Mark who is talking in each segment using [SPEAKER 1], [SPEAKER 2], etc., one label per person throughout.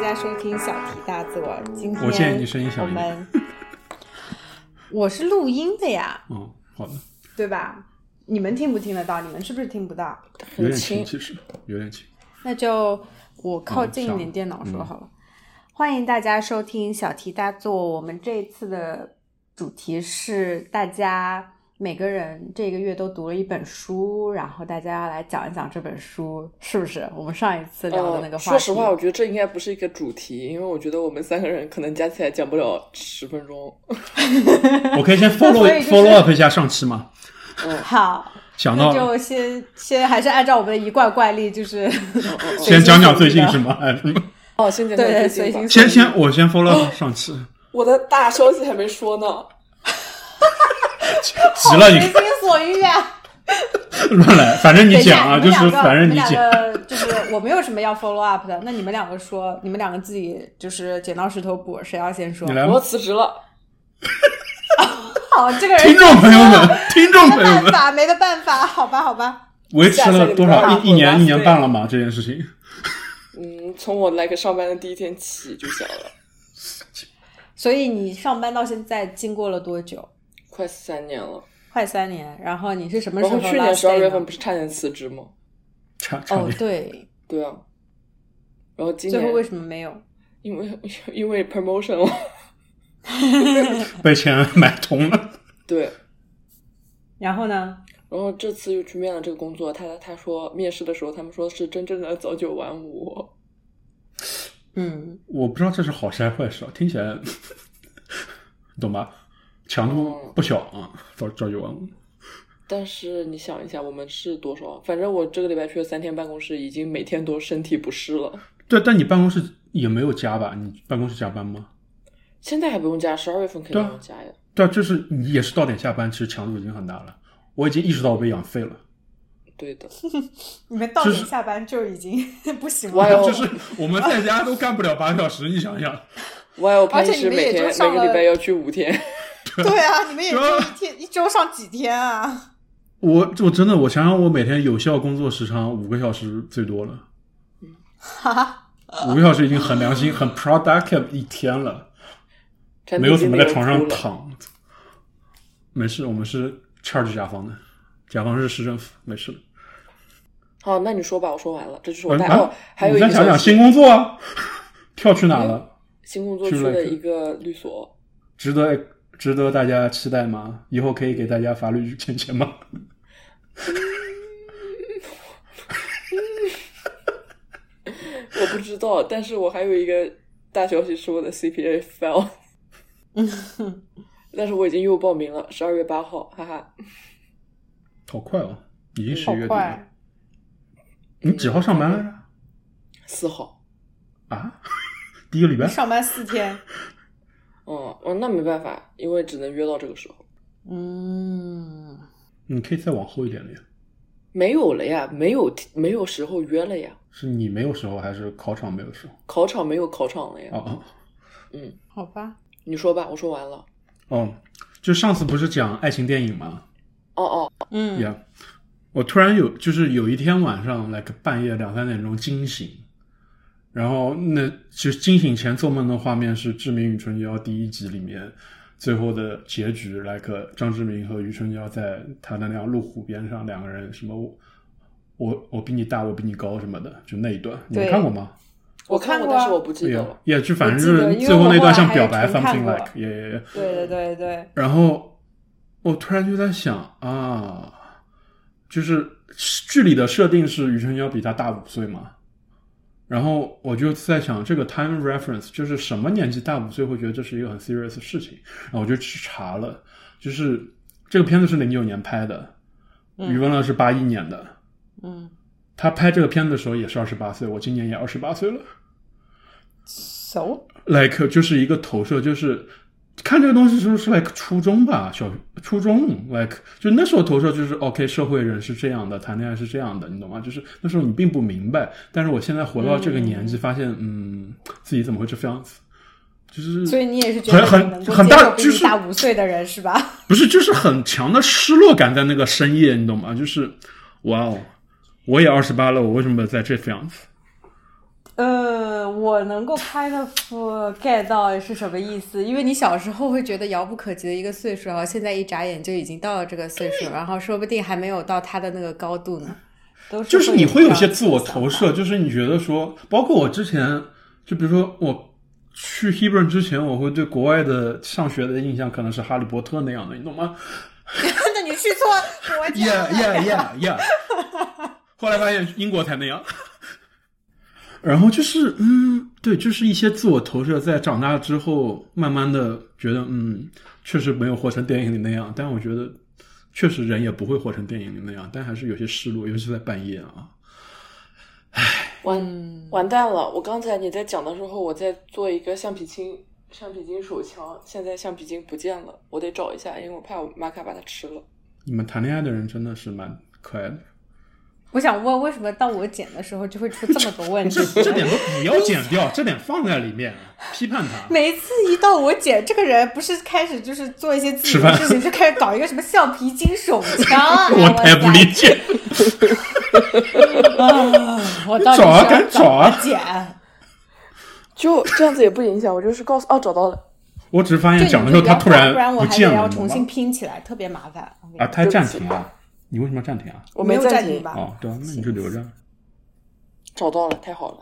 [SPEAKER 1] 家收听小题大做。今天
[SPEAKER 2] 我建议你声音小
[SPEAKER 1] 我
[SPEAKER 2] 一点。
[SPEAKER 1] 们我是录音的呀，
[SPEAKER 2] 嗯，好的，
[SPEAKER 1] 对吧？你们听不听得到？你们是不是听不到？
[SPEAKER 2] 有
[SPEAKER 3] 很
[SPEAKER 2] 点轻，其
[SPEAKER 3] 轻，
[SPEAKER 2] 实有点轻。
[SPEAKER 1] 那就我靠近一点电脑说
[SPEAKER 2] 嗯
[SPEAKER 1] 好了。欢迎大家收听小题大做。我们这一次的主题是大家每个人这个月都读了一本书，然后大家要来讲一讲这本书，是不是？我们上一次聊的那个话
[SPEAKER 3] 呃，
[SPEAKER 1] 题。
[SPEAKER 3] 说实话，我觉得这应该不是一个主题，因为我觉得我们三个人可能加起来讲不了十分钟。
[SPEAKER 2] 我可以先 follow
[SPEAKER 1] 所以就是
[SPEAKER 2] follow up 一下上期吗？
[SPEAKER 1] 好，
[SPEAKER 2] 想
[SPEAKER 1] 那
[SPEAKER 2] 到
[SPEAKER 1] 就先先还是按照我们的一贯惯例，就是
[SPEAKER 2] 先讲讲最近
[SPEAKER 1] 随
[SPEAKER 2] 是
[SPEAKER 1] 心
[SPEAKER 2] 吗？哎，什么
[SPEAKER 3] 哦，先讲讲
[SPEAKER 1] 对
[SPEAKER 3] 最
[SPEAKER 1] 随
[SPEAKER 3] 近吧
[SPEAKER 1] 心。
[SPEAKER 2] 先先我先 follow up 上期，
[SPEAKER 3] 我的大消息还没所以说呢，
[SPEAKER 2] 急了
[SPEAKER 1] 随
[SPEAKER 2] 你
[SPEAKER 1] 心所欲啊！
[SPEAKER 2] 乱来，反正
[SPEAKER 1] 等
[SPEAKER 2] 你
[SPEAKER 1] 一下
[SPEAKER 2] 讲啊，
[SPEAKER 1] 你
[SPEAKER 2] 就
[SPEAKER 1] 们
[SPEAKER 2] 是
[SPEAKER 1] 两个
[SPEAKER 2] 反正你
[SPEAKER 1] 们
[SPEAKER 2] 讲。
[SPEAKER 1] 两个就是 我没有什么要 follow up 的，那你们两个说，你们两个自己就是剪刀石头布，谁要先说
[SPEAKER 2] 你？来
[SPEAKER 3] 我
[SPEAKER 2] 吧，
[SPEAKER 3] 辞职了。
[SPEAKER 1] 好，这个人
[SPEAKER 2] 听众朋友们，听众
[SPEAKER 1] 没
[SPEAKER 2] 朋
[SPEAKER 1] 得
[SPEAKER 2] 友
[SPEAKER 1] 办
[SPEAKER 2] 们，
[SPEAKER 1] 法，没得办法，好吧，好吧，
[SPEAKER 2] 维持了多
[SPEAKER 3] 下
[SPEAKER 2] 少
[SPEAKER 3] 下
[SPEAKER 2] 一一
[SPEAKER 3] 下
[SPEAKER 2] 年
[SPEAKER 3] 下
[SPEAKER 2] 一年半了嘛？这件事情，
[SPEAKER 3] 嗯，从我来个上班的第一天起就想了，
[SPEAKER 1] 所以你上班到现在经过了多久？
[SPEAKER 3] 快三年了。
[SPEAKER 1] 快三年，然后你是什么时
[SPEAKER 3] 然
[SPEAKER 1] 候
[SPEAKER 3] 后
[SPEAKER 1] last day 呢？
[SPEAKER 3] 去年十二月份不是差点辞职吗？
[SPEAKER 2] 差差
[SPEAKER 1] 哦
[SPEAKER 2] 点，
[SPEAKER 1] 对，
[SPEAKER 3] 对啊。然后今
[SPEAKER 1] 最后为
[SPEAKER 3] 年
[SPEAKER 1] 什么没有？
[SPEAKER 3] 因为 因为 promotion 了，
[SPEAKER 2] 被钱 买通了。
[SPEAKER 3] 对。
[SPEAKER 1] 然后呢？
[SPEAKER 3] 然后这次又去面了这个工作，他他说面试的时候，他们说是真正的早九晚五，
[SPEAKER 1] 嗯，
[SPEAKER 2] 我不知道这是好事还是坏事啊，听起来， 懂吧？强度不小啊，早早就完了。
[SPEAKER 3] 但是你想一下，我们是多少？反正我这个礼拜去了三天办公室，已经每天都身体不适了。
[SPEAKER 2] 对，但你办公室也没有加吧？你办公室加班吗？
[SPEAKER 3] 现在还不用加，十二月份肯定
[SPEAKER 2] 对啊
[SPEAKER 3] 要加呀。
[SPEAKER 2] 对啊，就是你也是到点下班，其实强度已经很大了。我已经意识到我被养废了，
[SPEAKER 3] 对的，
[SPEAKER 1] 你们到
[SPEAKER 2] 就是
[SPEAKER 1] 下班就已经 不行
[SPEAKER 3] 哇哎 哟
[SPEAKER 2] 就是我们在家都干不了八个小时，你想想，
[SPEAKER 3] 我还 有
[SPEAKER 1] 而
[SPEAKER 3] 平
[SPEAKER 1] 且你
[SPEAKER 3] 时
[SPEAKER 1] 们也
[SPEAKER 3] 每天
[SPEAKER 1] 就上
[SPEAKER 3] 每
[SPEAKER 1] 了
[SPEAKER 3] 个礼拜要去 五天，
[SPEAKER 1] 对啊，你们也
[SPEAKER 2] 对啊
[SPEAKER 1] 就一天一周上几天啊？
[SPEAKER 2] 我我真的我想想，我每天有效工作时长五个小时最多 了，
[SPEAKER 1] 哈哈，
[SPEAKER 2] 五个小时已经很良心、很 productive 一天了，
[SPEAKER 3] 产
[SPEAKER 2] 没
[SPEAKER 3] 品
[SPEAKER 2] 有怎
[SPEAKER 3] 经
[SPEAKER 2] 么
[SPEAKER 3] 理
[SPEAKER 2] 在
[SPEAKER 3] 都
[SPEAKER 2] 床
[SPEAKER 3] 哭
[SPEAKER 2] 上
[SPEAKER 3] 了。
[SPEAKER 2] 躺。没事，我们是 charge 甲方的，甲方是市政府，没事的。
[SPEAKER 3] 好，那你说吧，我说完了，这就是我
[SPEAKER 2] 嗯
[SPEAKER 3] 大、
[SPEAKER 2] 啊
[SPEAKER 3] 哦，还有一
[SPEAKER 2] 你
[SPEAKER 3] 个
[SPEAKER 2] 再想想
[SPEAKER 3] 消息
[SPEAKER 2] 新工作啊， 跳去哪了？
[SPEAKER 3] 新工作
[SPEAKER 2] 去
[SPEAKER 3] 去
[SPEAKER 2] 了
[SPEAKER 3] 了
[SPEAKER 2] 一个
[SPEAKER 3] 一个律所，
[SPEAKER 2] 值得值得大家期待吗？以后可以给大家法律钱钱吗？
[SPEAKER 3] 我不知道，但是我还有一个大消息是我的 CPA fail，但是我已经又报名了，十二月八号，哈哈，
[SPEAKER 2] 好快哦，已经十
[SPEAKER 1] 好
[SPEAKER 2] 一月底了
[SPEAKER 1] 快。，
[SPEAKER 2] 你几号上班来着？
[SPEAKER 3] 四号。
[SPEAKER 2] 啊，第一个礼拜？
[SPEAKER 1] 上班四天。
[SPEAKER 3] 哦，哦，那没办法，因为只能约到这个时候。
[SPEAKER 1] 嗯，
[SPEAKER 2] 你可以再往后一点了呀。
[SPEAKER 3] 没有了呀，没有没有时候约了呀，
[SPEAKER 2] 是你没有时候，还是考场没有时候？
[SPEAKER 3] 考场没有考场了呀。
[SPEAKER 2] 哦哦
[SPEAKER 3] 嗯，
[SPEAKER 1] 好吧，
[SPEAKER 3] 你说吧，我说完了。
[SPEAKER 2] 哦，就上次不是讲爱情电影吗？
[SPEAKER 3] 哦哦，
[SPEAKER 1] 嗯
[SPEAKER 2] Yeah，我突然有，就是有一天晚上，like 半夜两三点钟惊醒，然后那就惊醒前做梦的画面是《志明与春娇》第一集里面最后的结局，like 张志明和余春娇在他的那辆路虎边上，两个人什么我我我比你大，我比你高什么的，就那一段，你们
[SPEAKER 1] 对
[SPEAKER 2] 看过吗？
[SPEAKER 3] 我
[SPEAKER 1] 看
[SPEAKER 3] 看
[SPEAKER 1] 过
[SPEAKER 3] 过，
[SPEAKER 1] 啊
[SPEAKER 3] 但是我不记
[SPEAKER 2] 对
[SPEAKER 3] 得
[SPEAKER 2] 呀
[SPEAKER 3] 了。，
[SPEAKER 2] 也就反正
[SPEAKER 1] 我记得
[SPEAKER 2] 就是
[SPEAKER 1] 因为
[SPEAKER 2] 最后那段像表
[SPEAKER 1] 我
[SPEAKER 2] 白
[SPEAKER 1] 后来还
[SPEAKER 2] something
[SPEAKER 1] 重看过
[SPEAKER 2] like，也也也。
[SPEAKER 1] 对对对对，
[SPEAKER 2] 然后我突然就在想啊，就是剧里的设定是余春娇比他大五岁嘛，然后我就在想这个 time reference 就是什么年纪大五岁会觉得这是一个很 serious 的事情，然后我就去查了，就是这个片子是零九年拍的，
[SPEAKER 1] 嗯
[SPEAKER 2] 余文乐是八一年的，
[SPEAKER 1] 嗯，
[SPEAKER 2] 他拍这个片子的时候也是二十八岁，我今年也二十八岁了。
[SPEAKER 1] 熟
[SPEAKER 2] like 就是一个投射，就是看这个东西是不是 like 初中吧，小初中 like 就那时候投射就是 OK，社会人是这样的，谈恋爱是这样的，你懂吗？就是那时候你并不明白，但是我现在活到这个年纪，发现嗯自己怎么会这副样子，就是
[SPEAKER 1] 所以你也是觉得
[SPEAKER 2] 很
[SPEAKER 1] 你能够
[SPEAKER 2] 很很大
[SPEAKER 1] 接受比
[SPEAKER 2] 就是
[SPEAKER 1] 你嗯大五岁的人是 吧？
[SPEAKER 2] 不是就是很强的失落感在那个深夜，你懂吗？就是哇哦，我也二十八了，我为什么在这副样子？
[SPEAKER 1] 嗯，我能够 kind of get 到是什么意思，因为你小时候会觉得遥不可及的一个岁数，然后现在一眨眼就已经到了这个岁数，嗯然后说不定还没有到他的那个高度呢。都是
[SPEAKER 2] 就是你会有一
[SPEAKER 1] 这样
[SPEAKER 2] 些
[SPEAKER 1] 的
[SPEAKER 2] 自我
[SPEAKER 1] 想
[SPEAKER 2] 投
[SPEAKER 1] 法
[SPEAKER 2] 射，就是你觉得说，包括我之前，就比如说我去 Hebron 之前，我会对国外的上学的印象可能是哈利波特那样的，你懂吗
[SPEAKER 1] 那你去错国家
[SPEAKER 2] ？Yeah
[SPEAKER 1] 了。
[SPEAKER 2] yeah yeah yeah。后来发现英国才那样。然后就是，嗯，对，就是一些自我投射，在长大之后，慢慢的觉得，嗯，确实没有活成电影里那样，但我觉得，确实人也不会活成电影里那样，但还是有些失落，尤其在半夜啊。
[SPEAKER 3] 完完蛋了！我刚才你在讲的时候，我在做一个橡皮筋橡皮筋手枪，现在橡皮筋不见了，我得找一下，因为我怕我玛卡把它吃了。
[SPEAKER 2] 你们谈恋爱的人真的是蛮可爱的，
[SPEAKER 1] 我想问，为什么到我剪的时候就会出这么多问题
[SPEAKER 2] 这？ 这点都不要剪掉， 这点放在里面，啊批判他。
[SPEAKER 1] 每次一到我剪，这个人不是开始就是做一些自己
[SPEAKER 2] 吃
[SPEAKER 1] 的
[SPEAKER 2] 饭
[SPEAKER 1] 事情，就开始搞一个什么橡皮筋 手枪啊！
[SPEAKER 2] 我才不理解，
[SPEAKER 1] 啊！我到底
[SPEAKER 2] 找啊
[SPEAKER 1] 是要
[SPEAKER 2] 赶紧找啊
[SPEAKER 1] 怎么剪？
[SPEAKER 3] 就这样子也不影响，我就是告诉哦，找到了，
[SPEAKER 2] 我只是发
[SPEAKER 1] 就
[SPEAKER 2] 现
[SPEAKER 1] 你
[SPEAKER 2] 讲的
[SPEAKER 1] 不
[SPEAKER 2] 时候
[SPEAKER 1] 聊
[SPEAKER 2] 他突
[SPEAKER 1] 吧不
[SPEAKER 2] 然
[SPEAKER 1] 我还
[SPEAKER 2] 见
[SPEAKER 1] 得
[SPEAKER 2] 了，
[SPEAKER 1] 要
[SPEAKER 2] 你
[SPEAKER 1] 重
[SPEAKER 2] 懂吗
[SPEAKER 1] 新拼起来，特别麻烦。
[SPEAKER 2] 啊，他
[SPEAKER 3] 对不
[SPEAKER 2] 暂
[SPEAKER 3] 起
[SPEAKER 2] 停了，你为什么要暂停啊？
[SPEAKER 3] 我
[SPEAKER 1] 没有
[SPEAKER 3] 暂
[SPEAKER 1] 停
[SPEAKER 3] 停，
[SPEAKER 1] 吧？
[SPEAKER 2] 哦，对啊，那你就留着。
[SPEAKER 3] 找到了，太好了。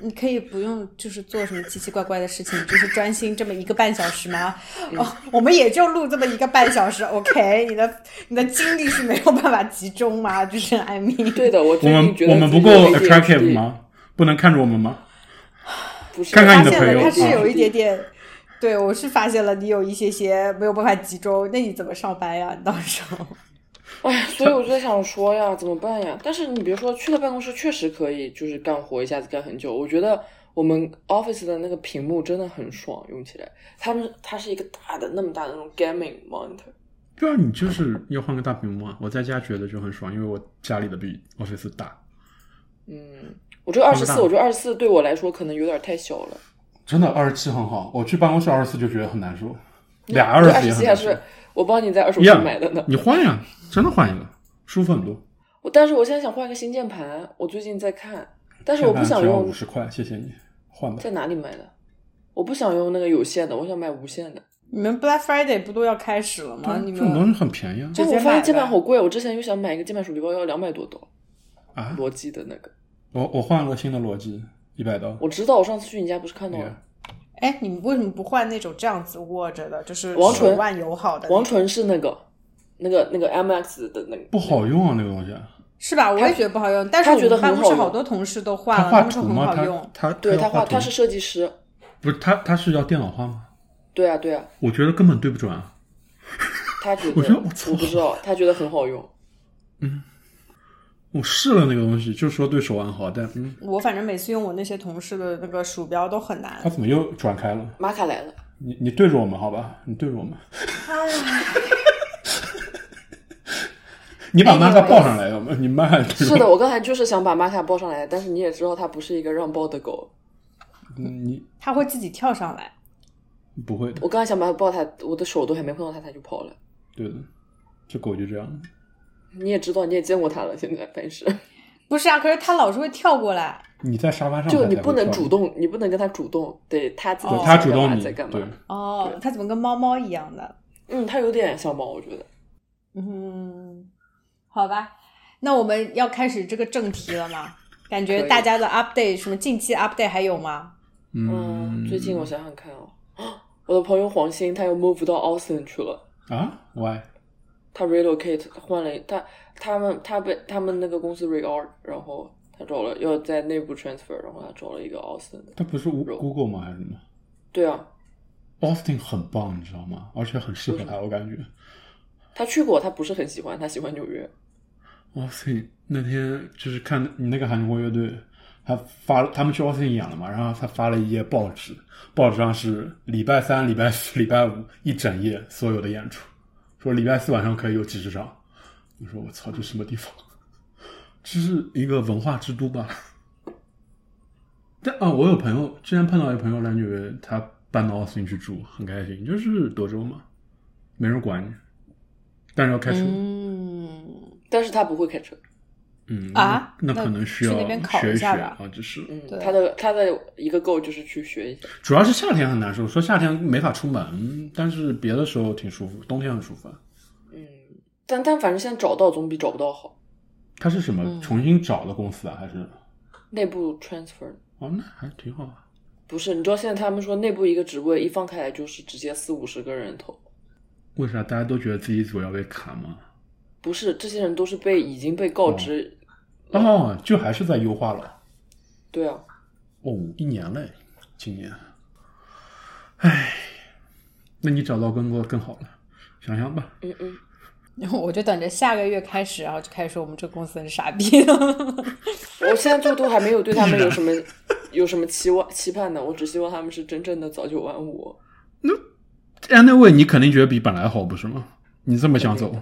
[SPEAKER 1] 你可以不用就是做什么奇奇怪怪的事情，你就是专心这么一个半小时吗？
[SPEAKER 3] 嗯
[SPEAKER 1] 哦，我们也就录这么一个半小时，OK？你的你的精力是没有办法集中吗？就是 I mean，
[SPEAKER 3] 对的，我
[SPEAKER 2] 我
[SPEAKER 3] 最
[SPEAKER 2] 们
[SPEAKER 3] 近觉得
[SPEAKER 2] 我们
[SPEAKER 3] 自己
[SPEAKER 2] 不够
[SPEAKER 3] 有一点
[SPEAKER 2] attractive？吗？不能看着我们吗？
[SPEAKER 3] 不是，
[SPEAKER 2] 看看
[SPEAKER 1] 发
[SPEAKER 2] 你的
[SPEAKER 1] 现
[SPEAKER 2] 朋
[SPEAKER 1] 了
[SPEAKER 2] 友
[SPEAKER 1] 他是
[SPEAKER 2] 啊
[SPEAKER 1] 有一点点，对我是发现了你有一些些没有办法集中，那你怎么上班呀？你到时候
[SPEAKER 3] 哎，所以我就在想说呀，怎么办呀？但是你别说，去了办公室确实可以，就是干活一下子干很久。我觉得我们 Office 的那个屏幕真的很爽，用起来。他们它是一个大的那么大的那种 gaming monitor，
[SPEAKER 2] 对啊，你就是要换个大屏幕啊！我在家觉得就很爽，因为我家里的比 office 大，
[SPEAKER 3] 嗯，我这二十
[SPEAKER 2] 很
[SPEAKER 3] 四，
[SPEAKER 2] 大
[SPEAKER 3] 我这二十四对我来说可能有点太小了。
[SPEAKER 2] 真的二十七很好。我去办公室二十四就觉得很难受，俩
[SPEAKER 3] 这
[SPEAKER 2] 哎二
[SPEAKER 3] 二
[SPEAKER 2] 十也很
[SPEAKER 3] 十七还
[SPEAKER 2] 难受
[SPEAKER 3] 是。我帮你在二手
[SPEAKER 2] 一
[SPEAKER 3] 市
[SPEAKER 2] 样
[SPEAKER 3] 买的 呢。
[SPEAKER 2] 你换呀，真的换一个，舒服很多。
[SPEAKER 3] 我但是我现在想换一个新键盘，我最近在看，但是我不想
[SPEAKER 2] 只要
[SPEAKER 3] 用
[SPEAKER 2] 五十块，谢谢你，换吧。
[SPEAKER 3] 在哪里买的，我不想用那个有线的，我想买无线的。
[SPEAKER 1] 你们 Black Friday 不都要开始了吗？啊你
[SPEAKER 2] 啊这种东
[SPEAKER 1] 们
[SPEAKER 2] 西很便宜啊！
[SPEAKER 1] 直
[SPEAKER 3] 但
[SPEAKER 1] 接
[SPEAKER 3] 哦我发
[SPEAKER 1] 买
[SPEAKER 3] 现键盘
[SPEAKER 1] 呗
[SPEAKER 3] 好贵，我之前又想买一个键盘鼠标包，要两百多刀。
[SPEAKER 2] 啊，
[SPEAKER 3] 罗技的那个，
[SPEAKER 2] 我我换了个新的逻辑，一百刀。
[SPEAKER 3] 我知道，我上次去你家不是看到了
[SPEAKER 2] Yeah
[SPEAKER 1] 哎，你们为什么不换那种这样子握着的，就是
[SPEAKER 3] 王
[SPEAKER 1] 手
[SPEAKER 3] 纯
[SPEAKER 1] 腕友好的那种？
[SPEAKER 3] 王纯是那个，那个那个 MX 的那个，
[SPEAKER 2] 不好用啊，那个东西。
[SPEAKER 1] 是吧？我也觉得不好用，但是
[SPEAKER 3] 他
[SPEAKER 1] 我
[SPEAKER 3] 觉
[SPEAKER 1] 们
[SPEAKER 3] 得
[SPEAKER 1] 办
[SPEAKER 3] 很
[SPEAKER 1] 公室
[SPEAKER 3] 好
[SPEAKER 1] 好
[SPEAKER 3] 用
[SPEAKER 1] 多同事都换
[SPEAKER 2] 他
[SPEAKER 1] 了，他
[SPEAKER 2] 画
[SPEAKER 1] 们说
[SPEAKER 2] 图
[SPEAKER 1] 很
[SPEAKER 2] 吗？
[SPEAKER 1] 好
[SPEAKER 2] 他
[SPEAKER 1] 用。
[SPEAKER 2] 他
[SPEAKER 3] 对
[SPEAKER 2] 他
[SPEAKER 3] 他
[SPEAKER 2] 要
[SPEAKER 3] 画
[SPEAKER 2] 图
[SPEAKER 3] 他是设计师，
[SPEAKER 2] 不是他他是要电脑画吗？
[SPEAKER 3] 对啊对啊，
[SPEAKER 2] 我觉得根本对不准啊。
[SPEAKER 3] 他觉得
[SPEAKER 2] 我觉得我操
[SPEAKER 3] 我不知道，他觉得很好用，
[SPEAKER 2] 我试了那个东西，就说对手腕好，但嗯，
[SPEAKER 1] 我反正每次用我那些同事的那个鼠标都很难
[SPEAKER 2] 他。怎么又转开了？
[SPEAKER 3] 玛卡来了，
[SPEAKER 2] 你你对着我们好吧？你对着我们，
[SPEAKER 1] 哎
[SPEAKER 2] 你把玛卡抱上来，要么你玛卡对着
[SPEAKER 3] 哎是的，我刚才就是想把玛卡抱上来，但是你也知道它不是一个让抱的狗，
[SPEAKER 2] 嗯你
[SPEAKER 1] 他会自己跳上来。
[SPEAKER 2] 你不会的，
[SPEAKER 3] 我刚才想把它抱它，我的手都还没碰到它，它就跑了。
[SPEAKER 2] 对的，这狗就这样。
[SPEAKER 3] 你也知道，你也见过它了，现在但是
[SPEAKER 1] 不是啊，可是他老是会跳过来。
[SPEAKER 2] 你在沙发上，
[SPEAKER 3] 就
[SPEAKER 2] 它
[SPEAKER 3] 你
[SPEAKER 2] 才
[SPEAKER 3] 不
[SPEAKER 2] 会
[SPEAKER 3] 能
[SPEAKER 2] 跳
[SPEAKER 3] 主，动，你不能跟它主动，得它自己
[SPEAKER 1] 对
[SPEAKER 2] 他
[SPEAKER 3] 想
[SPEAKER 2] 主
[SPEAKER 3] 干嘛
[SPEAKER 2] 动你
[SPEAKER 3] 哦在干嘛
[SPEAKER 2] 对。，
[SPEAKER 1] 哦
[SPEAKER 3] 对，
[SPEAKER 1] 它怎么跟猫猫一样的？
[SPEAKER 3] 嗯，它有点像猫，我觉得。
[SPEAKER 1] 嗯，好吧，那我们要开始这个正题了吗？感觉
[SPEAKER 3] 可以
[SPEAKER 1] 大家的 update 什么近期 update 还有吗？
[SPEAKER 3] 嗯，最近我想想看哦， 我的朋友黄鑫他又 move 到 Austin 去了，
[SPEAKER 2] 啊，why？
[SPEAKER 3] 他 relocate 换了他他们他被他们那个公司 reorg，然后他找了要在内部 transfer，然后他找了一个 Austin 的。
[SPEAKER 2] 它不是 Google 吗？还是什么
[SPEAKER 3] 对啊，
[SPEAKER 2] ？Austin 很棒，你知道吗？而且很适合他，我感觉。
[SPEAKER 3] 他去过，他不是很喜欢，他喜欢纽约。
[SPEAKER 2] Austin 那天就是看你那个韩国乐队，他发了他们去 Austin 演了嘛，然后他发了一页报纸，报纸上是礼拜三、礼拜四、礼拜五一整夜所有的演出，说礼拜四晚上可以有几十场。我说我操，这什么地方？这是一个文化之都吧？但啊、我有朋友之前碰到一个朋友来纽约，他搬到 Austin 去住，很开心，就是德州嘛，没人管你，但是要开车。
[SPEAKER 1] 嗯，
[SPEAKER 3] 但是他不会开车，
[SPEAKER 2] 嗯
[SPEAKER 1] 啊
[SPEAKER 2] 那，
[SPEAKER 1] 那
[SPEAKER 2] 可能需
[SPEAKER 1] 去
[SPEAKER 2] 要
[SPEAKER 1] 那边考
[SPEAKER 2] 学
[SPEAKER 1] 一
[SPEAKER 2] 学
[SPEAKER 1] 下吧
[SPEAKER 2] 啊，就是
[SPEAKER 3] 嗯
[SPEAKER 1] 对，
[SPEAKER 3] 他的他的一个 goal 就是去学一下。
[SPEAKER 2] 主要是夏天很难受，说夏天没法出门，但是别的时候挺舒服，冬天很舒服啊。
[SPEAKER 3] 嗯，但但反正现在找到总比找不到好。
[SPEAKER 2] 它是什么、
[SPEAKER 1] 嗯
[SPEAKER 2] 重新找的公司啊？还是
[SPEAKER 3] 内部 transfer
[SPEAKER 2] 哦，那还挺好啊。
[SPEAKER 3] 不是，你知道现在他们说内部一个职位一放开来就是直接四五十个人投，
[SPEAKER 2] 为啥大家都觉得自己组要被砍吗？
[SPEAKER 3] 不是这些人都是被已经被告知，
[SPEAKER 1] 嗯
[SPEAKER 2] 哦，就还是在优化了。
[SPEAKER 3] 对啊，
[SPEAKER 2] 哦，一年嘞，今年。唉，那你找到工作更好了，想想吧。
[SPEAKER 3] 嗯嗯，
[SPEAKER 1] 我就等着下个月开始，然后就开始说我们这个公司很傻逼。
[SPEAKER 3] 我现在就都还没有对他们有什么 有什么期望期盼呢，我只希望他们是真正的早九晚五。
[SPEAKER 2] Anyway，你肯定觉得比本来好，不是吗？你这么想走，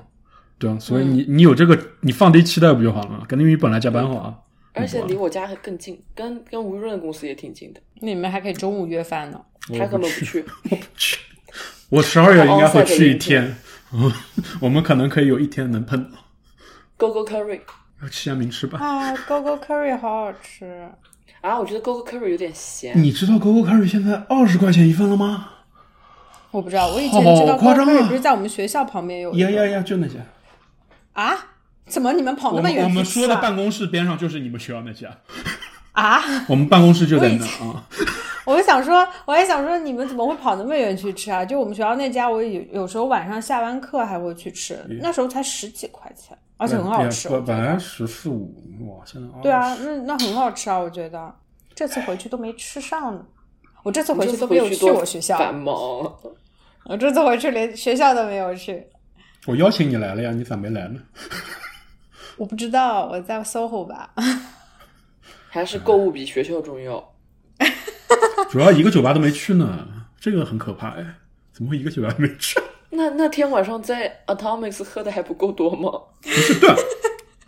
[SPEAKER 2] 对啊，所以你、你有这个，你放低期待不就好了吗？肯定比本来加班好啊。
[SPEAKER 3] 而且
[SPEAKER 1] 嗯
[SPEAKER 3] 离我家还更近，跟跟吴润的公司也挺近的，
[SPEAKER 1] 那你们还可以中午约饭呢。
[SPEAKER 2] 我
[SPEAKER 3] 他根
[SPEAKER 2] 不
[SPEAKER 3] 本不去。
[SPEAKER 2] 去，我十二月应该会去一天，我们可能可以有一天能碰到。
[SPEAKER 3] Go Go Curry
[SPEAKER 2] 要吃虾米吃吧。
[SPEAKER 1] 啊，Go Go Curry 好好吃。
[SPEAKER 3] 啊，我觉得 Go Go Curry 有点咸，
[SPEAKER 2] 你知道 GoGo Curry 现在二十块钱一份了吗？
[SPEAKER 1] 我不知道，我以前知道
[SPEAKER 2] 好夸张啊
[SPEAKER 1] Go Curry 不是在我们学校旁边有一
[SPEAKER 2] 呀呀
[SPEAKER 1] 个
[SPEAKER 2] 呀，就那些。
[SPEAKER 1] 啊？怎么你们跑
[SPEAKER 2] 我
[SPEAKER 1] 那么
[SPEAKER 2] 们
[SPEAKER 1] 远
[SPEAKER 2] 我们
[SPEAKER 1] 去吃
[SPEAKER 2] 说的
[SPEAKER 1] 啊
[SPEAKER 2] 办公室边上就是你们学校那家，
[SPEAKER 1] 啊？
[SPEAKER 2] 我们办公室就在
[SPEAKER 1] 我以
[SPEAKER 2] 那
[SPEAKER 1] 前
[SPEAKER 2] 啊。
[SPEAKER 1] 我就想说，我还想说你们怎么会跑那么远去吃啊？就我们学校那家，我有有时候晚上下完课还会去吃，
[SPEAKER 2] 嗯
[SPEAKER 1] 那时候才十几块钱，而且很好吃。
[SPEAKER 2] 本
[SPEAKER 1] 我觉
[SPEAKER 2] 本
[SPEAKER 1] 得
[SPEAKER 2] 来十四五，哇，现在
[SPEAKER 1] 对啊，
[SPEAKER 2] 20
[SPEAKER 1] 那那很好吃啊，我觉得。这次回去都没吃上呢，我这次
[SPEAKER 3] 我
[SPEAKER 1] 回
[SPEAKER 3] 这
[SPEAKER 1] 去
[SPEAKER 3] 次
[SPEAKER 1] 都没有
[SPEAKER 3] 回去
[SPEAKER 1] 去
[SPEAKER 3] 多
[SPEAKER 1] 我学校，
[SPEAKER 3] 繁忙。
[SPEAKER 1] 我这次回去连学校都没有去。
[SPEAKER 2] 我邀请你来了呀，你咋没来呢？
[SPEAKER 1] 我不知道，我在 SOHO 吧。
[SPEAKER 3] 还是购物比学校重要。
[SPEAKER 2] 主要一个酒吧都没去呢，这个很可怕哎，怎么会一个酒吧都没去？
[SPEAKER 3] 那那天晚上在 Atomics 喝的还不够多吗？
[SPEAKER 2] 不是，对啊，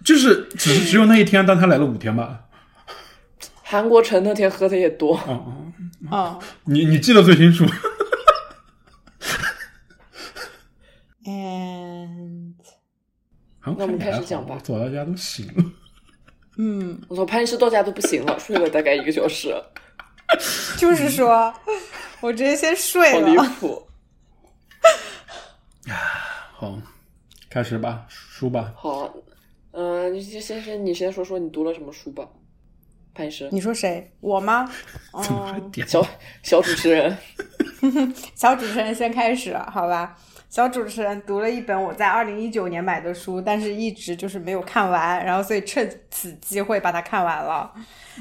[SPEAKER 2] 就是只是只有那一天，但他来了五天吧。
[SPEAKER 3] 韩国城那天喝的也多，
[SPEAKER 2] 哦
[SPEAKER 1] 嗯，
[SPEAKER 2] 哦，你你记得最清楚。
[SPEAKER 1] And
[SPEAKER 2] 那
[SPEAKER 3] 那我们开始讲吧
[SPEAKER 2] 走到家都醒了。
[SPEAKER 1] 嗯，
[SPEAKER 3] 我从潘石到家都不行了，睡了大概一个小时，
[SPEAKER 1] 就是说，我直接先
[SPEAKER 3] 好
[SPEAKER 1] 睡
[SPEAKER 3] 离
[SPEAKER 1] 了。
[SPEAKER 3] 谱。
[SPEAKER 2] 好，开始吧，书吧。
[SPEAKER 3] 好，嗯、你先先先你先说说你读了什么书吧，潘石，
[SPEAKER 1] 你说谁？我吗？
[SPEAKER 2] 怎么还
[SPEAKER 1] 嗯，
[SPEAKER 2] 点？
[SPEAKER 3] 小小主持 人，
[SPEAKER 1] 小主持人先开始，好吧？小主持人读了一本我在二零一九年买的书，但是一直就是没有看完，然后所以趁此机会把它看完了。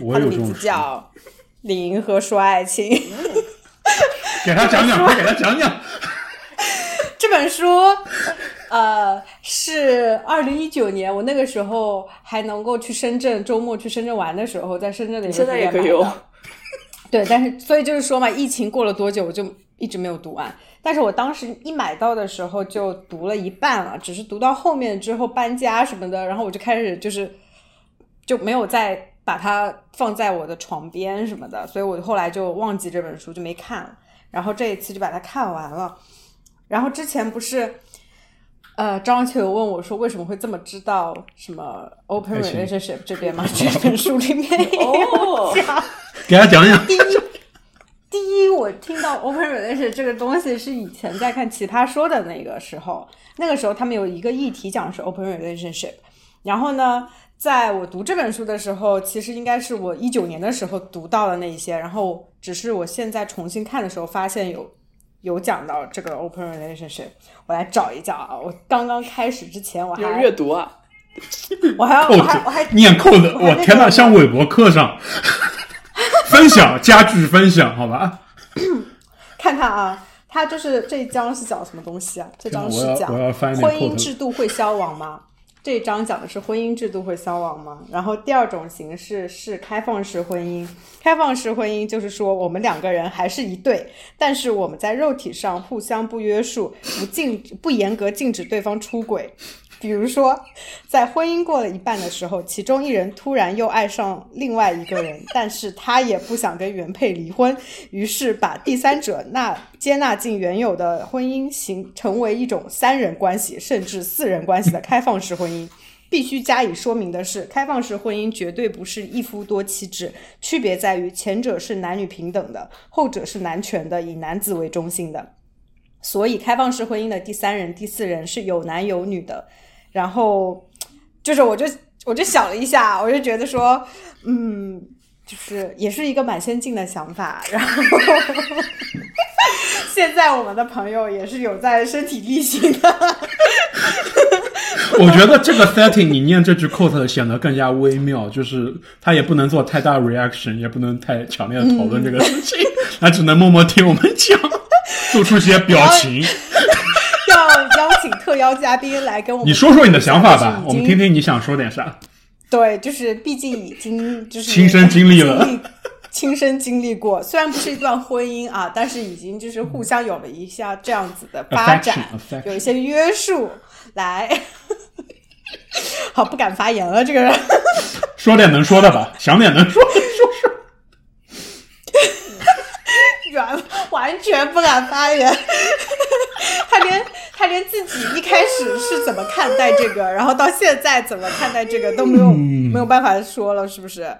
[SPEAKER 2] 我
[SPEAKER 1] 它的
[SPEAKER 2] 有这
[SPEAKER 1] 名
[SPEAKER 2] 种
[SPEAKER 1] 字
[SPEAKER 2] 书，
[SPEAKER 1] 叫《李银河说爱情》。
[SPEAKER 2] 给他讲讲，快给他讲讲。
[SPEAKER 1] 这本书，呃，是二零一九年我那个时候还能够去深圳，周末去深圳玩的时候，在深圳的一个
[SPEAKER 3] 现在也
[SPEAKER 1] 书
[SPEAKER 3] 可
[SPEAKER 1] 店
[SPEAKER 3] 以
[SPEAKER 1] 买
[SPEAKER 3] 哦
[SPEAKER 1] 的
[SPEAKER 3] 用。
[SPEAKER 1] 对，但是所以就是说嘛，疫情过了多久，我就一直没有读完。但是我当时一买到的时候就读了一半了，只是读到后面之后搬家什么的，然后我就开始就是就没有再把它放在我的床边什么的，所以我后来就忘记这本书就没看了。然后这一次就把它看完了。然后之前不是。呃，张秋问我说：“为什么会这么知道什么 open
[SPEAKER 2] 爱情
[SPEAKER 1] relationship 这边吗？” 这本书里面也
[SPEAKER 3] 哦
[SPEAKER 1] 有讲。
[SPEAKER 2] 给他讲讲。
[SPEAKER 1] 第一，第一，我听到 open relationship 这个东西是以前在看《奇葩说》的那个时候，那个时候他们有一个议题讲是 open relationship，然后呢，在我读这本书的时候，其实应该是我一九年的时候读到的那一些，然后只是我现在重新看的时候发现有。有讲到这个 open relationship，我来找一找啊！我刚刚开始之前，我还
[SPEAKER 3] 有阅读啊，
[SPEAKER 1] 我还要
[SPEAKER 2] 扣
[SPEAKER 1] 我还我还
[SPEAKER 2] 子，念扣子，
[SPEAKER 1] 我还
[SPEAKER 2] 我
[SPEAKER 1] 那个
[SPEAKER 2] 天呐，像韦伯课上 分享家具分享，好吧？
[SPEAKER 1] 看看啊，他就是这一章是讲什么东西啊？这章是讲
[SPEAKER 2] 我要我要翻一点
[SPEAKER 1] 婚
[SPEAKER 2] quote
[SPEAKER 1] 姻制度会消亡吗？这一章讲的是婚姻制度会消亡吗？然后第二种形式是开放式婚姻。开放式婚姻就是说，我们两个人还是一对，但是我们在肉体上互相不约束，不禁不严格禁止对方出轨。比如说，在婚姻过了一半的时候，其中一人突然又爱上另外一个人，但是他也不想跟原配离婚，于是把第三者纳接纳进原有的婚姻，形成为一种三人关系甚至四人关系的开放式婚姻。必须加以说明的是，开放式婚姻绝对不是一夫多妻制，区别在于前者是男女平等的，后者是男权的，以男子为中心的。所以，开放式婚姻的第三人、第四人是有男有女的。然后，就是我就我就想了一下，我就觉得说，嗯，就是也是一个蛮先进的想法。然后，现在我们的朋友也是有在身体力行的。
[SPEAKER 2] 我觉得这个 setting 你念这句 quote 显得更加微妙，就是他也不能做太大 reaction，也不能太强烈的讨论这个事情，他、只能默默听我们讲，做出一些表情。
[SPEAKER 1] 要邀请特邀嘉宾来跟我们，
[SPEAKER 2] 你说说你的想法吧
[SPEAKER 1] 已，经
[SPEAKER 2] 我们听听你想说点啥。
[SPEAKER 1] 对，就是毕竟已经就是
[SPEAKER 2] 亲身经历了
[SPEAKER 1] 经历，亲身经历过。虽然不是一段婚姻啊，但是已经就是互相有了一下这样子的发展
[SPEAKER 2] Affection, affection
[SPEAKER 1] 有一些约束。来， 好不敢发言了，这个人。
[SPEAKER 2] 说点能说的吧，想点能说的说说。
[SPEAKER 1] 完完全不敢发言，他连他连自己一开始是怎么看待这个，然后到现在怎么看待这个都没有、
[SPEAKER 2] 嗯
[SPEAKER 1] 没有办法说了，是不是？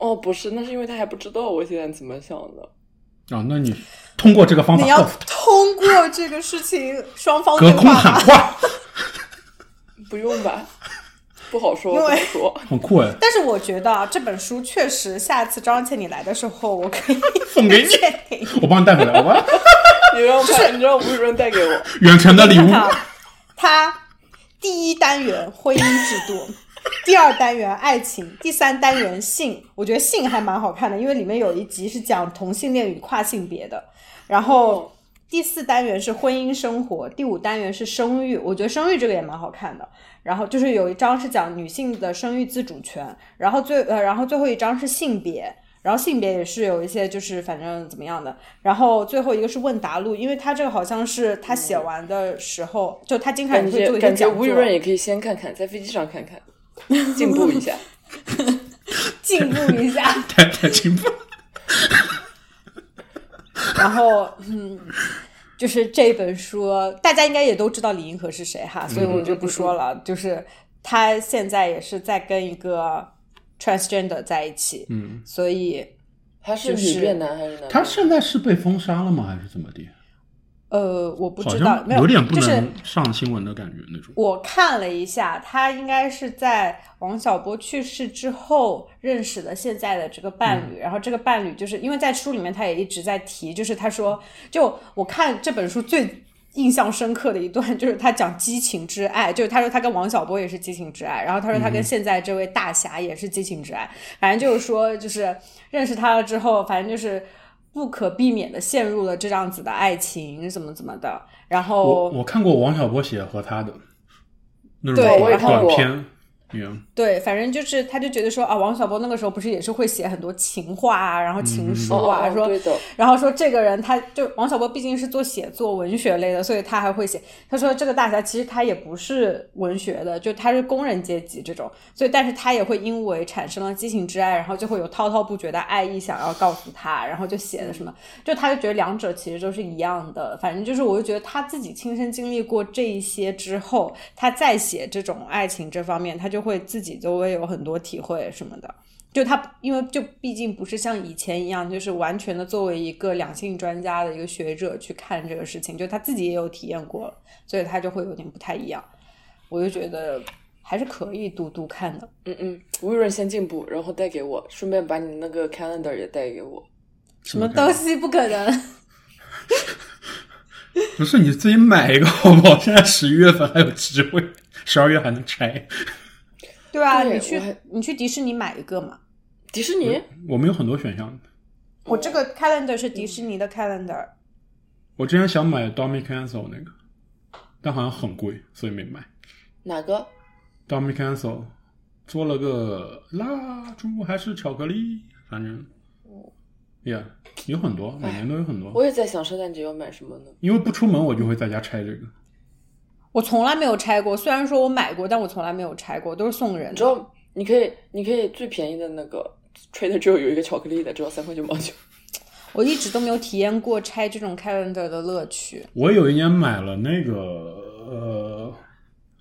[SPEAKER 3] 哦，不是，那是因为他还不知道我现在怎么想的。
[SPEAKER 2] 啊，那你通过这个方法
[SPEAKER 1] 你要
[SPEAKER 2] 告诉他，
[SPEAKER 1] 通过这个事情双方对
[SPEAKER 2] 隔空
[SPEAKER 1] 话
[SPEAKER 2] 喊
[SPEAKER 1] 吧，
[SPEAKER 2] 话，
[SPEAKER 3] 不用吧，不好说，
[SPEAKER 1] 因
[SPEAKER 3] 不
[SPEAKER 1] 为
[SPEAKER 3] 好说。
[SPEAKER 2] 很酷哎，
[SPEAKER 1] 但是我觉得啊，这本书确实，下次张倩你来的时候，我可以
[SPEAKER 2] 送给你
[SPEAKER 1] 借给你。
[SPEAKER 2] 我帮你带回来好吧？
[SPEAKER 3] 你让我看，你让吴雨润带给 我。
[SPEAKER 2] 远程的礼
[SPEAKER 1] 看
[SPEAKER 2] 物
[SPEAKER 1] 看啊它第一单元婚姻制度，第二单元爱情，第三单元性。我觉得性还蛮好看的，因为里面有一集是讲同性恋与跨性别的。然后第四单元是婚姻生活，第五单元是生育。我觉得生育这个也蛮好看的。然后就是有一章是讲女性的生育自主权，然后最呃，然后最后一章是性别。然后性别也是有一些，就是反正怎么样的。然后最后一个是问答录，因为他这个好像是他写完的时候，就他经常也
[SPEAKER 3] 嗯感
[SPEAKER 1] 哎会做
[SPEAKER 3] 觉
[SPEAKER 1] 一些
[SPEAKER 3] 感觉
[SPEAKER 1] 讲
[SPEAKER 3] 吴雨
[SPEAKER 1] 座。
[SPEAKER 3] 润也可以先看看，在飞机上看看，进步 一下。
[SPEAKER 1] 进步一下。
[SPEAKER 2] 太太进步。
[SPEAKER 1] 然后，嗯，就是这本书，大家应该也都知道李银河是谁哈，所以我就不说
[SPEAKER 2] 嗯
[SPEAKER 1] 了。就是他现在也是在跟一个 transgender 在一起，
[SPEAKER 2] 嗯，
[SPEAKER 1] 所以
[SPEAKER 3] 他是
[SPEAKER 1] 就是
[SPEAKER 3] 女变男还是男？
[SPEAKER 2] 他现在是被封杀了吗？还是怎么的？
[SPEAKER 1] 呃，我不
[SPEAKER 2] 好
[SPEAKER 1] 知道，
[SPEAKER 2] 像
[SPEAKER 1] 没有，
[SPEAKER 2] 点不
[SPEAKER 1] 就是
[SPEAKER 2] 能上新闻的感觉那种。
[SPEAKER 1] 我看了一下，他应该是在王小波去世之后认识的现在的这个伴侣，然后这个伴侣就是因为在书里面他也一直在提，就是他说，就我看这本书最。印象深刻的一段就是他讲激情之爱，就是他说他跟王小波也是激情之爱，然后他说他跟现在这位大侠也是激情之爱，反正就是说就是认识他了之后，反正就是不可避免的陷入了这样子的爱情，怎么怎么的，然
[SPEAKER 2] 我
[SPEAKER 1] 后
[SPEAKER 2] 我看过王小波写和他的那种
[SPEAKER 1] 对我也
[SPEAKER 2] 短
[SPEAKER 3] 看
[SPEAKER 2] 短
[SPEAKER 3] 过
[SPEAKER 2] 片，嗯
[SPEAKER 1] 对，反正就是，他就觉得说啊，王小波那个时候不是也是会写很多情话啊，然后情书
[SPEAKER 3] 哦哦
[SPEAKER 1] 啊，
[SPEAKER 3] 哦
[SPEAKER 1] 说
[SPEAKER 3] 对的，
[SPEAKER 1] 然后说这个人他就王小波毕竟是做写作文学类的，所以他还会写。他说这个大侠其实他也不是文学的，就他是工人阶级这种，所以但是他也会因为产生了激情之爱，然后就会有滔滔不绝的爱意想要告诉他，然后就写的什么，就他就觉得两者其实都是一样的。反正就是我就觉得他自己亲身经历过这一些之后，他再写这种爱情这方面，他就会自己就会有很多体会什么的。就他，因为就毕竟不是像以前一样，就是完全的作为一个两性专家的一个学者去看这个事情，就他自己也有体验过了，所以他就会有点不太一样。我就觉得还是可以读读看的。
[SPEAKER 3] 嗯嗯，吴雨润先进步，然后带给我，顺便把你那个 calendar 也带给我。
[SPEAKER 1] 什么东西不可能？
[SPEAKER 2] 不是你自己买一个好不好？ 现在十一月份还有机会，十二月还能拆。
[SPEAKER 1] 对啊，
[SPEAKER 3] 对
[SPEAKER 1] 你去
[SPEAKER 3] 我还嗯
[SPEAKER 1] 你去迪士尼买一个嘛。
[SPEAKER 3] 迪士尼，
[SPEAKER 1] 嗯
[SPEAKER 2] 我们有很多选项。
[SPEAKER 1] 我这个 calendar 是迪士尼的
[SPEAKER 3] 嗯
[SPEAKER 1] calendar，
[SPEAKER 2] 我之前想买 Dominic Cancel 那个，但好像很贵，所以没买。
[SPEAKER 3] 哪个？
[SPEAKER 2] Dominic Cancel 做了个蜡烛还是巧克力，反正，Yeah，有很多，每年都有很多。
[SPEAKER 3] 我也在想圣诞节要买什么呢？
[SPEAKER 2] 因为不出门，我就会在家拆这个。
[SPEAKER 1] 我从来没有拆过。虽然说我买过，但我从来没有拆过，都是送人
[SPEAKER 3] 你知
[SPEAKER 1] 的。
[SPEAKER 3] 道，你可以，你可以最便宜的那个 Trader Joe 有一个巧克力的，只要三块九 毛九。
[SPEAKER 1] 我一直都没有体验过拆这种 calendar 的乐趣。
[SPEAKER 2] 我有一年买了那个呃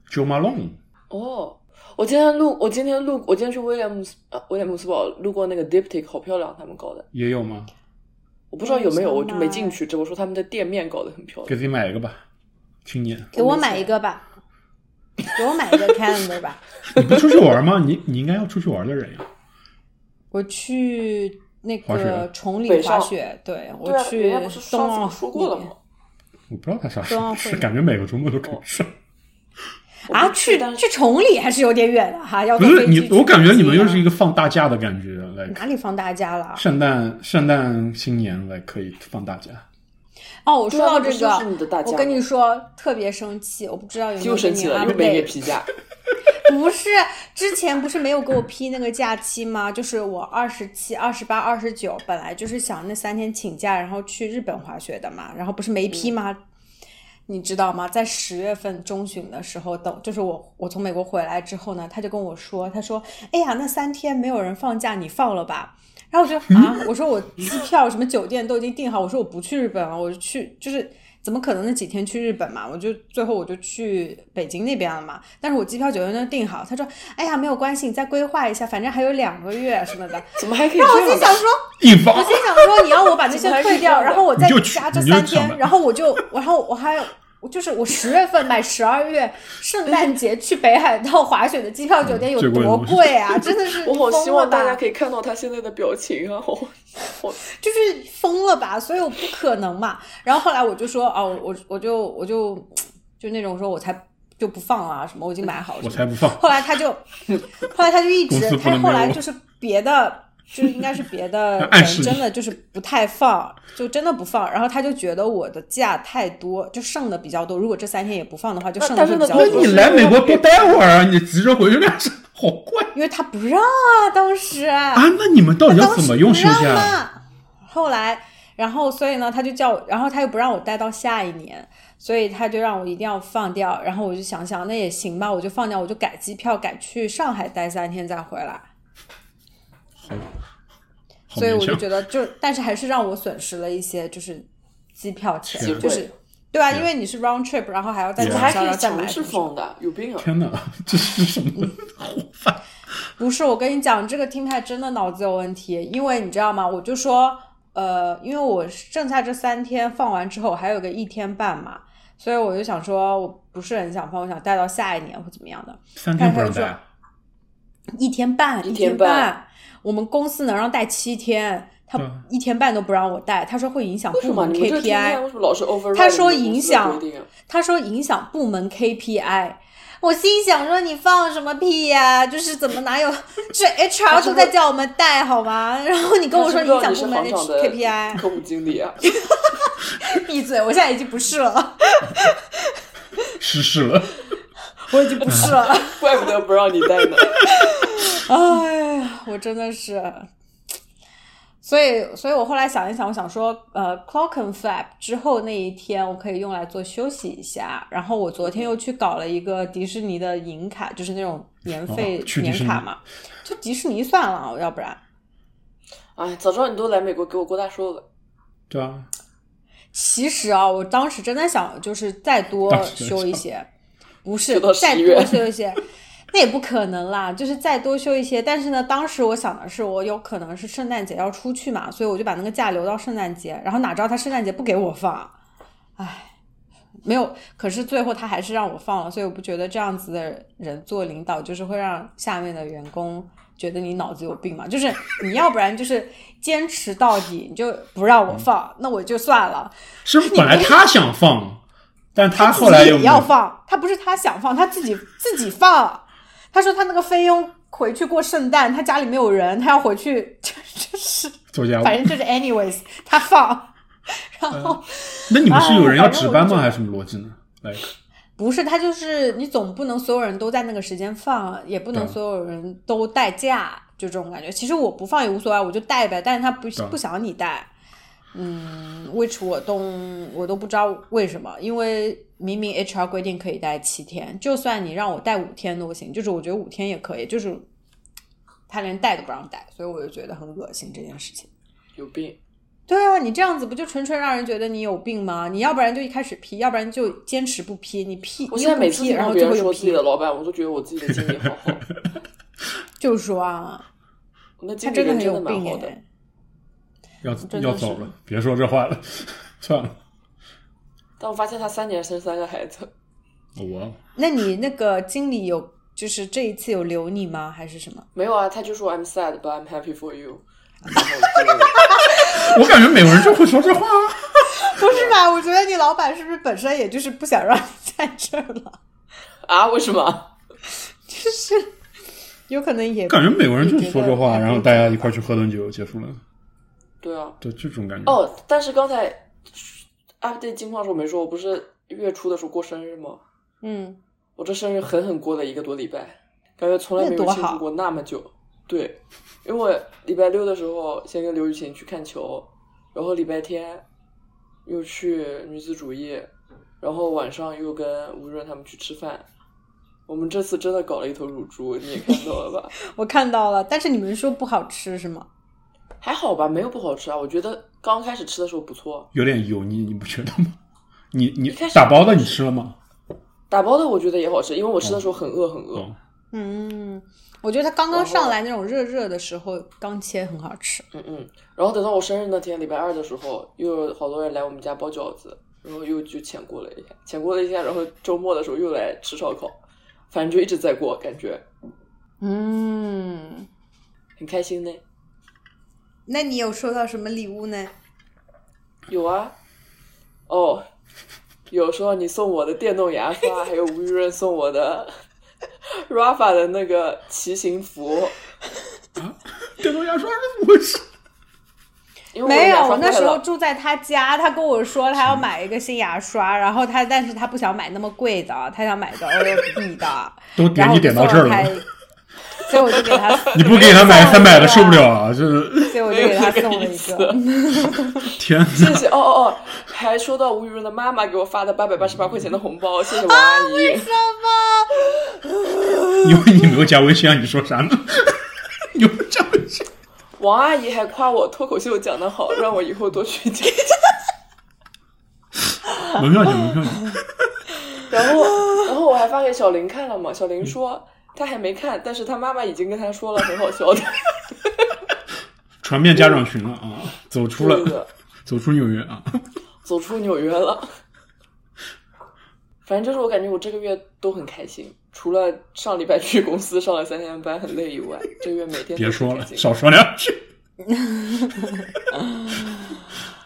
[SPEAKER 2] ，Jo Malone，
[SPEAKER 3] 哦，我今天路，我今天路，我今天去威廉姆斯，呃，威廉姆斯堡路过那个 Diptyque，好漂亮，他们搞的。
[SPEAKER 2] 也有吗？
[SPEAKER 3] 我不知道有没有，
[SPEAKER 1] 我
[SPEAKER 3] 我
[SPEAKER 1] 想
[SPEAKER 3] 就
[SPEAKER 1] 买
[SPEAKER 3] 没进去，只不过说他们的店面搞得很漂
[SPEAKER 2] 给
[SPEAKER 3] 亮。
[SPEAKER 2] 自己买一个吧，青年。
[SPEAKER 1] 给我买一个 吧，给我买一个 calendar 吧。
[SPEAKER 2] 你不出去玩吗？ 你你应该要出去玩的人呀。
[SPEAKER 1] 我去那
[SPEAKER 2] 滑
[SPEAKER 1] 个
[SPEAKER 2] 雪
[SPEAKER 1] 崇礼
[SPEAKER 3] 北
[SPEAKER 1] 滑
[SPEAKER 3] 上
[SPEAKER 1] 雪，对我
[SPEAKER 3] 对啊，
[SPEAKER 1] 去
[SPEAKER 3] 人家不是
[SPEAKER 1] 冬
[SPEAKER 3] 上
[SPEAKER 1] 奥
[SPEAKER 3] 次说过了吗？
[SPEAKER 2] 我不知道他啥时
[SPEAKER 1] 冬奥
[SPEAKER 2] 候
[SPEAKER 1] 会哦
[SPEAKER 2] 是，感觉每个周末都可以上。
[SPEAKER 3] 我
[SPEAKER 1] 啊，
[SPEAKER 3] 不
[SPEAKER 1] 去
[SPEAKER 3] 但是
[SPEAKER 1] 去崇礼还是有点远的哈，要
[SPEAKER 2] 不
[SPEAKER 1] 坐
[SPEAKER 2] 是
[SPEAKER 1] 飞机
[SPEAKER 2] 你，我
[SPEAKER 1] 哦去
[SPEAKER 2] 感觉你们又是一
[SPEAKER 1] 个
[SPEAKER 2] 个放大假的感觉，like
[SPEAKER 1] 哪里放大家了？
[SPEAKER 2] 圣诞、圣诞、新年，like 可以放大假。
[SPEAKER 1] 哦，我说
[SPEAKER 3] 对啊
[SPEAKER 1] 到
[SPEAKER 3] 那
[SPEAKER 1] 这个
[SPEAKER 3] 不就是你的大，家
[SPEAKER 1] 我跟你说特别生气，我不知道有没有
[SPEAKER 3] 又
[SPEAKER 1] 给
[SPEAKER 3] 生
[SPEAKER 1] 你
[SPEAKER 3] 气了，又没给
[SPEAKER 1] update。
[SPEAKER 3] 批假。
[SPEAKER 1] 不是，之前不是没有给我批那个假期吗？就是我二十七、二十八、二十九，本来就是想那三天请假，然后去日本滑雪的嘛，然后不是没
[SPEAKER 3] 嗯
[SPEAKER 1] 批吗？你知道吗？在十月份中旬的时候，等就是我我从美国回来之后呢，他就跟我说，他说：“哎呀，那三天没有人放假，你放了吧。”然后我就啊，我说我机票什么酒店都已经订好，我说我不去日本了，我就去就是怎么可能那几天去日本嘛？我就最后我就去北京那边了嘛。但是我机票酒店都订好，他说哎呀没有关系，你再规划一下，反正还有两个月什么的。
[SPEAKER 3] 怎么还可以
[SPEAKER 1] 然后我心
[SPEAKER 3] 这样
[SPEAKER 1] 想
[SPEAKER 3] 的？
[SPEAKER 1] 说，
[SPEAKER 2] 一方
[SPEAKER 1] 我心想说你要我把那 些退掉，然后我再
[SPEAKER 2] 你就去
[SPEAKER 1] 加这
[SPEAKER 2] 你就
[SPEAKER 1] 三
[SPEAKER 2] 抢
[SPEAKER 1] 天
[SPEAKER 2] 吧，
[SPEAKER 1] 然后我就然后我还我就是我十月份买十二月圣诞节去北海道滑雪的机票酒店有
[SPEAKER 2] 最贵的
[SPEAKER 1] 多
[SPEAKER 2] 嗯东西
[SPEAKER 1] 贵啊！真的是
[SPEAKER 3] 我好希望大家
[SPEAKER 1] 以。
[SPEAKER 3] 可以看到他现在的表情啊！我我
[SPEAKER 1] 就是疯了吧，所以我不可能嘛。然后后来我就说，哦，我我就我就就那种说我才就不放啊，什么我已经买好了。
[SPEAKER 2] 我
[SPEAKER 1] 什么
[SPEAKER 2] 才不放。
[SPEAKER 1] 后来他就，后来他就一
[SPEAKER 2] 公
[SPEAKER 1] 直
[SPEAKER 2] 司，不
[SPEAKER 1] 他
[SPEAKER 2] 能
[SPEAKER 1] 后来
[SPEAKER 2] 没有
[SPEAKER 1] 就是别的，就是应该是别的
[SPEAKER 2] 暗示
[SPEAKER 1] 人
[SPEAKER 2] 你
[SPEAKER 1] 真的就是不太放，就真的不放。然后他就觉得我的假太多，就剩的比较多。如果这三天也不放的话，就
[SPEAKER 3] 那
[SPEAKER 1] 剩的
[SPEAKER 3] 呃但
[SPEAKER 1] 会
[SPEAKER 3] 是
[SPEAKER 1] 比较多
[SPEAKER 2] 那你
[SPEAKER 3] 呢我不。是
[SPEAKER 2] 来美国多待会儿啊！你急着回去干啥？好怪
[SPEAKER 1] 因为他不让啊，当时啊
[SPEAKER 2] 啊！那你们到底要怎么用休
[SPEAKER 1] 当时不让
[SPEAKER 2] 假？啊
[SPEAKER 1] 嘛后来，然后所以呢，他就叫我，然后他又不让我待到下一年，所以他就让我一定要放掉。然后我就想想，那也行吧，我就放掉，我就改机票，改去上海待三天再回来。
[SPEAKER 2] 好，好
[SPEAKER 1] 所以
[SPEAKER 2] 勉
[SPEAKER 1] 我就
[SPEAKER 2] 强。
[SPEAKER 1] 觉得就，但是还是让我损失了一些就是机票钱
[SPEAKER 2] 机，会
[SPEAKER 1] 就是对啊，
[SPEAKER 2] Yeah
[SPEAKER 1] 因为你是 round trip，然后还要再
[SPEAKER 2] 我
[SPEAKER 1] 取
[SPEAKER 2] 们
[SPEAKER 3] 还
[SPEAKER 1] 消，
[SPEAKER 3] 可
[SPEAKER 1] 然后
[SPEAKER 3] 以
[SPEAKER 1] 再买
[SPEAKER 3] 强制
[SPEAKER 1] 东西
[SPEAKER 3] 放的，有病啊！
[SPEAKER 2] 天哪， 这是什么？
[SPEAKER 1] 不是，我跟你讲，这个听派真的脑子有问题，因为你知道吗？我就说，呃，因为我剩下这三天放完之后，我还有个一天半嘛，所以我就想说，我不是很想放，我想带到下一年或怎么样的，
[SPEAKER 2] 三天不让带啊？
[SPEAKER 1] 一天半，
[SPEAKER 3] 一
[SPEAKER 1] 一
[SPEAKER 3] 天半
[SPEAKER 1] 半。我们公司能让带七天，他
[SPEAKER 2] 对
[SPEAKER 1] 一天半都不让我带，他说会影响
[SPEAKER 3] 啊为什
[SPEAKER 1] 部
[SPEAKER 3] 么
[SPEAKER 1] 门
[SPEAKER 3] 你们这个天天
[SPEAKER 1] KPI，
[SPEAKER 3] 为什么老是 over？
[SPEAKER 1] 他说影响
[SPEAKER 3] 规定啊？
[SPEAKER 1] 他说影响部门 KPI。我心想说你放什么屁呀、就是怎么哪 有，这 HR 都在叫我们带好吗？然后你跟我说
[SPEAKER 3] 他知道
[SPEAKER 1] 影响
[SPEAKER 3] 你是
[SPEAKER 1] 部门
[SPEAKER 3] 行长的
[SPEAKER 1] KPI，
[SPEAKER 3] 客户经理啊，
[SPEAKER 1] 闭嘴！我现在已经不是了，
[SPEAKER 2] 失事了。
[SPEAKER 1] 我已经不是了。
[SPEAKER 3] 怪不得不让你带呢。
[SPEAKER 1] 哎呀，我真的是，所以，所以我后来想一想，我想说，呃，clock and flap 之后那一天，我可以用来做休息一下。然后我昨天又去搞了一个迪士尼的银卡，就是那种年费、
[SPEAKER 2] 哦去迪
[SPEAKER 1] 年
[SPEAKER 2] 士尼
[SPEAKER 1] 卡嘛，就迪士尼算了，要不然。
[SPEAKER 3] 哎，早知道你都来美国给我郭大寿了。
[SPEAKER 2] 对啊，
[SPEAKER 1] 其实啊，我当时真的想，就是再多
[SPEAKER 2] 当时
[SPEAKER 1] 休一 些，不是
[SPEAKER 3] 就到
[SPEAKER 1] 再
[SPEAKER 3] 十一月
[SPEAKER 1] 多休一 些，那也不可能啦，就是再多休一些。但是呢，当时我想的是，我有可能是圣诞节要出去嘛，所以我就把那个假留到圣诞节。然后哪知道他圣诞节不给我放，唉，没有。可是最后他还是让我放了，所以我不觉得这样子的人做领导就是会让下面的员工。觉得你脑子有病嘛？就是你要不然就是坚持到底，你就不让我放，那我就算了。
[SPEAKER 2] 是本来他想放，但他后来又
[SPEAKER 1] 自己
[SPEAKER 2] 没
[SPEAKER 1] 也要放，他不是他想放，他自己自己放。他说他那个菲佣回去过圣诞，他家里没有人，他要回去， 就是
[SPEAKER 2] 做家务。
[SPEAKER 1] 反正就是 anyways，他放。然后
[SPEAKER 2] 那你们是有人要值班
[SPEAKER 1] 哎反正我就
[SPEAKER 2] 吗？还是什么逻辑呢？like
[SPEAKER 1] 不是他就是你总不能所有人都在那个时间放，啊也不能
[SPEAKER 2] 对
[SPEAKER 1] 所有人都带假，就这种感觉。其实我不放也无所谓，我就带呗。但是他不
[SPEAKER 2] 对
[SPEAKER 1] 不想你带，嗯，which 我都我都不知道为什么，因为明明 HR 规定可以带七天，就算你让我带五天都行，就是我觉得五天也可以，就是他连带都不让带，所以我就觉得很恶心这件事情。
[SPEAKER 3] 有病，
[SPEAKER 1] 对啊，你这样子不就纯纯让人觉得你有病吗？你要不然就一开始批，要不然就坚持不批。你批，
[SPEAKER 3] 我现在
[SPEAKER 1] 你又
[SPEAKER 3] 每
[SPEAKER 1] 不
[SPEAKER 3] 次
[SPEAKER 1] 批，
[SPEAKER 3] 听
[SPEAKER 1] 然
[SPEAKER 3] 到
[SPEAKER 1] 后
[SPEAKER 3] 别
[SPEAKER 1] 就
[SPEAKER 3] 人
[SPEAKER 1] 会有
[SPEAKER 3] 说自己
[SPEAKER 1] 批
[SPEAKER 3] 的。老板，我都觉得我自己的经理好好，
[SPEAKER 1] 就说啊，
[SPEAKER 3] 我那
[SPEAKER 1] 他
[SPEAKER 3] 经理
[SPEAKER 1] 真的
[SPEAKER 3] 人
[SPEAKER 1] 很有
[SPEAKER 3] 的蛮
[SPEAKER 1] 病
[SPEAKER 3] 好
[SPEAKER 1] 哎、
[SPEAKER 3] 的。
[SPEAKER 2] 要
[SPEAKER 1] 真的
[SPEAKER 2] 要
[SPEAKER 1] 是
[SPEAKER 2] 走了，别说这话了， 算了，
[SPEAKER 3] 但我发现他三年生三个孩子，
[SPEAKER 2] 哦我啊
[SPEAKER 1] 那你那个经理有就是这一次有留你吗？还是什么？
[SPEAKER 3] 没有啊，他就说 I'm sad but I'm happy for you，然后就
[SPEAKER 2] 我感觉美国人就会说这话啊。
[SPEAKER 1] 不是吧？ 我觉得你老板是不是本身也就是不想让你 在这儿了，
[SPEAKER 3] 啊，为什么？
[SPEAKER 1] 就是有可能也
[SPEAKER 2] 感觉美国人就是说这
[SPEAKER 1] 也觉
[SPEAKER 2] 话，
[SPEAKER 1] 得
[SPEAKER 2] 然后大家一块儿去喝顿酒，结束了，
[SPEAKER 3] 对啊，
[SPEAKER 2] 对，就这种感觉。
[SPEAKER 3] 哦，但是刚才 update 近况的时候没说，我不是月初的时候过生日吗？
[SPEAKER 1] 嗯，
[SPEAKER 3] 我这生日狠狠过了一个多礼拜，感觉从来没有庆祝过那么久。对，因为我礼拜六的时候先跟刘雨晴去看球，然后礼拜天又去女子主义，然后晚上又跟吴润他们去吃饭。我们这次真的搞了一头乳猪，你也看到了吧？
[SPEAKER 1] 我看到了，但是你们说不好吃是吗？
[SPEAKER 3] 还好吧，没有不好吃啊。我觉得刚开始吃的时候不错，
[SPEAKER 2] 有点油腻，你不觉得吗？你你
[SPEAKER 3] 一开始
[SPEAKER 2] 打包的你吃了吗？
[SPEAKER 3] 打包的我觉得也好吃，因为我吃的时候很饿很饿。
[SPEAKER 1] 呃
[SPEAKER 2] 哦，
[SPEAKER 1] 嗯，我觉得它刚刚上来那种热热的时候，刚切很好吃。
[SPEAKER 3] 嗯嗯，然后等到我生日那天，礼拜二的时候，又有好多人来我们家包饺子，然后又就潜过了一下，潜过了一下，然后周末的时候又来吃烧烤，反正就一直在过，感觉
[SPEAKER 1] 嗯，
[SPEAKER 3] 很开心呢。
[SPEAKER 1] 那你有收到什么礼物呢？
[SPEAKER 3] 有啊，哦，有时候你送我的电动牙刷，还有吴雨润送我的 Rafa 的那个骑行服，
[SPEAKER 2] 电动牙刷是怎么回事？
[SPEAKER 3] 因为
[SPEAKER 1] 没有，
[SPEAKER 3] 我
[SPEAKER 1] 我
[SPEAKER 3] 的
[SPEAKER 1] 那
[SPEAKER 3] 牙刷坏
[SPEAKER 1] 时候
[SPEAKER 3] 了嗯
[SPEAKER 1] 住在他家，他跟我说他要买一个新牙刷，然后他但是他不想买那么贵的，他想买个 LB 的，
[SPEAKER 2] 都
[SPEAKER 1] 然
[SPEAKER 2] 点
[SPEAKER 1] 后我
[SPEAKER 2] 你
[SPEAKER 1] 就
[SPEAKER 2] 点到
[SPEAKER 1] 送
[SPEAKER 2] 这儿
[SPEAKER 1] 了他
[SPEAKER 2] 了吗，
[SPEAKER 1] 一，所以我就给他，
[SPEAKER 2] 你不给他买
[SPEAKER 1] 送
[SPEAKER 2] 三百
[SPEAKER 1] 一
[SPEAKER 2] 的
[SPEAKER 1] 个
[SPEAKER 2] 受不了啊！就是
[SPEAKER 1] 所以我
[SPEAKER 3] 没
[SPEAKER 1] 就
[SPEAKER 3] 有
[SPEAKER 1] 给他
[SPEAKER 3] 这
[SPEAKER 1] 送
[SPEAKER 3] 个
[SPEAKER 1] 了
[SPEAKER 3] 意
[SPEAKER 1] 一
[SPEAKER 3] 思
[SPEAKER 1] 个。
[SPEAKER 2] 天哪，
[SPEAKER 3] 谢谢哦哦哦，还收到吴雨润的妈妈给我发的八百八十八块钱的红包，谢谢王阿姨。
[SPEAKER 2] 因为你没有加微信啊，你说啥呢？ 你没有加微信，
[SPEAKER 3] 王阿姨还夸我脱口秀讲得好，让我以后多去讲讲。
[SPEAKER 2] 门票钱，门票钱，
[SPEAKER 3] 然后，然后我还发给小林看了嘛，小林说他还没看，但是他妈妈已经跟他说了，很好笑的。
[SPEAKER 2] 传遍家长群了啊！走 出
[SPEAKER 3] 对
[SPEAKER 2] 了，
[SPEAKER 3] 的，
[SPEAKER 2] 走出纽约啊！
[SPEAKER 3] 走出纽约了。反正就是我感觉我这个月都很开心，除了上礼拜去公司上了三天班很累以外，这个月每天都
[SPEAKER 2] 别说
[SPEAKER 3] 很
[SPEAKER 2] 了
[SPEAKER 3] 开，心
[SPEAKER 2] 少说两句。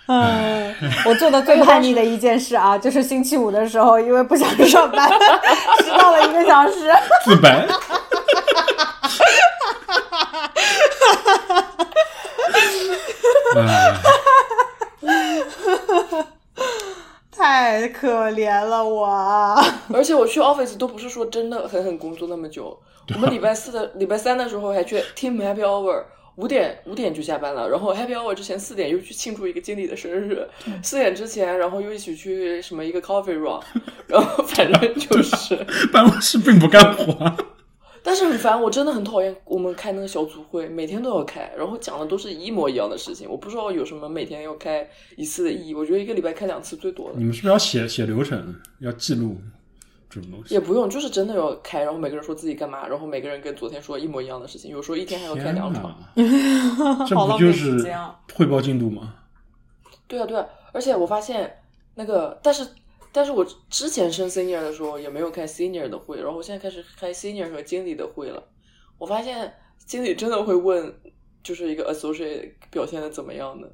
[SPEAKER 1] 嗯，我做的最叛逆的一件事啊，就是星期五的时候，因为不想上班，迟到了一个小时。
[SPEAKER 2] 自白， 哎，
[SPEAKER 1] 太可怜了我，啊
[SPEAKER 3] 而且我去 office 都不是说真的狠狠工作那么久，我们礼拜四的、礼拜三的时候还去 team happy hour，五点五点就下班了，然后 happy hour 之前四点又去庆祝一个经理的生日，四点之前然后又一起去什么一个 coffee run，然后反正就是，
[SPEAKER 2] 办公室并不干活，
[SPEAKER 3] 但是很烦，我真的很讨厌我们开那个小组会，每天都要开，然后讲的都是一模一样的事情，我不知道有什么每天要开一次的意义，我觉得一个礼拜开两次最多了
[SPEAKER 2] 你。们是不是要写写流程，要记录这种东西？
[SPEAKER 3] 也不用，就是真的要开，然后每个人说自己干嘛，然后每个人跟昨天说一模一样的事情，有时候一天还要开
[SPEAKER 2] 天
[SPEAKER 3] 两场。
[SPEAKER 2] 哪，这不就是汇报进度吗？
[SPEAKER 3] 对啊，对啊，而且我发现那个，但是但是我之前升 senior 的时候也没有开 senior 的会，然后我现在开始开 senior 和经理的会了。我发现经理真的会问，就是一个 associate 表现的怎么样呢？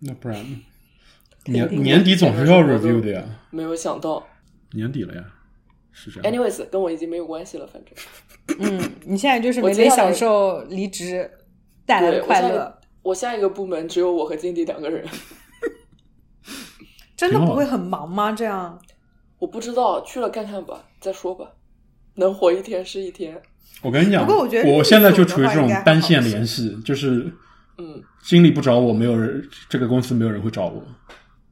[SPEAKER 2] 那不然呢年
[SPEAKER 1] 定的
[SPEAKER 2] 年底总是要 review 的呀，
[SPEAKER 3] 没有想到
[SPEAKER 2] 年底了呀，是这样。
[SPEAKER 3] ，anyways，跟我已经没有关系了，反正。
[SPEAKER 1] 嗯，你现在就是
[SPEAKER 3] 我
[SPEAKER 1] 每
[SPEAKER 3] 接
[SPEAKER 1] 天
[SPEAKER 3] 下来
[SPEAKER 1] 享受离职带来
[SPEAKER 3] 对，
[SPEAKER 1] 的
[SPEAKER 3] 我
[SPEAKER 1] 快
[SPEAKER 3] 下一
[SPEAKER 1] 乐
[SPEAKER 3] 个，我下一个部门只有我和经理两个人。
[SPEAKER 1] 真的
[SPEAKER 2] 挺好
[SPEAKER 1] 不会很忙吗？这样，
[SPEAKER 3] 我不知道，去了看看吧，再说吧。能活一天是一天。
[SPEAKER 2] 我跟你讲，
[SPEAKER 1] 不过我觉得
[SPEAKER 2] 我现在就处于这
[SPEAKER 1] 日语组的话应
[SPEAKER 2] 种
[SPEAKER 1] 该还好
[SPEAKER 2] 单线联系，就是
[SPEAKER 3] 嗯，
[SPEAKER 2] 经理不找我，没有人，这个公司没有人会找我。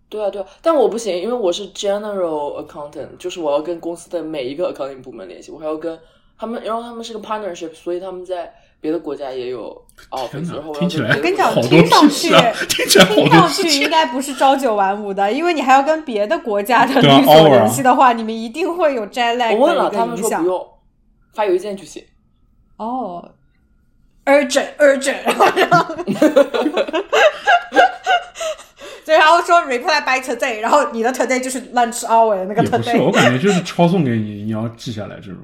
[SPEAKER 3] 对啊，对啊，但我不行，因为我是 general accountant，就是我要跟公司的每一个 accounting 部门联系，我还要跟他们，然后他们是个 partnership，所以他们在别的国家也有 office，然后
[SPEAKER 2] 听起来
[SPEAKER 1] 我跟你讲
[SPEAKER 2] 好，多
[SPEAKER 1] 听上
[SPEAKER 2] 屁
[SPEAKER 1] 去
[SPEAKER 2] 事啊， 听起来好
[SPEAKER 1] 听
[SPEAKER 2] 多
[SPEAKER 1] 上
[SPEAKER 2] 事
[SPEAKER 1] 去
[SPEAKER 2] 情
[SPEAKER 1] 应。该不是朝九晚五 的，因为你还要跟别的国家的
[SPEAKER 2] 对啊
[SPEAKER 1] 律所
[SPEAKER 2] hour 啊
[SPEAKER 1] 联系的话，你们一定会有 jet lag
[SPEAKER 3] 我问了，
[SPEAKER 1] 的
[SPEAKER 3] 他
[SPEAKER 1] 一个
[SPEAKER 3] 们
[SPEAKER 1] 影
[SPEAKER 3] 说不
[SPEAKER 1] 响。
[SPEAKER 3] 用，发邮件就行。
[SPEAKER 1] 哦，urgent urgent，对，然后说 reply by today，然后你的 today 就是 lunch hour 的那个
[SPEAKER 2] 也不是，
[SPEAKER 1] today。
[SPEAKER 2] 我感觉就是抄送给你，你要记下来这种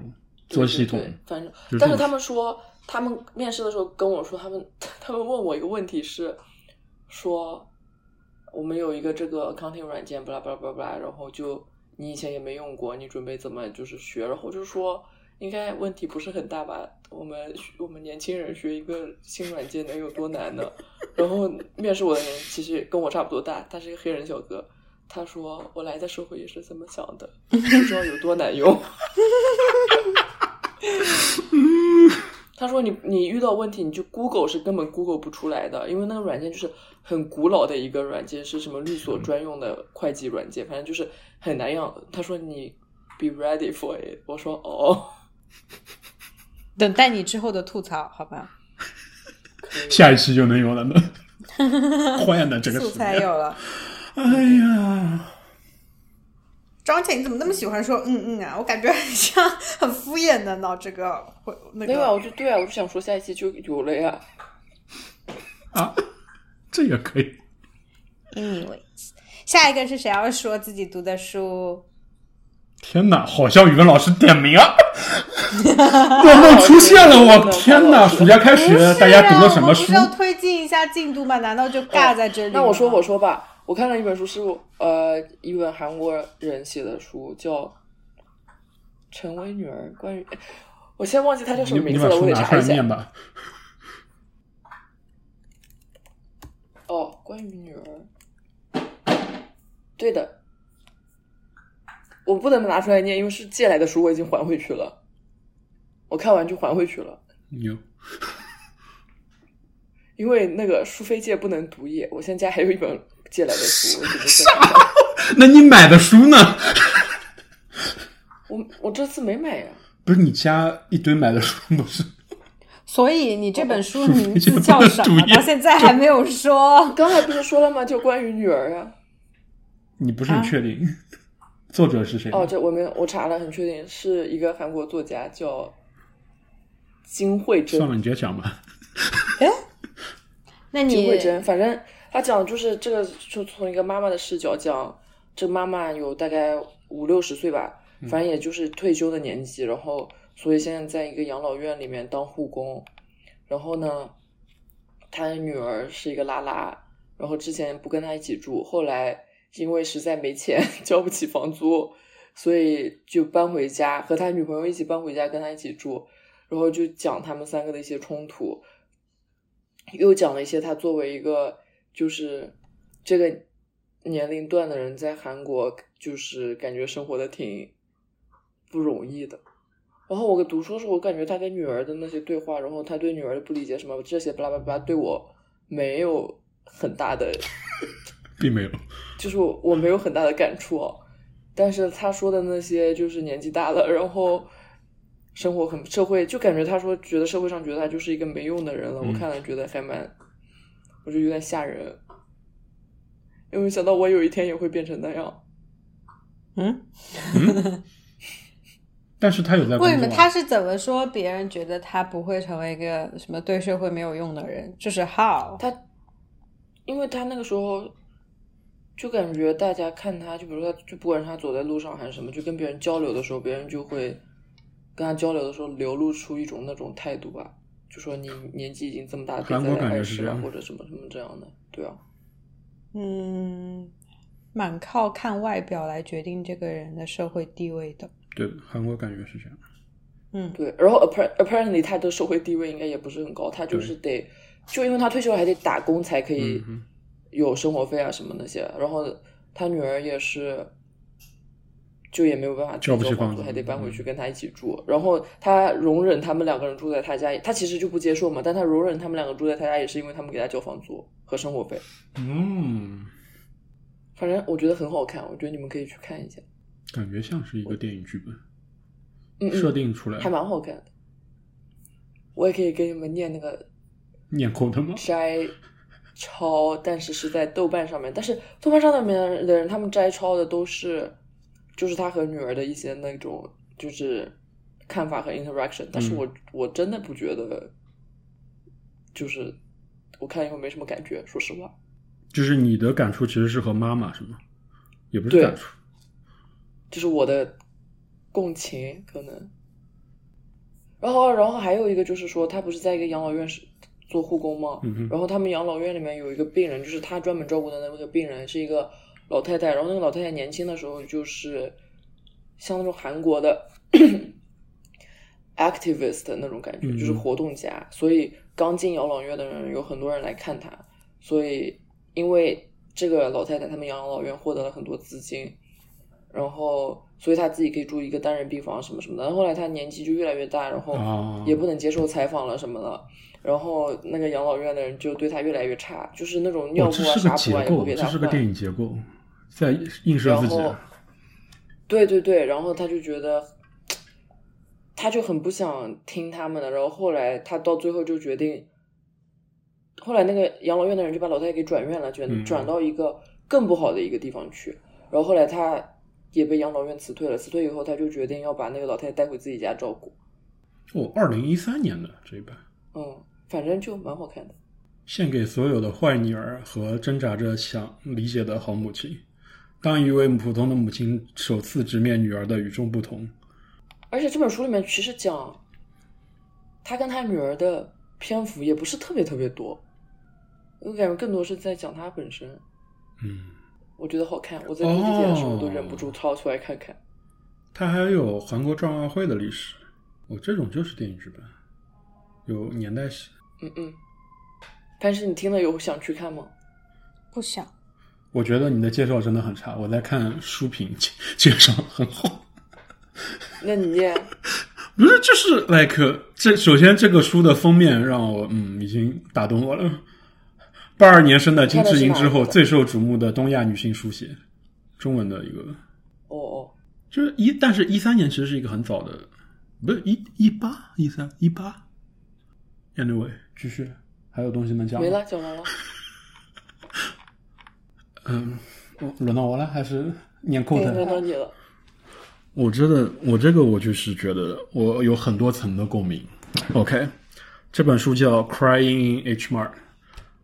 [SPEAKER 2] 做系统
[SPEAKER 3] 对，反正
[SPEAKER 2] 就，
[SPEAKER 3] 但
[SPEAKER 2] 这
[SPEAKER 3] 是
[SPEAKER 2] 种
[SPEAKER 3] 他们说，他们面试的时候跟我说，他们 他们问我一个问题是，说我们有一个这个 accounting 软件，巴拉巴拉巴拉巴拉，然后就你以前也没用过，你准备怎么就是学？然后我就说，应该问题不是很大吧？我们我们年轻人学一个新软件能有多难呢？ 然后面试我的人其实跟我差不多大，他是一个黑人小哥。他说：“我来的时候也是这么想的，不知道有多难用。”他说你你遇到问题你就 Google 是根本 Google 不出来的，因为那个软件就是很古老的一个软件，是什么律所专用的会计软件，反正就是很难让。他说你 be ready for it，我说哦，
[SPEAKER 1] 等待你之后的吐槽，好吧？
[SPEAKER 3] 可以
[SPEAKER 2] 下一期就能有了 呢。 换的这个
[SPEAKER 1] 素
[SPEAKER 2] 词，
[SPEAKER 1] 材有了。
[SPEAKER 2] 哎呀，
[SPEAKER 1] 张倩，你怎么那么喜欢说嗯嗯啊？我感觉很像很敷衍的呢，这个会那
[SPEAKER 3] 没有啊，
[SPEAKER 1] 个。
[SPEAKER 3] 我就对啊，我就想说下一期就有了 呀。
[SPEAKER 2] 啊，这也可以。
[SPEAKER 1] Anyways，下一个是谁要说自己读的书？
[SPEAKER 2] 天哪，好像语文老师点名啊！ 段落出现了， 我天哪！暑假开学
[SPEAKER 1] 不是，啊
[SPEAKER 2] 大家读了什
[SPEAKER 1] 我们
[SPEAKER 2] 么
[SPEAKER 1] 不
[SPEAKER 2] 书
[SPEAKER 1] 是？要推进一下进度吗？难道就尬在这里、
[SPEAKER 3] 那我说我，说吧，我看了一本书是呃一本韩国人写的书，叫《成为女儿》，关于哎我先忘记它叫什
[SPEAKER 2] 你
[SPEAKER 3] 么
[SPEAKER 2] 你
[SPEAKER 3] 名字
[SPEAKER 2] 把
[SPEAKER 3] 了，我
[SPEAKER 2] 书
[SPEAKER 3] 得
[SPEAKER 2] 拿出
[SPEAKER 3] 查一
[SPEAKER 2] 来
[SPEAKER 3] 下
[SPEAKER 2] 念。吧。
[SPEAKER 3] 哦，关于女儿，对的，我不能拿出来念，因为是借来的书，我已经还回去了。我看完就还回去了，
[SPEAKER 2] 牛，
[SPEAKER 3] 因为那个书非借不能读页，我现在家还有一本借来的书，我准备再看看。
[SPEAKER 2] 那你买的书呢？
[SPEAKER 3] 我我这次没买呀、
[SPEAKER 2] 不是你家一堆买的书，不是？
[SPEAKER 1] 所以你这本书名字
[SPEAKER 2] 这个
[SPEAKER 1] 叫什么
[SPEAKER 2] 主？页
[SPEAKER 1] 到现在还没有说。
[SPEAKER 3] 刚才不是说了吗？就关于女儿啊。
[SPEAKER 2] 你不是很确定、作者是谁吗？
[SPEAKER 3] 哦，这我没有，我查了，很确定是一个韩国作家叫金惠珍
[SPEAKER 2] 算。了，你直接讲吧。
[SPEAKER 1] 那
[SPEAKER 3] 金
[SPEAKER 1] 你
[SPEAKER 3] 惠珍，反正他讲就是这个，就从一个妈妈的视角讲，这妈妈有大概五六十岁吧，反正也就是退休的年纪，然后所以现在在一个养老院里面当护工，然后呢，他的女儿是一个拉拉，然后之前不跟他一起住，后来因为实在没钱 交不起房租，所以就搬回家，和他女朋友一起搬回家跟他一起住，然后就讲他们三个的一些冲突，又讲了一些他作为一个就是这个年龄段的人在韩国就是感觉生活的挺不容易的。然后我读书的时候，我感觉他跟女儿的那些对话，然后他对女儿的不理解什么这些巴拉巴拉巴拉，对我没有很大的
[SPEAKER 2] 并没有。
[SPEAKER 3] 就是我没有很大的感触哦，但是他说的那些就是年纪大了，然后生活很社会，就感觉他说觉得社会上觉得他就是一个没用的人了。
[SPEAKER 2] 嗯
[SPEAKER 3] 我看了觉得还蛮，我就有点吓人，因为想到我有一天也会变成那样。
[SPEAKER 1] 嗯，
[SPEAKER 2] 但是他有在工
[SPEAKER 1] 为什
[SPEAKER 2] 作
[SPEAKER 1] 么
[SPEAKER 2] 啊
[SPEAKER 1] 他是怎么说别人觉得他不会成为一个什么对社会没有用的人？就是 how
[SPEAKER 3] 他，因为他那个时候就感觉大家看他，就比如说他，就不管是他走在路上还是什么，就跟别人交流的时候，别人就会跟他交流的时候流露出一种那种态度吧，就说你年纪已经这么大，别
[SPEAKER 2] 韩
[SPEAKER 3] 再
[SPEAKER 2] 国
[SPEAKER 3] 来
[SPEAKER 2] 感觉
[SPEAKER 3] 二
[SPEAKER 2] 是
[SPEAKER 3] 十
[SPEAKER 2] 这
[SPEAKER 3] 了
[SPEAKER 2] 样，
[SPEAKER 3] 或者什么什么这样的，对啊，
[SPEAKER 1] 嗯，蛮靠看外表来决定这个人的社会地位的。
[SPEAKER 2] 对韩国感觉是这样。
[SPEAKER 1] 嗯，
[SPEAKER 3] 对。然后 appar- apparently 他的社会地位应该也不是很高，他就是得，就因为他退休了还得打工才可以
[SPEAKER 2] 嗯哼，
[SPEAKER 3] 有生活费啊什么那些，然后他女儿也是，就也没有办法
[SPEAKER 2] 交不起
[SPEAKER 3] 自己
[SPEAKER 2] 房
[SPEAKER 3] 租，
[SPEAKER 2] 租
[SPEAKER 3] 还得搬回去跟他一起住。然后他容忍他们两个人住在他家，他其实就不接受嘛，但他容忍他们两个住在他家，也是因为他们给他交房租和生活费。
[SPEAKER 2] 嗯，
[SPEAKER 3] 反正我觉得很好看，我觉得你们可以去看一下，
[SPEAKER 2] 感觉像是一个电影剧本
[SPEAKER 3] 嗯
[SPEAKER 2] 设
[SPEAKER 3] 嗯，
[SPEAKER 2] 定出来
[SPEAKER 3] 还。蛮好看的。我也可以给你们念那个
[SPEAKER 2] 念空的吗？
[SPEAKER 3] 摘抄，但是是在豆瓣上面，但是豆瓣上面的人，他们摘抄的都是，就是他和女儿的一些那种就是看法和 interaction，但是我、我真的不觉得，就是我看以后没什么感觉，说实话，
[SPEAKER 2] 就是你的感触其实是和妈妈是吗？也不是
[SPEAKER 3] 对
[SPEAKER 2] 感触，
[SPEAKER 3] 就是我的共情可能。然后，然后还有一个就是说，他不是在一个养老院是做护工吗？
[SPEAKER 2] 嗯哼
[SPEAKER 3] 然后他们养老院里面有一个病人，就是他专门照顾的那个病人是一个老太太，然后那个老太太年轻的时候就是像那种韩国的 activist 的那种感觉，
[SPEAKER 2] 嗯
[SPEAKER 3] 就是活动家，所以刚进养老院的人有很多人来看她，所以因为这个老太太他们养老院获得了很多资金，然后所以她自己可以住一个单人病房什么什么的，然后后来她年纪就越来越大，然后
[SPEAKER 2] 啊，
[SPEAKER 3] 也不能接受采访了什么的。然后那个养老院的人就对他越来越差，就是那种尿
[SPEAKER 2] 哦，
[SPEAKER 3] 布
[SPEAKER 2] 这
[SPEAKER 3] 啊、
[SPEAKER 2] 是个
[SPEAKER 3] 纱布啊
[SPEAKER 2] 结
[SPEAKER 3] 也不
[SPEAKER 2] 构，
[SPEAKER 3] 给
[SPEAKER 2] 这
[SPEAKER 3] 他
[SPEAKER 2] 是个电
[SPEAKER 3] 换。
[SPEAKER 2] 影结构，在映射
[SPEAKER 3] 然
[SPEAKER 2] 自己。
[SPEAKER 3] 后，对对对，然后他就觉得，他就很不想听他们的。然后后来他到最后就决定，后来那个养老院的人就把老太太给转院了，转、
[SPEAKER 2] 嗯
[SPEAKER 3] 转到一个更不好的一个地方去。然后后来他也被养老院辞退了，辞退以后他就决定要把那个老太太带回自己家照顾。
[SPEAKER 2] 哦，二零一三年的这一版，
[SPEAKER 3] 嗯，反正就蛮好看的。
[SPEAKER 2] 献给所有的坏女儿和挣扎着想理解的好母亲。当一位普通的母亲首次直面女儿的与众不同，
[SPEAKER 3] 而且这本书里面其实讲他跟他女儿的篇幅也不是特别特别多，我感觉更多是在讲他本身。
[SPEAKER 2] 嗯，
[SPEAKER 3] 我觉得好看，我在读这点的时候都忍不住掏出来看看。
[SPEAKER 2] 它还有韩国壮爱会的历史，哦，这种就是电影剧本，有年代性。
[SPEAKER 3] 嗯嗯。但是你听了有想去看吗？
[SPEAKER 1] 不想。
[SPEAKER 2] 我觉得你的介绍真的很差，我在看书评介介绍很好。
[SPEAKER 3] 那你念，
[SPEAKER 2] 不是，嗯就是 like 这首先这个书的封面让我嗯已经打动我了。八二年生的金智英之后
[SPEAKER 3] 看的是哪一个
[SPEAKER 2] 最受瞩目的东亚女性书写，中文的一个，
[SPEAKER 3] 哦哦，
[SPEAKER 2] 就是一，但是一三年其实是一个很早的，不是一一八一三一八。Anyway，继续，还有东西能讲吗
[SPEAKER 3] 没了，讲完了。
[SPEAKER 2] 嗯，我轮到我了，还是念扣的？
[SPEAKER 3] 轮到你了。
[SPEAKER 2] 我真的，我这个我就是觉得我有很多层的共鸣。OK，这本书叫《Crying in H Mart》，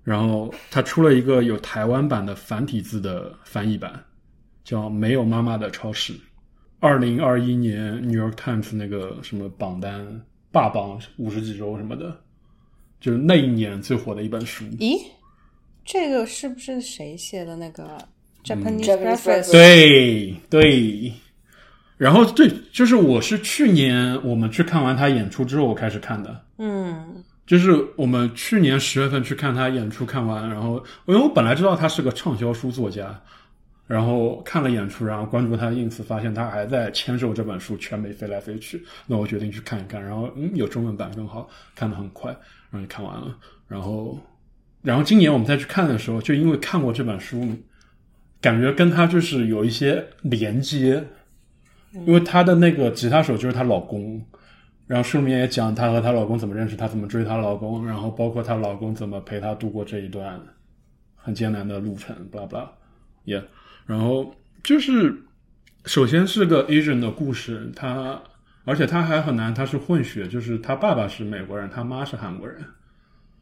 [SPEAKER 2] 然后它出了一个有台湾版的繁体字的翻译版，叫《没有妈妈的超市》。二零二一年《New York Times》那个什么榜单霸榜五十几周什么的，就是那一年最火的一本书。
[SPEAKER 1] 咦，这个是不是谁写的那个 Japanese
[SPEAKER 3] Japanese
[SPEAKER 1] reference？、
[SPEAKER 3] reference
[SPEAKER 2] 对对，然后对，就是我是去年我们去看完他演出之后，我开始看的。
[SPEAKER 1] 嗯，
[SPEAKER 2] 就是我们去年十月份去看他演出，看完，然后因为我本来知道他是个畅销书作家，然后看了演出，然后关注他的 ins，发现他还在签售这本书，全美飞来飞去。那我决定去看一看，然后嗯，有中文版更好，看得很快，然后就看完了。然后，然后今年我们再去看的时候，就因为看过这本书，感觉跟他就是有一些连接，因为她的那个吉他手就是她老公，然后书里面也讲她和她老公怎么认识，她怎么追她老公，然后包括她老公怎么陪她度过这一段很艰难的路程，blah blah，也、yeah，然后就是首先是个 Asian 的故事，她而且她还很难，她是混血，就是她爸爸是美国人，她妈是韩国人，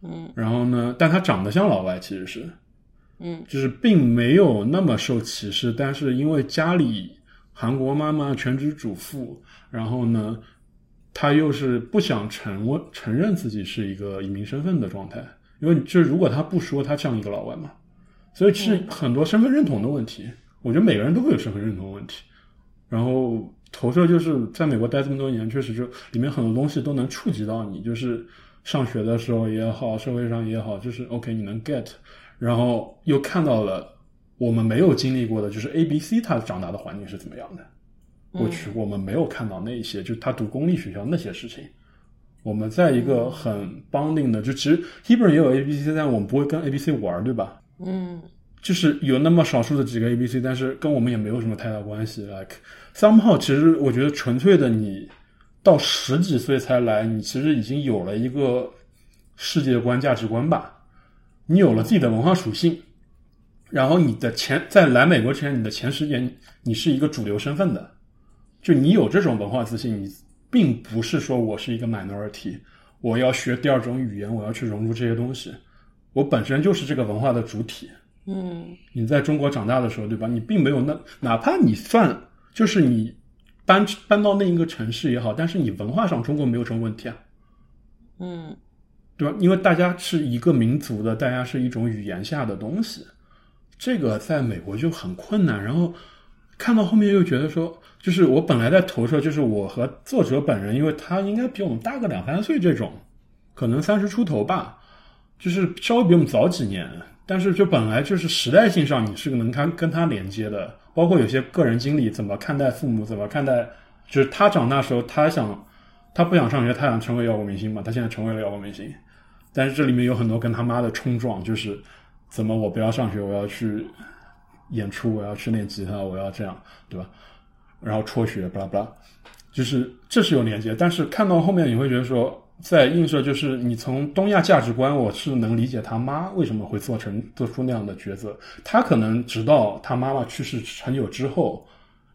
[SPEAKER 1] 嗯，
[SPEAKER 2] 然后呢，但她长得像老外，其实是，
[SPEAKER 1] 嗯，
[SPEAKER 2] 就是并没有那么受歧视，但是因为家里韩国妈妈全职主妇，然后呢，她又是不想承认承认自己是一个移民身份的状态，因为就是如果她不说，她像一个老外嘛，所以是很多身份认同的问题。我觉得每个人都会有身份认同的问题，然后投射就是在美国待这么多年，确实就里面很多东西都能触及到你，就是上学的时候也好，社会上也好，就是 OK 你能 get，然后又看到了我们没有经历过的，就是 A、B、C 他长大的环境是怎么样的。
[SPEAKER 1] 嗯
[SPEAKER 2] 过去我们没有看到那一些，就他读公立学校那些事情。我们在一个很 bonding 的，就其实 Hebrew 也有 A、B、C，但我们不会跟 A、B、C 玩，对吧？
[SPEAKER 1] 嗯
[SPEAKER 2] 就是有那么少数的几个 A、B、C，但是跟我们也没有什么太大关系。Like somehow，其实我觉得纯粹的你到十几岁才来，你其实已经有了一个世界观、价值观吧，你有了自己的文化属性，然后你的前在来美国之前，你的前十年你是一个主流身份的，就你有这种文化自信，你并不是说我是一个 minority，我要学第二种语言，我要去融入这些东西，我本身就是这个文化的主体。
[SPEAKER 1] 嗯，
[SPEAKER 2] 你在中国长大的时候，对吧？你并没有那，哪怕你算就是你搬搬到另一个城市也好，但是你文化上中国没有什么问题啊，
[SPEAKER 1] 嗯，
[SPEAKER 2] 对吧？因为大家是一个民族的，大家是一种语言下的东西，这个在美国就很困难。然后看到后面又觉得说，就是我本来在投射，就是我和作者本人，因为他应该比我们大个两三岁，这种可能三十出头吧，就是稍微比我们早几年。但是就本来就是时代性上，你是能看跟他连接的，包括有些个人经历，怎么看待父母，怎么看待，就是他长大时候，他想，他不想上学，他想成为摇滚明星嘛，他现在成为了摇滚明星，但是这里面有很多跟他妈的冲撞，就是怎么我不要上学，我要去演出，我要去练吉他，我要这样，对吧？然后辍学，巴拉巴拉，就是这是有连接，但是看到后面你会觉得说。在映射就是你从东亚价值观，我是能理解他妈为什么会做成做出那样的抉择。他可能直到他妈妈去世很久之后，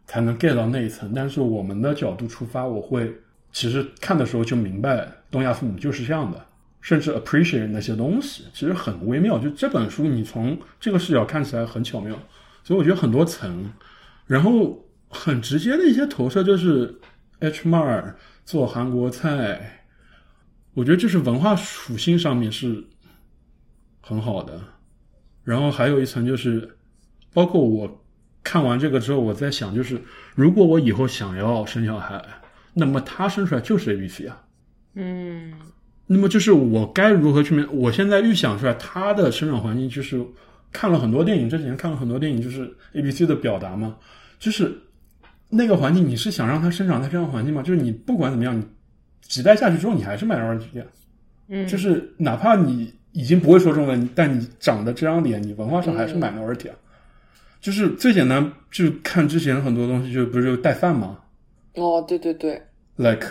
[SPEAKER 2] 才能 get 到那一层。但是我们的角度出发，我会其实看的时候就明白，东亚父母就是这样的，甚至 appreciate 那些东西，其实很微妙。就这本书，你从这个视角看起来很巧妙，所以我觉得很多层，然后很直接的一些投射就是 H 马尔做韩国菜。我觉得这是文化属性上面是很好的，然后还有一层就是，包括我看完这个之后，我在想，就是如果我以后想要生小孩，那么他生出来就是 A B C 啊，
[SPEAKER 1] 嗯，
[SPEAKER 2] 那么就是我该如何去面？我现在预想出来他的生长环境就是看了很多电影，这几年看了很多电影，就是 A B C 的表达嘛，就是那个环境，你是想让他生长在这样环境吗？就是你不管怎么样，你。几代下去之后，你还是 minority 啊，
[SPEAKER 1] 嗯，
[SPEAKER 2] 就是哪怕你已经不会说中文，但你长得这张脸，你文化上还是 minority 啊。就是最简单，就看之前很多东西，就不是有带饭吗
[SPEAKER 3] 哦，对对对，
[SPEAKER 2] ？like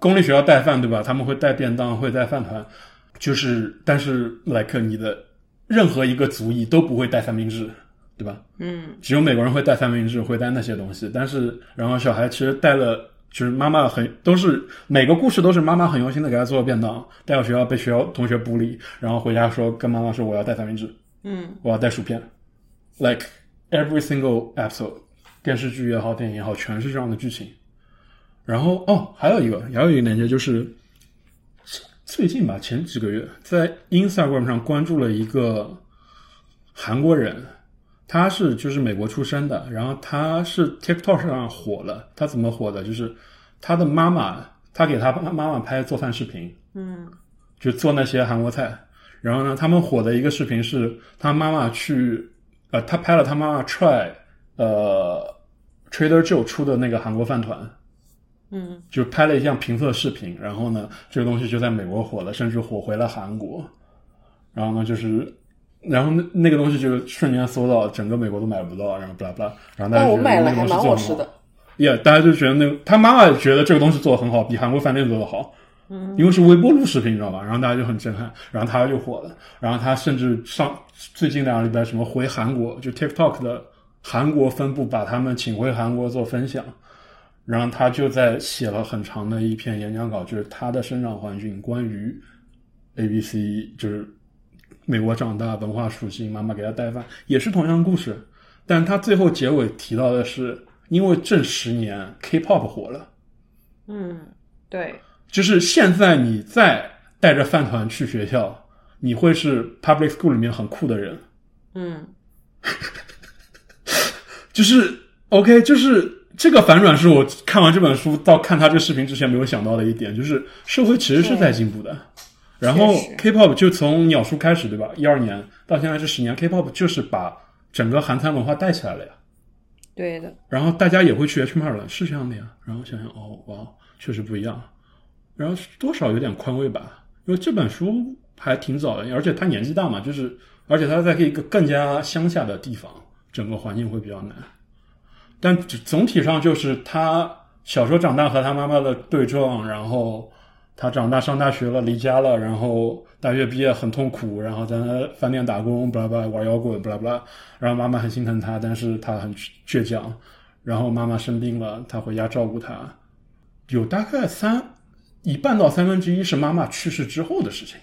[SPEAKER 2] 公立学校带饭对吧？他们会带便当，会带饭团，就是但是 like 你的任何一个族裔都不会带三明治，对吧？
[SPEAKER 1] 嗯
[SPEAKER 2] 只有美国人会带三明治，会带那些东西。但是，然后小孩其实带了，就是妈妈很都是每个故事都是妈妈很用心的给他做便当，带到学校被学校同学bully，然后回家说跟妈妈说我要带三明治，
[SPEAKER 1] 嗯
[SPEAKER 2] 我要带薯片，like every single episode，电视剧也好，电影也好，全是这样的剧情。然后哦，还有一个，还有一个链接就是最近吧，前几个月在 Instagram 上关注了一个韩国人，他是就是美国出生的，然后他是 TikTok 上火了。他怎么火的？就是他的妈妈，他给他妈妈拍做饭视频，
[SPEAKER 1] 嗯
[SPEAKER 2] 就做那些韩国菜。然后呢，他们火的一个视频是他妈妈去，呃，他拍了他妈妈 try 呃 Trader Joe 出的那个韩国饭团，
[SPEAKER 1] 嗯
[SPEAKER 2] 就拍了一项评测视频，然后呢，这个东西就在美国火了，甚至火回了韩国。然后呢，就是，然后那那个东西就瞬间搜到，整个美国都买不到，然后巴拉巴拉，然后大家
[SPEAKER 3] 但
[SPEAKER 2] 觉
[SPEAKER 3] 我
[SPEAKER 2] 得
[SPEAKER 3] 买了，
[SPEAKER 2] 那个
[SPEAKER 3] 还
[SPEAKER 2] 东
[SPEAKER 3] 蛮
[SPEAKER 2] 西
[SPEAKER 3] 好
[SPEAKER 2] 做
[SPEAKER 3] 吃
[SPEAKER 2] 很
[SPEAKER 3] 的
[SPEAKER 2] 好。。也、yeah, 大家就觉得那个他妈妈觉得这个东西做的很好，比韩国饭店做的好，
[SPEAKER 1] 嗯
[SPEAKER 2] 因为是微波炉视频，你知道吧？然后大家就很震撼，然后他就火了，然后他甚至上最近两个礼拜什么回韩国，就 TikTok 的韩国分部把他们请回韩国做分享，然后他就在写了很长的一篇演讲稿，就是他的生长环境关于 A B C，就是美国长大文化属性，妈妈给他带饭，也是同样的故事，但他最后结尾提到的是，因为这十年 K-pop 火了。
[SPEAKER 1] 嗯，对，
[SPEAKER 2] 就是现在你再带着饭团去学校，你会是 public school 里面很酷的人。
[SPEAKER 1] 嗯
[SPEAKER 2] 就是 OK，就是这个反转是我看完这本书到看他这个视频之前没有想到的一点，就是社会其实是在进步的。然后
[SPEAKER 1] 确
[SPEAKER 2] K-pop 就从鸟叔开始，对吧？一二年到现在这十年，K-pop 就是把整个韩餐文化带起来了呀。
[SPEAKER 1] 对的，
[SPEAKER 2] 然后大家也会去 H Mart 了，是这样的呀。然后想想，哦，哇，确实不一样。然后多少有点宽慰吧，因为这本书还挺早的，而且他年纪大嘛，就是而且他在一个更加乡下的地方，整个环境会比较难。但总体上就是他小时候长大和他妈妈的对撞，然后他长大上大学了，离家了，然后大学毕业很痛苦，然后在那饭店打工，巴拉巴拉玩摇滚，巴拉巴拉，然后妈妈很心疼他，但是他很倔强，然后妈妈生病了，他回家照顾他，有大概三一半到三分之一是妈妈去世之后的事情，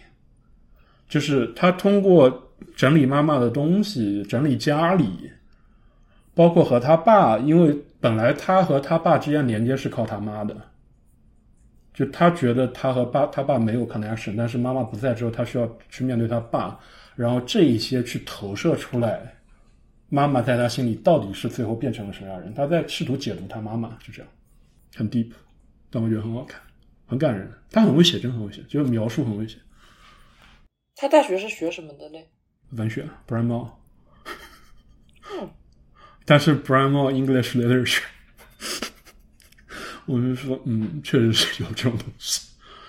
[SPEAKER 2] 就是他通过整理妈妈的东西，整理家里。包括和他爸，因为本来他和他爸之间连接是靠他妈的，就他觉得他和爸他爸没有 connection，但是妈妈不在之后，他需要去面对他爸，然后这一些去投射出来，妈妈在他心里到底是最后变成了什么样人？他在试图解读他妈妈，就这样，很 deep，但我觉得很好看，很感人。他很会写，真很会写，就是描述很会写。
[SPEAKER 3] 他大学是学什么的嘞？
[SPEAKER 2] 文学，Brown 猫。但是 Primal English Literature，我就说，嗯，确实是有这种东西。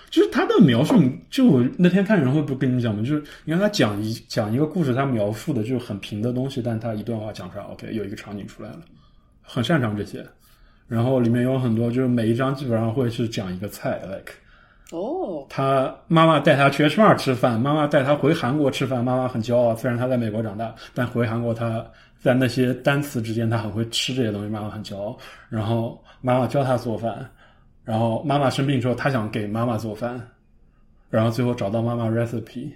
[SPEAKER 2] 就是他的描述，就我那天看人会不跟你讲嘛，就是你看他讲一讲一个故事，他描述的就是很平的东西，但他一段话讲出来，OK，有一个场景出来了，很擅长这些。然后里面有很多，就是每一章基本上会是讲一个菜，like。
[SPEAKER 3] 哦，
[SPEAKER 2] 他妈妈带他去 H R 吃饭，妈妈带他回韩国吃饭，妈妈很骄傲。虽然他在美国长大，但回韩国他在那些单词之间他很会吃这些东西，妈妈很骄傲。然后妈妈教他做饭，然后妈妈生病之后，他想给妈妈做饭，然后最后找到妈妈 recipe，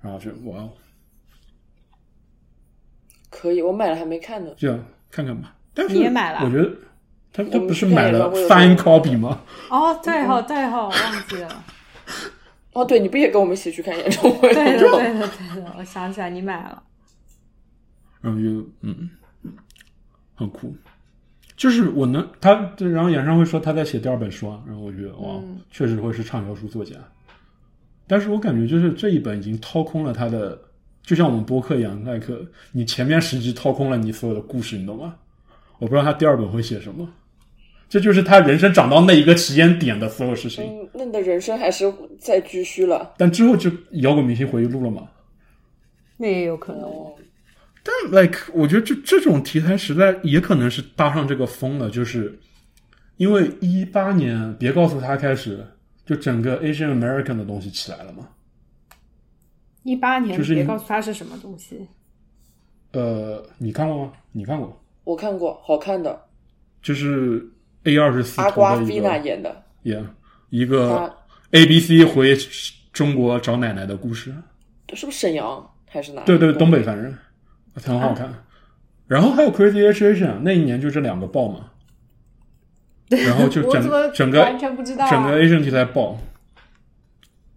[SPEAKER 2] 然后就哇，哦，
[SPEAKER 3] 可以，我买了还没看呢。
[SPEAKER 2] 这样看看吧。但是
[SPEAKER 1] 你也买了
[SPEAKER 2] 我觉得他他
[SPEAKER 3] 我们
[SPEAKER 2] 不是
[SPEAKER 3] 之前
[SPEAKER 2] 买
[SPEAKER 3] 也聊
[SPEAKER 2] 了
[SPEAKER 3] 过有这
[SPEAKER 2] fine
[SPEAKER 3] 个
[SPEAKER 2] copy 吗？
[SPEAKER 1] 哦，对哦，对哦，忘记 了。
[SPEAKER 3] 哦，对，你不也跟我们一起去看演唱会
[SPEAKER 1] 对的，
[SPEAKER 3] 了吗？
[SPEAKER 1] 对的，对的，我想起来你买了。
[SPEAKER 2] 然后就嗯，很酷。就是我能他，然后演唱会说他在写第二本书啊，然后我觉得哇，
[SPEAKER 1] 嗯
[SPEAKER 2] 确实会是畅销书作家。但是我感觉就是这一本已经掏空了他的，就像我们播客一样，那一刻你前面十集掏空了你所有的故事，你懂吗？我不知道他第二本会写什么，这就是他人生长到那一个时间点的所有事情。
[SPEAKER 3] 嗯，那你的人生还是在居虚了。
[SPEAKER 2] 但之后就摇滚明星回忆录了嘛，
[SPEAKER 1] 那也有可能，
[SPEAKER 3] 哦，
[SPEAKER 2] 但 like 我觉得这这种题材实在也可能是搭上这个风了，就是因为一八年别告诉他开始，就整个 Asian American 的东西起来了嘛。
[SPEAKER 1] 一八年
[SPEAKER 2] 就是
[SPEAKER 1] 别
[SPEAKER 2] 你
[SPEAKER 1] 告诉他是什么东西。
[SPEAKER 2] 呃，你看过吗？你看过？
[SPEAKER 3] 我看过，好看的，
[SPEAKER 2] 就是 A 二十四
[SPEAKER 3] 阿
[SPEAKER 2] 投
[SPEAKER 3] 瓜
[SPEAKER 2] 的
[SPEAKER 3] 菲
[SPEAKER 2] 一
[SPEAKER 3] 娜
[SPEAKER 2] 个，呃
[SPEAKER 3] 演的，
[SPEAKER 2] 也一个
[SPEAKER 3] 她
[SPEAKER 2] A B C 回中国找奶奶的故事。
[SPEAKER 3] 是不是沈阳还是哪里？
[SPEAKER 2] 对对，东北反正很好看。然后还有 Crazy Rich Asian，那一年就这两个爆嘛。然后就
[SPEAKER 1] 我怎么
[SPEAKER 2] 整整个
[SPEAKER 1] 完全不知道啊
[SPEAKER 2] 整个 Asian 题材爆，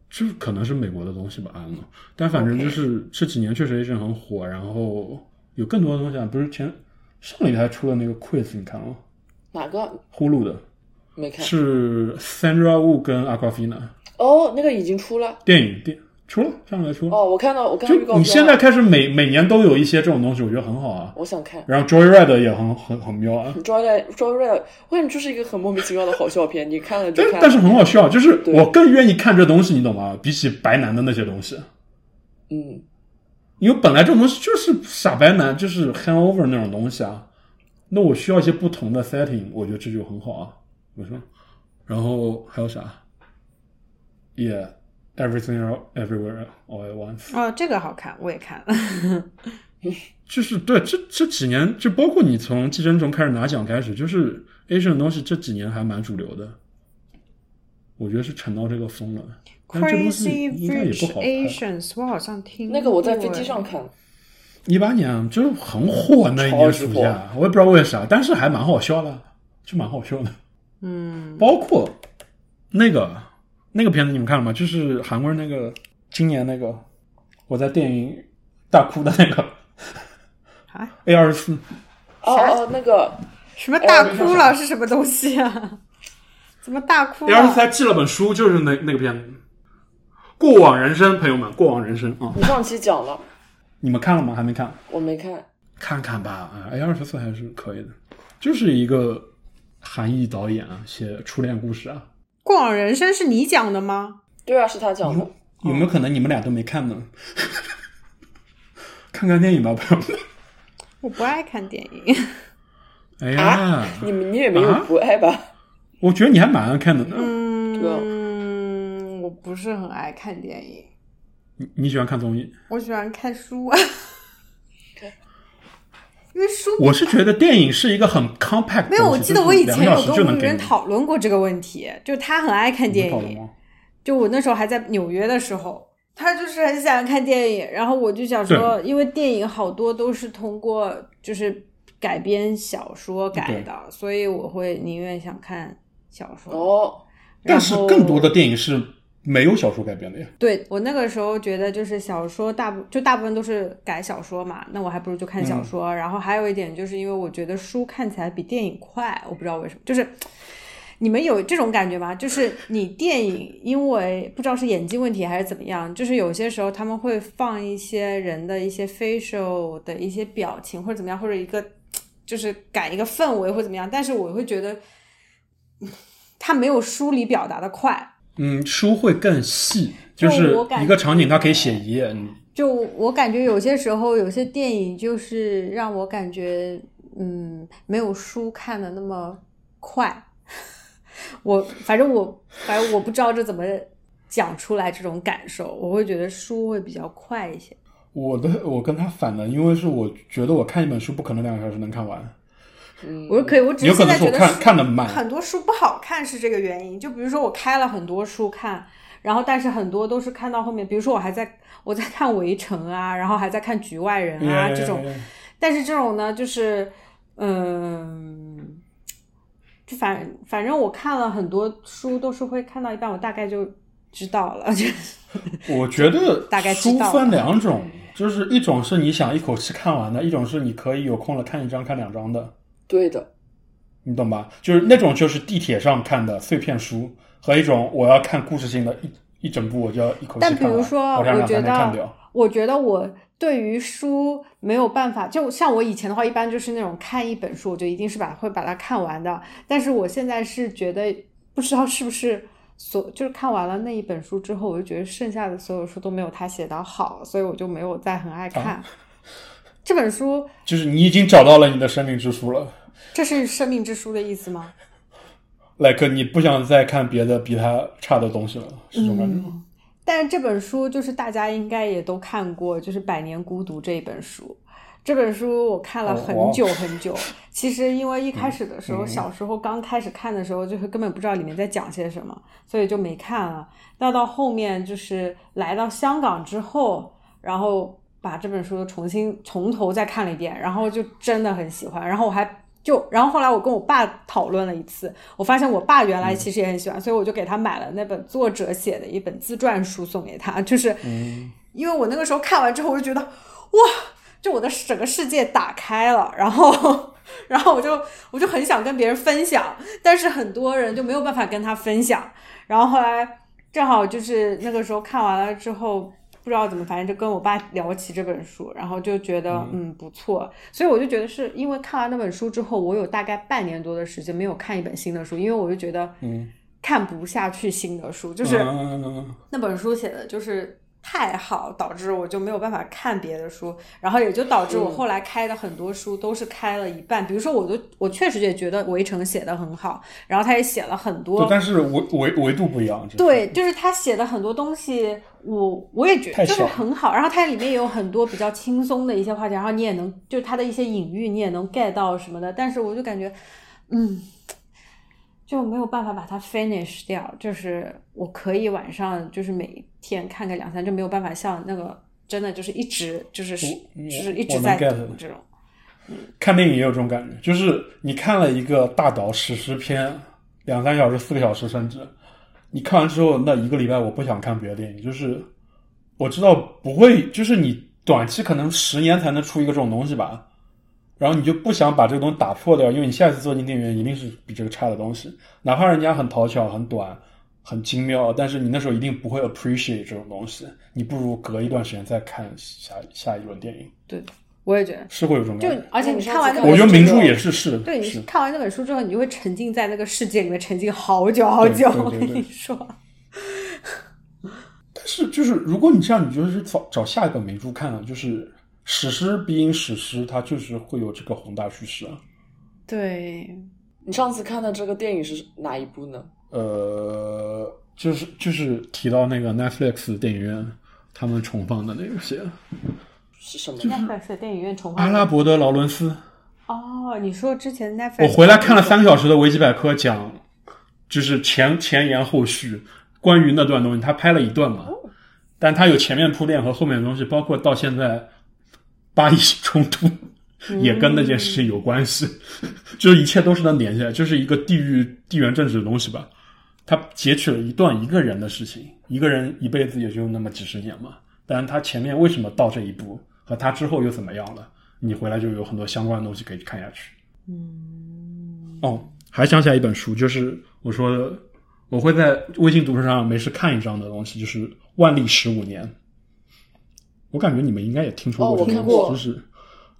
[SPEAKER 2] 这可能是美国的东西吧，安了。但反正就是这几年确实 Asian 很火，然后有更多的东西啊，不是前上礼拜还出了那个 Quiz，你看了吗？
[SPEAKER 3] 哪个
[SPEAKER 2] 呼噜的
[SPEAKER 3] 没看？
[SPEAKER 2] 是 Sandra Wu 跟 Aquafina
[SPEAKER 3] 哦，那个已经出了。
[SPEAKER 2] 电影电出了上礼拜出了，
[SPEAKER 3] 哦，我看到，我看到预告
[SPEAKER 2] 就
[SPEAKER 3] 片
[SPEAKER 2] 你现在
[SPEAKER 3] 了，
[SPEAKER 2] 开始每每年都有一些这种东西，我觉得很好啊。
[SPEAKER 3] 我想看。
[SPEAKER 2] 然后 Joyride 也很很很妙啊，
[SPEAKER 3] Joy Joy r i d 我感觉就是一个很莫名其妙的好笑片，你看了就
[SPEAKER 2] 但
[SPEAKER 3] 看了。
[SPEAKER 2] 但是很好笑，就是
[SPEAKER 3] 对
[SPEAKER 2] 我更愿意看这东西，你懂吗？比起白男的那些东西，
[SPEAKER 3] 嗯，
[SPEAKER 2] 因为本来这种东西就是傻白男，就是 hangover 那种东西啊。那我需要一些不同的 setting，我觉得这就很好啊。我说，然后还有啥？Yeah，everything everywhere all at once。
[SPEAKER 1] 哦，这个好看，我也看了。
[SPEAKER 2] 就是对这这几年，就包括你从《寄生虫》开始拿奖开始，就是 Asian 的东西这几年还蛮主流的，我觉得是承到这个风了。 但这东
[SPEAKER 1] Crazy
[SPEAKER 2] 西应该也不
[SPEAKER 1] Rich
[SPEAKER 2] 好拍。
[SPEAKER 1] Asians，我好像听
[SPEAKER 3] 那个我在飞
[SPEAKER 1] 过
[SPEAKER 3] 机
[SPEAKER 1] 哎
[SPEAKER 3] 上看，
[SPEAKER 2] 一八年啊就是很火那一年暑
[SPEAKER 3] 超级
[SPEAKER 2] 假，我也不知道为啥，但是还蛮好笑的，就蛮好笑的。
[SPEAKER 1] 嗯，
[SPEAKER 2] 包括那个那个片子你们看了吗？就是韩国人那个今年那个我在电影大哭的那个
[SPEAKER 1] 啊，
[SPEAKER 2] A 二十四。
[SPEAKER 3] 哦
[SPEAKER 1] 啥
[SPEAKER 3] 哦，那个
[SPEAKER 1] 什
[SPEAKER 3] 哎
[SPEAKER 1] 么大哭了是什么东西啊？怎么大哭
[SPEAKER 2] 第二次
[SPEAKER 1] 了？
[SPEAKER 2] 还寄了本书，就是那那个片子《过往人生》，朋友们，《过往人生》啊、
[SPEAKER 3] 你上期讲了，
[SPEAKER 2] 你们看了吗？还没看，
[SPEAKER 3] 我没看。
[SPEAKER 2] 看看吧。啊，A 二十四还是可以的，就是一个韩裔导演啊，写初恋故事啊，
[SPEAKER 1] 过往人生是你讲的吗？
[SPEAKER 3] 对啊，是他讲
[SPEAKER 1] 哦
[SPEAKER 3] 的。
[SPEAKER 2] 有没有可能你们俩都没看呢？ 看看电影吧，朋友们。
[SPEAKER 1] 我不爱看电影，
[SPEAKER 2] 哎呀，啊
[SPEAKER 3] 你们你也没有不爱吧？
[SPEAKER 2] 我觉得你还蛮爱看的呢。
[SPEAKER 3] 对啊
[SPEAKER 1] 嗯，我不是很爱看电影，
[SPEAKER 2] 你你喜欢看综艺？
[SPEAKER 1] 我喜欢看书啊。因为书
[SPEAKER 2] 我是觉得电影是一个很 compact 的东西。
[SPEAKER 1] 没有，我记得
[SPEAKER 2] 就是
[SPEAKER 1] 我以
[SPEAKER 2] 两
[SPEAKER 1] 前
[SPEAKER 2] 个小
[SPEAKER 1] 有
[SPEAKER 2] 时
[SPEAKER 1] 跟
[SPEAKER 2] 就
[SPEAKER 1] 我
[SPEAKER 2] 能
[SPEAKER 1] 女
[SPEAKER 2] 给
[SPEAKER 1] 人
[SPEAKER 2] 你
[SPEAKER 1] 讨论过这个问题，就是她很爱看
[SPEAKER 2] 你
[SPEAKER 1] 电
[SPEAKER 2] 讨论
[SPEAKER 1] 影，
[SPEAKER 2] 吗
[SPEAKER 1] 就我那时候还在纽约的时候，他就是很想看电影，然后我就想说，因为电影好多都是通过就是改编小说改的，所以我会宁愿想看小说。
[SPEAKER 3] 哦，
[SPEAKER 2] 但是
[SPEAKER 1] 然后
[SPEAKER 2] 更多的电影是没有小说改编的呀。
[SPEAKER 1] 对我那个时候觉得，就是小说大部就大部分都是改小说嘛，那我还不如就看小说。然后还有一点，就是因为我觉得书看起来比电影快，我不知道为什么，就是。你们有这种感觉吗？就是你电影，因为不知道是演技问题还是怎么样，就是有些时候他们会放一些人的一些 facial 的一些表情或者怎么样，或者一个就是赶一个氛围或怎么样，但是我会觉得嗯他没有书里表达的快，
[SPEAKER 2] 嗯，书会更细，
[SPEAKER 1] 就
[SPEAKER 2] 就是
[SPEAKER 1] 我感
[SPEAKER 2] 一个
[SPEAKER 1] 觉
[SPEAKER 2] 场景它可以写一页。嗯
[SPEAKER 1] 就我感觉有些时候有些电影就是让我感觉，嗯，没有书看的那么快。 我反正我反正我不知道这怎么讲出来这种感受，我会觉得书会比较快一些。
[SPEAKER 2] 我的我跟他反了，因为是我觉得我看一本书不可能两个小时能看完。
[SPEAKER 3] 嗯，
[SPEAKER 1] 我说可以，我只是
[SPEAKER 2] 有可
[SPEAKER 1] 现
[SPEAKER 2] 能
[SPEAKER 1] 在
[SPEAKER 2] 是
[SPEAKER 1] 觉
[SPEAKER 2] 我
[SPEAKER 1] 得
[SPEAKER 2] 看
[SPEAKER 1] 书
[SPEAKER 2] 看得慢
[SPEAKER 1] 很多书不好看是这个原因。就比如说我开了很多书看，然后但是很多都是看到后面，比如说我还在我在看《围城》啊，然后还在看《局外人啊》这种，但是这种呢，就是，嗯，就反反正我看了很多书，都是会看到一半，我大概就知道了。 就是
[SPEAKER 2] 我觉得
[SPEAKER 1] 大概知
[SPEAKER 2] 书
[SPEAKER 1] 道
[SPEAKER 2] 分
[SPEAKER 1] 了
[SPEAKER 2] 两种，就是一种是你想一口气看完的，一种是你可以有空了看一章、看两章的，
[SPEAKER 3] 对的，
[SPEAKER 2] 你懂吧？就是那种就是地铁上看的碎片书，和一种我要看故事性的一一整部，我就要一口气看
[SPEAKER 1] 但
[SPEAKER 2] 完。
[SPEAKER 1] 比如说，
[SPEAKER 2] 我想
[SPEAKER 1] 我
[SPEAKER 2] 两
[SPEAKER 1] 觉
[SPEAKER 2] 三天看
[SPEAKER 1] 得
[SPEAKER 2] 掉。，
[SPEAKER 1] 我觉得我对于书没有办法，就像我以前的话，一般就是那种看一本书，我就一定是把会把它看完的。但是我现在是觉得，不知道是不是。所就是看完了那一本书之后，我就觉得剩下的所有书都没有他写的好，所以我就没有再很爱看、这本书。
[SPEAKER 2] 就是你已经找到了你的生命之书了
[SPEAKER 1] 这是生命之书的意思吗？
[SPEAKER 2] ，like 你不想再看别的比它差的东西了，是这种感觉
[SPEAKER 1] 嗯
[SPEAKER 2] 吗。
[SPEAKER 1] 但是这本书就是大家应该也都看过，就是《百年孤独》这一本书。这本书我看了很久很久。其实因为一开始的时候，小时候刚开始看的时候，就是根本不知道里面在讲些什么，所以就没看了。那到后面就是来到香港之后，然后把这本书重新从头再看了一遍，然后就真的很喜欢。然后我还就，然后后来我跟我爸讨论了一次，我发现我爸原来其实也很喜欢，所以我就给他买了那本作者写的一本自传书送给他，就是因为我那个时候看完之后，我就觉得哇，就我的整个世界打开了，然后。 然后我就我就很想跟别人分享，但是很多人就没有办法跟他分享。然后后来正好就是那个时候看完了之后，不知道怎么，反正就跟我爸聊起这本书，然后就觉得嗯不错，所以我就觉得是因为看完那本书之后，我有大概半年多的时间没有看一本新的书，因为我就觉得
[SPEAKER 2] 嗯
[SPEAKER 1] 看不下去新的书，就是
[SPEAKER 2] 嗯
[SPEAKER 1] 那本书写的就是太好，导致我就没有办法看别的书，然后也就导致我后来开的很多书都是开了一半。比如说，我都我确实也觉得《围城》写的很好，然后他也写了很
[SPEAKER 2] 对
[SPEAKER 1] 多，
[SPEAKER 2] 但是维维维度不一样。这
[SPEAKER 1] 对，就是他写的很多东西，我我也觉
[SPEAKER 2] 嗯太
[SPEAKER 1] 得就是
[SPEAKER 2] 小
[SPEAKER 1] 很好。然后它里面也有很多比较轻松的一些话题，然后你也能就是他的一些隐喻，你也能 get 到什么的。但是我就感觉，嗯，就没有办法把它 finish 掉。就是我可以晚上就是每天看个两三，就没有办法像那个真的就是一直就是是
[SPEAKER 2] 我
[SPEAKER 1] 就是一
[SPEAKER 2] 我
[SPEAKER 1] 直
[SPEAKER 2] 能
[SPEAKER 1] 在
[SPEAKER 2] get
[SPEAKER 1] 读
[SPEAKER 2] 的
[SPEAKER 1] 这种。
[SPEAKER 2] 看电影也有这种感觉，就是你看了一个大导史诗片，两三小时、四个小时，甚至你看完之后，那一个礼拜我不想看别的电影，就是我知道不会，就是你短期可能十年才能出一个这种东西吧，然后你就不想把这个东西打破掉，因为你下一次做进电影院一定是比这个差的东西，哪怕人家很讨巧、很短、很精妙，但是你那时候一定不会 appreciate 这种东西，你不如隔一段时间再看下下一轮电影，
[SPEAKER 1] 对，我也觉得，
[SPEAKER 2] 是会有这种
[SPEAKER 1] 就
[SPEAKER 2] 感觉。
[SPEAKER 1] 而且
[SPEAKER 3] 那
[SPEAKER 1] 你
[SPEAKER 3] 你
[SPEAKER 1] 看
[SPEAKER 3] 上
[SPEAKER 1] 完
[SPEAKER 3] 次
[SPEAKER 1] 那本
[SPEAKER 3] 看
[SPEAKER 2] 我觉得
[SPEAKER 1] 书
[SPEAKER 2] 名
[SPEAKER 1] 之
[SPEAKER 2] 著
[SPEAKER 1] 后
[SPEAKER 2] 也是是，
[SPEAKER 1] 对你
[SPEAKER 2] 是
[SPEAKER 1] 看完那本书之后，你就会沉浸在那个世界里面，沉浸好久好久。
[SPEAKER 2] 对对
[SPEAKER 1] 我
[SPEAKER 2] 对
[SPEAKER 1] 跟
[SPEAKER 2] 对
[SPEAKER 1] 你说，
[SPEAKER 2] 但是就是如果你这样，你就是找找下一本名著看啊，就是史诗必应史诗，它就是会有这个宏大叙事啊。
[SPEAKER 1] 对，
[SPEAKER 3] 你上次看的这个电影是哪一部呢？
[SPEAKER 2] 呃，就是就是提到那个 Netflix 电影院他们重放的那个些，
[SPEAKER 3] 是什么？
[SPEAKER 1] Netflix 的电影院重
[SPEAKER 2] 阿
[SPEAKER 1] 放
[SPEAKER 2] 拉伯的劳伦斯。
[SPEAKER 1] 哦，你说之前 Netflix
[SPEAKER 2] 我回来看了三个小时的维基百科，讲就是前前言后续关于那段东西，他拍了一段嘛，但他有前面铺垫和后面的东西，包括到现在巴以冲突也跟那件事情有关系， 就是一切都是能连起来，就是一个地域地缘政治的东西吧。他截取了一段一个人的事情，一个人一辈子也就那么几十年嘛，但是他前面为什么到这一步，和他之后又怎么样了？你回来就有很多相关的东西可以看下去。
[SPEAKER 1] 嗯，
[SPEAKER 2] 哦，还想起来一本书，就是我说的，我会在微信读书上没事看一章的东西，就是《万历十五年》。我感觉你们应该也听说
[SPEAKER 3] 哦
[SPEAKER 2] 过
[SPEAKER 3] 我
[SPEAKER 2] 这
[SPEAKER 3] 看
[SPEAKER 2] 本书，
[SPEAKER 3] 过
[SPEAKER 2] 就是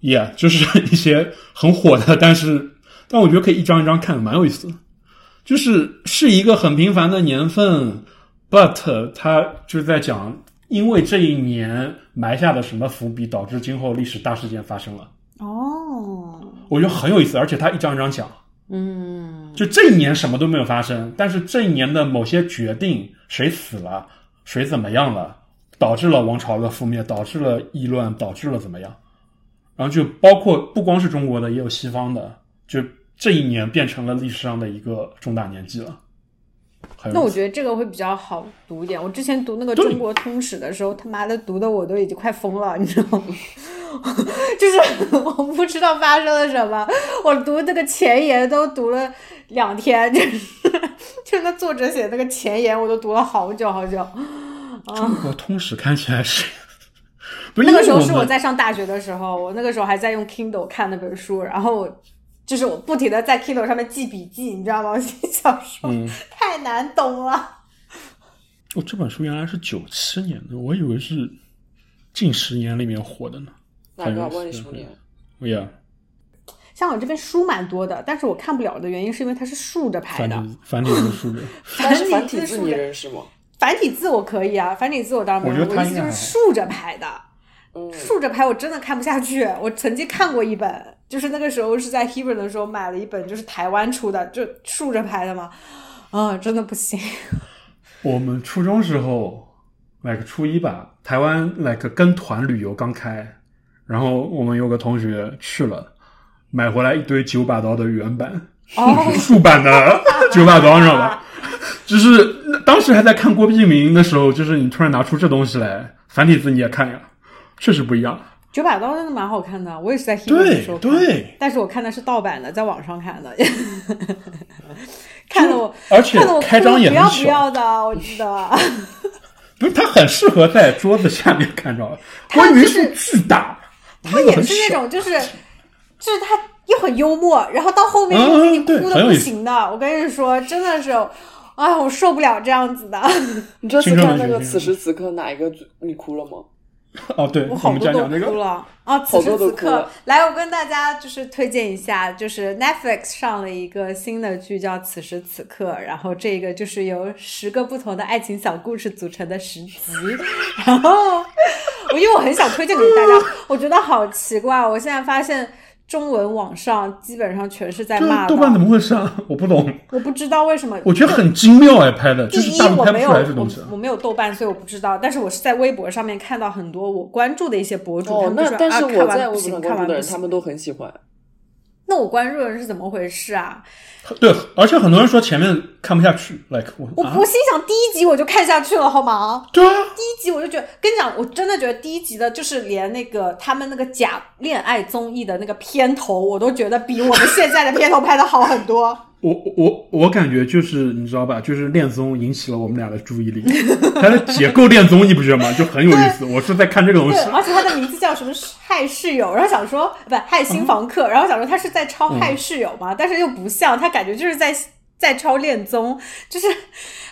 [SPEAKER 2] 也就是一些很火的，但是但我觉得可以一张一张看，蛮有意思的。就是是一个很平凡的年份，but 它就是在讲，因为这一年埋下的什么伏笔，导致今后历史大事件发生了。
[SPEAKER 1] 嗯哦，
[SPEAKER 2] 我觉得很有意思，而且它一张一张讲。
[SPEAKER 1] 嗯，
[SPEAKER 2] 就这一年什么都没有发生，但是这一年的某些决定，谁死了，谁怎么样了，导致了王朝的覆灭，导致了议乱，导致了怎么样，然后就包括不光是中国的，也有西方的，就这一年变成了历史上的一个重大年纪了。很有
[SPEAKER 1] 那我
[SPEAKER 2] 意思
[SPEAKER 1] 觉得这个会比较好读一点。我之前读那个《
[SPEAKER 2] 嗯对
[SPEAKER 1] 中国通史》的时候，他妈的读的我都已经快疯了，你知道吗？ 就是 我不知道发生了什么，我读那个前言都读了两天，就是就那作者写那个前言，我都读了好久好久。
[SPEAKER 2] 嗯中国通史看起来是，不是
[SPEAKER 1] 那个时候
[SPEAKER 2] 因
[SPEAKER 1] 是
[SPEAKER 2] 为
[SPEAKER 1] 我
[SPEAKER 2] 们
[SPEAKER 1] 在上大学的时候，我那个时候还在用 Kindle 看那本书，然后我就是我不停的在 Kindle 上面记笔记，你知道吗？我心想说、
[SPEAKER 2] 嗯，
[SPEAKER 1] 太难懂了。
[SPEAKER 2] 哦，这本书原来是九七年的，我以为是近十年里面火的呢。哎
[SPEAKER 3] 哪个啊？万历十五年。
[SPEAKER 2] Yeah，
[SPEAKER 1] 香港这边书蛮多的，但是我看不了的原因是因为它是竖着排
[SPEAKER 2] 繁
[SPEAKER 1] 的，
[SPEAKER 2] 体繁体字数量。
[SPEAKER 3] 但是繁
[SPEAKER 1] 体
[SPEAKER 3] 体字
[SPEAKER 1] 竖
[SPEAKER 3] 你
[SPEAKER 1] 着，
[SPEAKER 3] 认识吗？
[SPEAKER 1] 繁体字我可以啊，繁体字我当然
[SPEAKER 2] 我
[SPEAKER 1] 没
[SPEAKER 2] 觉
[SPEAKER 1] 有，
[SPEAKER 2] 得
[SPEAKER 1] 我
[SPEAKER 2] 它
[SPEAKER 1] 意思
[SPEAKER 2] 应该
[SPEAKER 1] 就是
[SPEAKER 2] 还好
[SPEAKER 1] 竖着排的。
[SPEAKER 3] 嗯，
[SPEAKER 1] 竖着排我真的看不下去。我曾经看过一本，就是那个时候是在 Hebron 的时候买了一本，就是台湾出的，就竖着排的嘛。啊、真的不行。
[SPEAKER 2] 我们初中时候，like 初一吧，台湾 like 跟团旅游刚开，然后我们有个同学去了，买回来一堆九把刀的原版，
[SPEAKER 1] 哦
[SPEAKER 2] 就是 竖 版的九把刀，你知道吧？就是那当时还在看郭敬明的时候，就是你突然拿出这东西来，繁体字你也看呀，确实不一样。
[SPEAKER 1] 九把刀真的蛮好看的，我也是在 Hebron 的
[SPEAKER 2] 对
[SPEAKER 1] 时候看的，
[SPEAKER 2] 对，
[SPEAKER 1] 但是我看的是盗版的，在网上看的， 看的我
[SPEAKER 2] 而且
[SPEAKER 1] 看的我哭
[SPEAKER 2] 开张也
[SPEAKER 1] 不要
[SPEAKER 2] 很
[SPEAKER 1] 不
[SPEAKER 2] 小，
[SPEAKER 1] 要的，我记得。
[SPEAKER 2] 不是它很适合在桌子下面看着，
[SPEAKER 1] 它
[SPEAKER 2] 关于
[SPEAKER 1] 就是
[SPEAKER 2] 是巨大，
[SPEAKER 1] 他也是那种就是，就是他又很幽默，然后到后面又给你
[SPEAKER 2] 嗯对
[SPEAKER 1] 哭
[SPEAKER 2] 很
[SPEAKER 1] 的
[SPEAKER 2] 有
[SPEAKER 1] 不
[SPEAKER 2] 意思
[SPEAKER 1] 行的。我跟你说，真的是，哎，我受不了这样子的。
[SPEAKER 3] 你这次
[SPEAKER 2] 青春
[SPEAKER 3] 看那
[SPEAKER 2] 文学青
[SPEAKER 3] 个
[SPEAKER 2] 春
[SPEAKER 3] 此时此刻哪一个最你哭了吗？
[SPEAKER 2] 哦，对，
[SPEAKER 1] 我
[SPEAKER 2] 我
[SPEAKER 1] 好
[SPEAKER 2] 们
[SPEAKER 1] 多
[SPEAKER 2] 家
[SPEAKER 1] 都
[SPEAKER 2] 养那
[SPEAKER 1] 哭
[SPEAKER 2] 个，
[SPEAKER 1] 了啊！此时
[SPEAKER 3] 好多都
[SPEAKER 1] 此
[SPEAKER 3] 哭了
[SPEAKER 1] 刻，来，我跟大家就是推荐一下，就是 Netflix 上了一个新的剧叫《此时此刻》，然后这个就是由十个不同的爱情小故事组成的十集， 然后我因为我很想推荐给大家，我觉得好奇怪，我现在发现。中文网上基本上全是在骂
[SPEAKER 2] 这
[SPEAKER 1] 的
[SPEAKER 2] 豆，瓣怎么会上？ 我不懂。
[SPEAKER 1] 我不知道为什么。
[SPEAKER 2] 我觉得很精妙哎，拍的，
[SPEAKER 1] 第
[SPEAKER 2] 就是
[SPEAKER 1] 一
[SPEAKER 2] 大，陆
[SPEAKER 1] 我
[SPEAKER 2] 拍不
[SPEAKER 1] 没有
[SPEAKER 2] 出来这
[SPEAKER 1] 我
[SPEAKER 2] 东西。
[SPEAKER 1] 我没有豆瓣，所以我不知道。但是我是在微博上面看到很多我关注的一些博主，
[SPEAKER 3] 哦，
[SPEAKER 1] 他们就说
[SPEAKER 3] 那但
[SPEAKER 1] 啊
[SPEAKER 3] 是
[SPEAKER 1] 看
[SPEAKER 3] 我
[SPEAKER 1] 完
[SPEAKER 3] 在
[SPEAKER 1] 不
[SPEAKER 3] 微博
[SPEAKER 1] 行
[SPEAKER 3] 上
[SPEAKER 1] 看
[SPEAKER 3] 关
[SPEAKER 1] 完
[SPEAKER 3] 注的
[SPEAKER 1] 不
[SPEAKER 3] 人，
[SPEAKER 1] 行
[SPEAKER 3] 他们都很喜欢。
[SPEAKER 1] 那我关注的人是怎么回事啊？
[SPEAKER 2] 对，而且很多人说前面看不下去，like 我
[SPEAKER 1] 我
[SPEAKER 2] 啊
[SPEAKER 1] 不心想第一集我就看下去了，好吗？
[SPEAKER 2] 对啊，
[SPEAKER 1] 第一集我就觉得，跟你讲，我真的觉得第一集的，就是连那个他们那个假恋爱综艺的那个片头，我都觉得比我们现在的片头拍的好很多。
[SPEAKER 2] 我我我感觉就是你知道吧，就是恋综引起了我们俩的注意力，它 的解构恋综你不觉得吗？就很有意思。我是在看这个东西
[SPEAKER 1] 对，，而且他的名字叫什么“害室友”，然后想说不害新房客，然后想说他是在抄“害室友”嘛，但是又不像，他感觉就是在在抄恋综，就是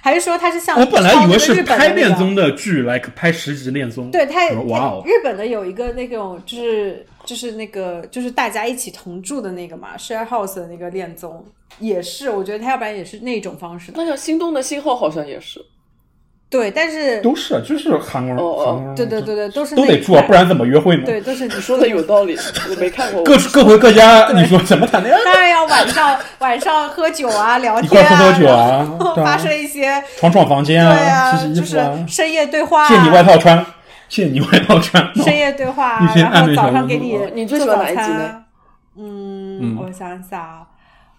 [SPEAKER 1] 还是说他是像
[SPEAKER 2] 我本来以为
[SPEAKER 1] 抄那个
[SPEAKER 2] 是
[SPEAKER 1] 日本
[SPEAKER 2] 拍
[SPEAKER 1] 的那
[SPEAKER 2] 恋
[SPEAKER 1] 个
[SPEAKER 2] 综的剧，like 拍十集恋综。
[SPEAKER 1] 对他，
[SPEAKER 2] 我说哇哦
[SPEAKER 1] 他，日本的有一个那种就是就是那个就是大家一起同住的那个嘛，share house 的那个恋综，也是我觉得他要不然也是那种方式的。
[SPEAKER 3] 那像心动的信号好像也是，
[SPEAKER 1] 对，但是
[SPEAKER 4] 都是就是韩国人，
[SPEAKER 3] 哦哦
[SPEAKER 4] 韩国人
[SPEAKER 1] 对对对对，都是
[SPEAKER 4] 都
[SPEAKER 1] 那
[SPEAKER 4] 得
[SPEAKER 1] 一
[SPEAKER 4] 住啊，
[SPEAKER 1] 派
[SPEAKER 4] 不然怎么约会呢？
[SPEAKER 1] 对都是你
[SPEAKER 3] 你说的有道理，我没看过。
[SPEAKER 4] 各各回各家，你说怎么谈恋爱？
[SPEAKER 1] 当然要晚上晚上喝酒啊，聊
[SPEAKER 4] 一块
[SPEAKER 1] 天啊，
[SPEAKER 4] 喝喝酒啊
[SPEAKER 1] 然后
[SPEAKER 4] 对啊
[SPEAKER 1] 发生一些
[SPEAKER 4] 闯闯房间
[SPEAKER 1] 对
[SPEAKER 4] 啊，
[SPEAKER 1] 啊，
[SPEAKER 4] 洗洗衣
[SPEAKER 1] 就
[SPEAKER 4] 服
[SPEAKER 1] 是
[SPEAKER 4] 啊，
[SPEAKER 1] 深夜对话、啊，
[SPEAKER 4] 借你外套穿，借你外套穿。
[SPEAKER 2] 哦
[SPEAKER 1] 深夜对话
[SPEAKER 4] 一
[SPEAKER 1] 啊，
[SPEAKER 4] 天
[SPEAKER 1] 然
[SPEAKER 4] 暧昧
[SPEAKER 1] 后
[SPEAKER 4] 小
[SPEAKER 1] 早
[SPEAKER 4] 动
[SPEAKER 1] 上给你
[SPEAKER 3] 作你最
[SPEAKER 1] 做
[SPEAKER 3] 喜欢
[SPEAKER 1] 早
[SPEAKER 3] 哪一集
[SPEAKER 1] 餐
[SPEAKER 3] 呢
[SPEAKER 1] 啊
[SPEAKER 4] 嗯
[SPEAKER 1] 嗯，我想想啊，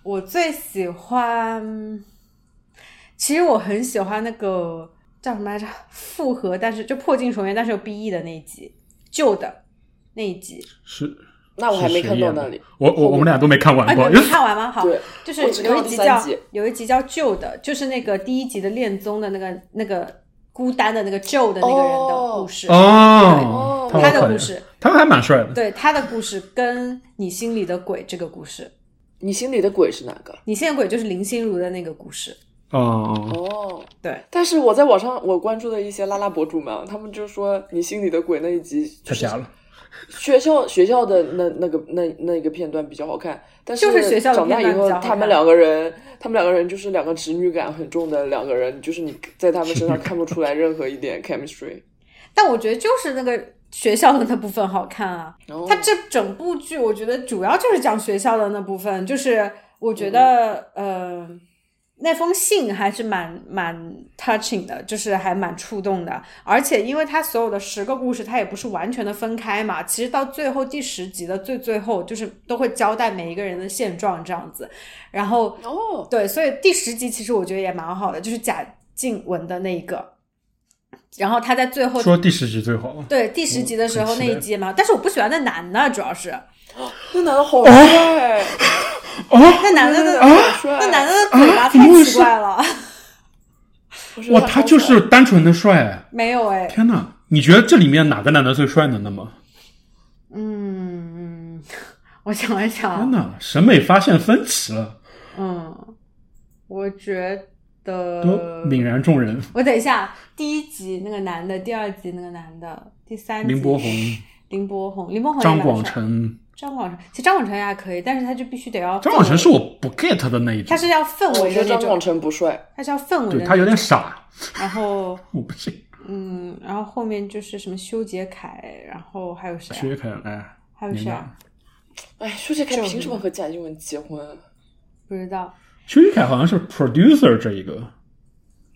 [SPEAKER 1] 我最喜欢，其实我很喜欢那个叫什么来着，复合但是就破镜重圆，但是有 BE 的那一集，旧的那一集，
[SPEAKER 2] 是，
[SPEAKER 3] 那我还没看到那
[SPEAKER 2] 是谁
[SPEAKER 3] 里
[SPEAKER 2] 演的。我我我们俩都没看
[SPEAKER 1] 啊，
[SPEAKER 2] 完
[SPEAKER 1] 你
[SPEAKER 2] 过，
[SPEAKER 1] 们没看完吗？好，
[SPEAKER 3] 对，
[SPEAKER 1] 就
[SPEAKER 3] 我只
[SPEAKER 1] 是
[SPEAKER 3] 看
[SPEAKER 1] 有
[SPEAKER 3] 到
[SPEAKER 1] 一
[SPEAKER 3] 第
[SPEAKER 1] 集
[SPEAKER 3] 三
[SPEAKER 1] 叫
[SPEAKER 3] 集
[SPEAKER 1] 有一集叫旧的，就是那个第一集的恋综的那个那个孤单的那个旧的那个人的故事，
[SPEAKER 2] 哦，
[SPEAKER 3] 对
[SPEAKER 1] 他
[SPEAKER 2] 好
[SPEAKER 1] 的
[SPEAKER 2] 可怜
[SPEAKER 1] 故事，
[SPEAKER 2] 哦他还蛮帅的，
[SPEAKER 1] 对他的故事跟你心里的鬼这个故事，
[SPEAKER 3] 你心里的鬼是哪个？
[SPEAKER 1] 你心里的鬼就是林心如的那个故事，
[SPEAKER 4] 嗯
[SPEAKER 2] 哦，
[SPEAKER 3] 哦，
[SPEAKER 1] 对，
[SPEAKER 3] 但是我在网上我关注的一些拉拉博主们，啊他们就说你心里的鬼那一集
[SPEAKER 4] 太
[SPEAKER 3] 就是
[SPEAKER 4] 假了，
[SPEAKER 3] 学校学校的那那个那那个片段比较好看，但是
[SPEAKER 1] 就是学校的
[SPEAKER 3] 长大以
[SPEAKER 1] 片段
[SPEAKER 3] 后
[SPEAKER 1] 比较好，看
[SPEAKER 3] 他们两个人，他们两个人就是两个直女感很重的两个人，就是你在他们身上看不出来任何一点 chemistry。
[SPEAKER 1] 但我觉得就是那个学校的那部分好看啊，
[SPEAKER 3] 然后
[SPEAKER 1] 它这整部剧我觉得主要就是讲学校的那部分，就是我觉得、呃那封信还是蛮蛮 touching 的，就是还蛮触动的。而且因为它所有的十个故事，它也不是完全的分开嘛，其实到最后第十集的最最后，就是都会交代每一个人的现状这样子。然后
[SPEAKER 3] 哦，
[SPEAKER 1] 对，所以第十集其实我觉得也蛮好的，就是贾静雯的那一个。然后他在最后
[SPEAKER 2] 说第嗯十集最好，
[SPEAKER 1] 对第十集的时候
[SPEAKER 2] 很期
[SPEAKER 1] 那
[SPEAKER 2] 待
[SPEAKER 1] 一集嘛，但是我不喜欢那男的，主要是
[SPEAKER 3] 那男的好帅，
[SPEAKER 1] 那 男的的、
[SPEAKER 3] 好帅，
[SPEAKER 1] 那男的啊的嘴巴
[SPEAKER 2] 怎么
[SPEAKER 1] 太
[SPEAKER 2] 回
[SPEAKER 1] 奇
[SPEAKER 2] 事
[SPEAKER 1] 怪了，
[SPEAKER 3] 我觉得
[SPEAKER 2] 哇，
[SPEAKER 3] 好
[SPEAKER 2] 他就
[SPEAKER 3] 帅
[SPEAKER 2] 是单纯的帅，
[SPEAKER 1] 没有哎，
[SPEAKER 2] 天哪！你觉得这里面哪个男的最帅呢？那么，
[SPEAKER 1] 嗯，我想一
[SPEAKER 2] 天
[SPEAKER 1] 想，
[SPEAKER 2] 哪，审美发现分歧了，
[SPEAKER 1] 嗯，我觉
[SPEAKER 2] 都
[SPEAKER 1] 得，
[SPEAKER 2] 泯然众人。
[SPEAKER 1] 我等一下，第一集那个男的，第二集那个男的，第三集
[SPEAKER 2] 林柏宏、
[SPEAKER 1] 林柏宏、林柏宏、
[SPEAKER 2] 张广、成，
[SPEAKER 1] 张广成，其实张广成也还可以，但是他就必须得要
[SPEAKER 2] 张广
[SPEAKER 1] 氛
[SPEAKER 2] 成
[SPEAKER 1] 围
[SPEAKER 2] 是我不 get 的那一种
[SPEAKER 1] 他，是要氛
[SPEAKER 3] 我
[SPEAKER 1] 围
[SPEAKER 3] 觉
[SPEAKER 1] 的
[SPEAKER 3] 得
[SPEAKER 1] 那
[SPEAKER 3] 哦张广
[SPEAKER 1] 种，
[SPEAKER 3] 成不帅，
[SPEAKER 1] 他是要氛围的
[SPEAKER 2] 对
[SPEAKER 1] 那
[SPEAKER 2] 他有点
[SPEAKER 1] 种
[SPEAKER 2] 傻，
[SPEAKER 1] 然后。
[SPEAKER 2] 我不信。
[SPEAKER 1] 嗯，然后后面就是什么修杰楷，然后还有谁、啊？
[SPEAKER 2] 薛凯，哎，
[SPEAKER 1] 还有谁、啊？
[SPEAKER 3] 哎，舒淇凯
[SPEAKER 1] 就是
[SPEAKER 3] 凭什么和贾静雯结婚？啊
[SPEAKER 1] 不知道。
[SPEAKER 2] 薛凯好像是 producer 这一
[SPEAKER 1] 哦
[SPEAKER 2] 个，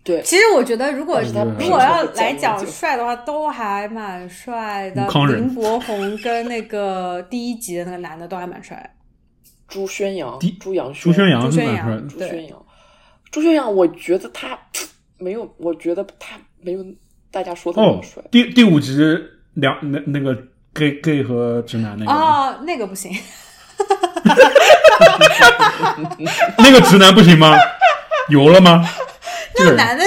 [SPEAKER 3] 对，
[SPEAKER 1] 其实我觉得，如果
[SPEAKER 3] 但是他
[SPEAKER 2] 不
[SPEAKER 1] 如
[SPEAKER 2] 是
[SPEAKER 1] 果要
[SPEAKER 3] 很
[SPEAKER 1] 来
[SPEAKER 3] 讲
[SPEAKER 1] 讲
[SPEAKER 3] 究
[SPEAKER 1] 帅的话，都还蛮帅的
[SPEAKER 2] 武。康人
[SPEAKER 1] 林柏宏跟那个第一集的那个男的都还蛮帅。
[SPEAKER 3] 朱宣阳
[SPEAKER 2] 第，
[SPEAKER 3] 朱阳
[SPEAKER 2] 朱宣阳
[SPEAKER 1] 朱
[SPEAKER 2] 是
[SPEAKER 1] 宣
[SPEAKER 2] 蛮
[SPEAKER 1] 阳
[SPEAKER 2] 帅的。
[SPEAKER 3] 朱
[SPEAKER 1] 嗯对
[SPEAKER 3] 宣阳，朱宣阳，我觉得他没有，我觉得他没有大家说的那
[SPEAKER 2] 哦
[SPEAKER 3] 么帅。，
[SPEAKER 2] 第第五集两那那个 gay gay 和直男那个，
[SPEAKER 1] 哦，那个不行，
[SPEAKER 2] 那个直男 不行吗？油了吗？这
[SPEAKER 1] 那个
[SPEAKER 2] 个人
[SPEAKER 1] 男的，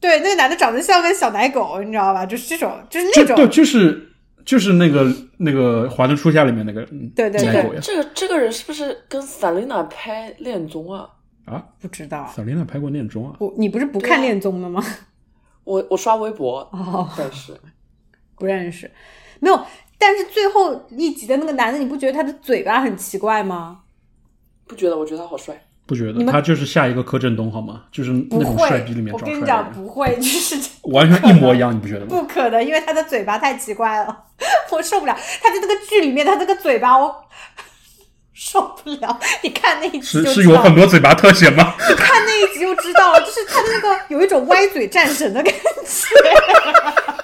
[SPEAKER 1] 对，那个男的长得像个小奶狗，你知道吧？就是这种，就是那
[SPEAKER 2] 就对，
[SPEAKER 1] 种，
[SPEAKER 2] 就是就是那个那个《华灯初上》里面那个嗯
[SPEAKER 1] 对对
[SPEAKER 3] 这
[SPEAKER 2] 奶狗
[SPEAKER 3] 个
[SPEAKER 2] 呀
[SPEAKER 3] 这个这个人是不是跟 Selina 拍恋综啊？
[SPEAKER 2] 啊，
[SPEAKER 1] 不知道。
[SPEAKER 2] 小琳娜拍过恋综啊，
[SPEAKER 1] 我你不是不看恋综的吗？
[SPEAKER 3] 我我刷微博，
[SPEAKER 1] 哦，
[SPEAKER 3] 但是
[SPEAKER 1] 不认识，没有。但是最后一集的那个男的，你不觉得他的嘴巴很奇怪吗？
[SPEAKER 3] 不觉得，我觉得他好帅。
[SPEAKER 2] 不觉得
[SPEAKER 1] 们
[SPEAKER 2] 他就是下一个柯震东好吗？就是
[SPEAKER 1] 不
[SPEAKER 2] 那种帅
[SPEAKER 1] 会
[SPEAKER 2] 逼里，面
[SPEAKER 1] 我
[SPEAKER 2] 找
[SPEAKER 1] 跟
[SPEAKER 2] 帅
[SPEAKER 1] 你
[SPEAKER 2] 的
[SPEAKER 1] 讲
[SPEAKER 2] 人，
[SPEAKER 1] 不会，就是
[SPEAKER 2] 完全一模一样，你不觉得吗？
[SPEAKER 1] 不可能，因为他的嘴巴太奇怪了，我受不了。他在这个剧里面，他这个嘴巴我受不了。你看那一集
[SPEAKER 2] 是
[SPEAKER 1] 就是知
[SPEAKER 2] 有
[SPEAKER 1] 道
[SPEAKER 2] 很
[SPEAKER 1] 了，
[SPEAKER 2] 多嘴巴特写吗？
[SPEAKER 1] 看那一集就知道了，就是他的那个有一种歪嘴战神的感觉。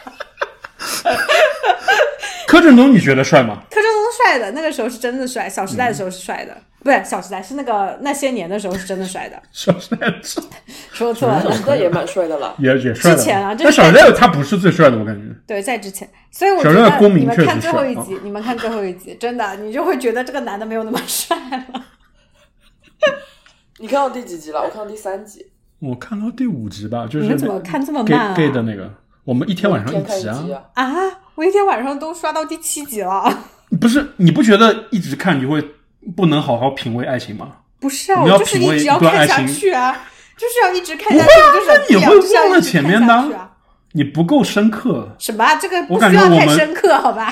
[SPEAKER 2] 柯震东你觉得帅吗？
[SPEAKER 1] 柯震东帅的那个时候是真的帅，《小时代》的时候是帅的，不是《小时代》是那个那些年的时候是真的帅的，
[SPEAKER 2] 小时代。
[SPEAKER 1] 说错了
[SPEAKER 3] 小。时代也蛮帅的啦
[SPEAKER 2] 也也帅的，
[SPEAKER 1] 之前啊这
[SPEAKER 2] 但
[SPEAKER 1] 是
[SPEAKER 2] 小时
[SPEAKER 1] 在
[SPEAKER 2] 代他不是最帅的，我感觉。
[SPEAKER 1] 对，在之前，所以我觉
[SPEAKER 2] 小时代
[SPEAKER 1] 得
[SPEAKER 2] 公民
[SPEAKER 1] 你们
[SPEAKER 2] 确实
[SPEAKER 1] 看最
[SPEAKER 2] 帅
[SPEAKER 1] 后一
[SPEAKER 2] 啊
[SPEAKER 1] 集，你们看最后一集，真的，你就会觉得这个男的没有那么帅了。
[SPEAKER 3] 你看到第几集了？我看到第三集，
[SPEAKER 2] 我看到第五集吧，就是
[SPEAKER 1] 你们怎么
[SPEAKER 2] 那
[SPEAKER 1] 看这么
[SPEAKER 2] gay
[SPEAKER 1] 慢啊
[SPEAKER 2] gay 的那个，我们一天晚上
[SPEAKER 3] 天看一
[SPEAKER 2] 集啊，
[SPEAKER 3] 啊。
[SPEAKER 1] 啊！我一天晚上都刷到第七集了，
[SPEAKER 2] 不是你不觉得一直看你会不能好好品味爱情吗？
[SPEAKER 1] 不是啊，我
[SPEAKER 2] 我们要
[SPEAKER 1] 就是
[SPEAKER 2] 品
[SPEAKER 1] 一
[SPEAKER 2] 味
[SPEAKER 1] 直
[SPEAKER 2] 一
[SPEAKER 1] 要
[SPEAKER 2] 段爱
[SPEAKER 1] 看下
[SPEAKER 2] 情
[SPEAKER 1] 去啊，就是要一直看下去，
[SPEAKER 2] 会啊
[SPEAKER 1] 就是很
[SPEAKER 2] 那你
[SPEAKER 1] 无聊
[SPEAKER 2] 会
[SPEAKER 1] 就是要
[SPEAKER 2] 忘了
[SPEAKER 1] 一直
[SPEAKER 2] 前
[SPEAKER 1] 看
[SPEAKER 2] 面
[SPEAKER 1] 下
[SPEAKER 2] 的
[SPEAKER 1] 去啊
[SPEAKER 2] 你不够深刻，
[SPEAKER 1] 什么啊？这个不
[SPEAKER 2] 感
[SPEAKER 1] 需
[SPEAKER 2] 觉
[SPEAKER 1] 要
[SPEAKER 2] 我
[SPEAKER 1] 太
[SPEAKER 2] 们
[SPEAKER 1] 深刻，好吧？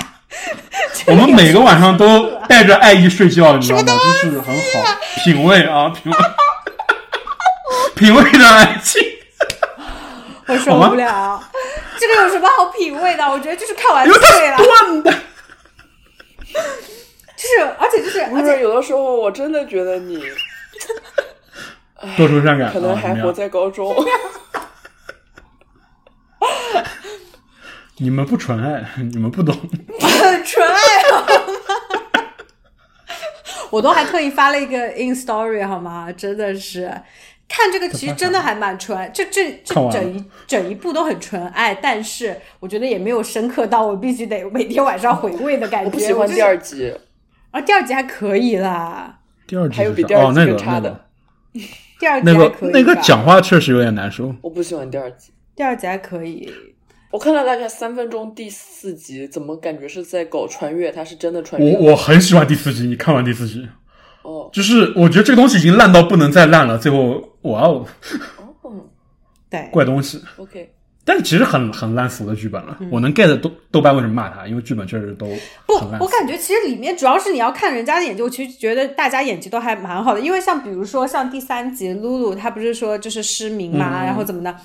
[SPEAKER 2] 我们每个晚上都
[SPEAKER 1] 啊
[SPEAKER 2] 带着爱意睡觉，你知道吗？就是很好品味啊，品味品味着爱情。
[SPEAKER 1] 我受
[SPEAKER 5] 好吗
[SPEAKER 1] 不了。这个有什么好品味的？我觉得就是看完
[SPEAKER 5] 因
[SPEAKER 1] 就
[SPEAKER 5] 为它
[SPEAKER 1] 对了，啊
[SPEAKER 5] 是断的。
[SPEAKER 1] 就是而且就是
[SPEAKER 3] 不
[SPEAKER 1] 而且
[SPEAKER 3] 是有的时候，我真的觉得你
[SPEAKER 2] 多愁善感
[SPEAKER 3] 可能
[SPEAKER 2] 啊！
[SPEAKER 3] 还
[SPEAKER 2] 你
[SPEAKER 3] 活
[SPEAKER 2] 们
[SPEAKER 3] 在高中。
[SPEAKER 2] 你们不纯爱，你们不懂。
[SPEAKER 1] 很纯爱好吗？我都还特意发了一个 in story 好吗？真的是，看这个其实真的还蛮纯爱，这这这
[SPEAKER 2] 看完了
[SPEAKER 1] 整一整一部都很纯爱，但是我觉得也没有深刻到我必须得 每天晚上回味的感觉。
[SPEAKER 3] 我不喜欢
[SPEAKER 1] 就是
[SPEAKER 3] 第二集，
[SPEAKER 1] 啊，第二集还可以啦，
[SPEAKER 2] 第二集
[SPEAKER 3] 还有比
[SPEAKER 2] 是
[SPEAKER 3] 第二
[SPEAKER 2] 哦，
[SPEAKER 3] 集
[SPEAKER 2] 那
[SPEAKER 3] 更
[SPEAKER 2] 个
[SPEAKER 3] 差
[SPEAKER 2] 那
[SPEAKER 3] 的
[SPEAKER 2] 个
[SPEAKER 1] 第二集
[SPEAKER 2] 那
[SPEAKER 1] 还
[SPEAKER 2] 个
[SPEAKER 1] 可以吧
[SPEAKER 2] 那个讲话确实有点难受。
[SPEAKER 3] 我不喜欢第二集。
[SPEAKER 1] 第二集还可以，
[SPEAKER 3] 我看了大概三分钟，第四集怎么感觉是在搞穿越？他是真的穿
[SPEAKER 2] 我
[SPEAKER 3] 越？
[SPEAKER 2] 我很喜欢第四集，你看完第四集，
[SPEAKER 3] 哦
[SPEAKER 2] 就是我觉得这个东西已经烂到不能再烂了。最后，哇哦，
[SPEAKER 3] 哦
[SPEAKER 1] 对，
[SPEAKER 2] 怪东西，
[SPEAKER 3] ，OK，
[SPEAKER 2] 但是其实很很烂俗的剧本了。
[SPEAKER 1] 嗯
[SPEAKER 2] 我能 get 豆豆瓣为什么骂他，因为剧本确实都
[SPEAKER 1] 不
[SPEAKER 2] 很，烂
[SPEAKER 1] 我
[SPEAKER 2] 俗。
[SPEAKER 1] 感觉其实里面主要是你要看人家的演技，我其实觉得大家演技都还蛮好的，因为像比如说像第三集露露，她不是说就是失明
[SPEAKER 2] 嗯
[SPEAKER 1] 嘛，然后怎么的，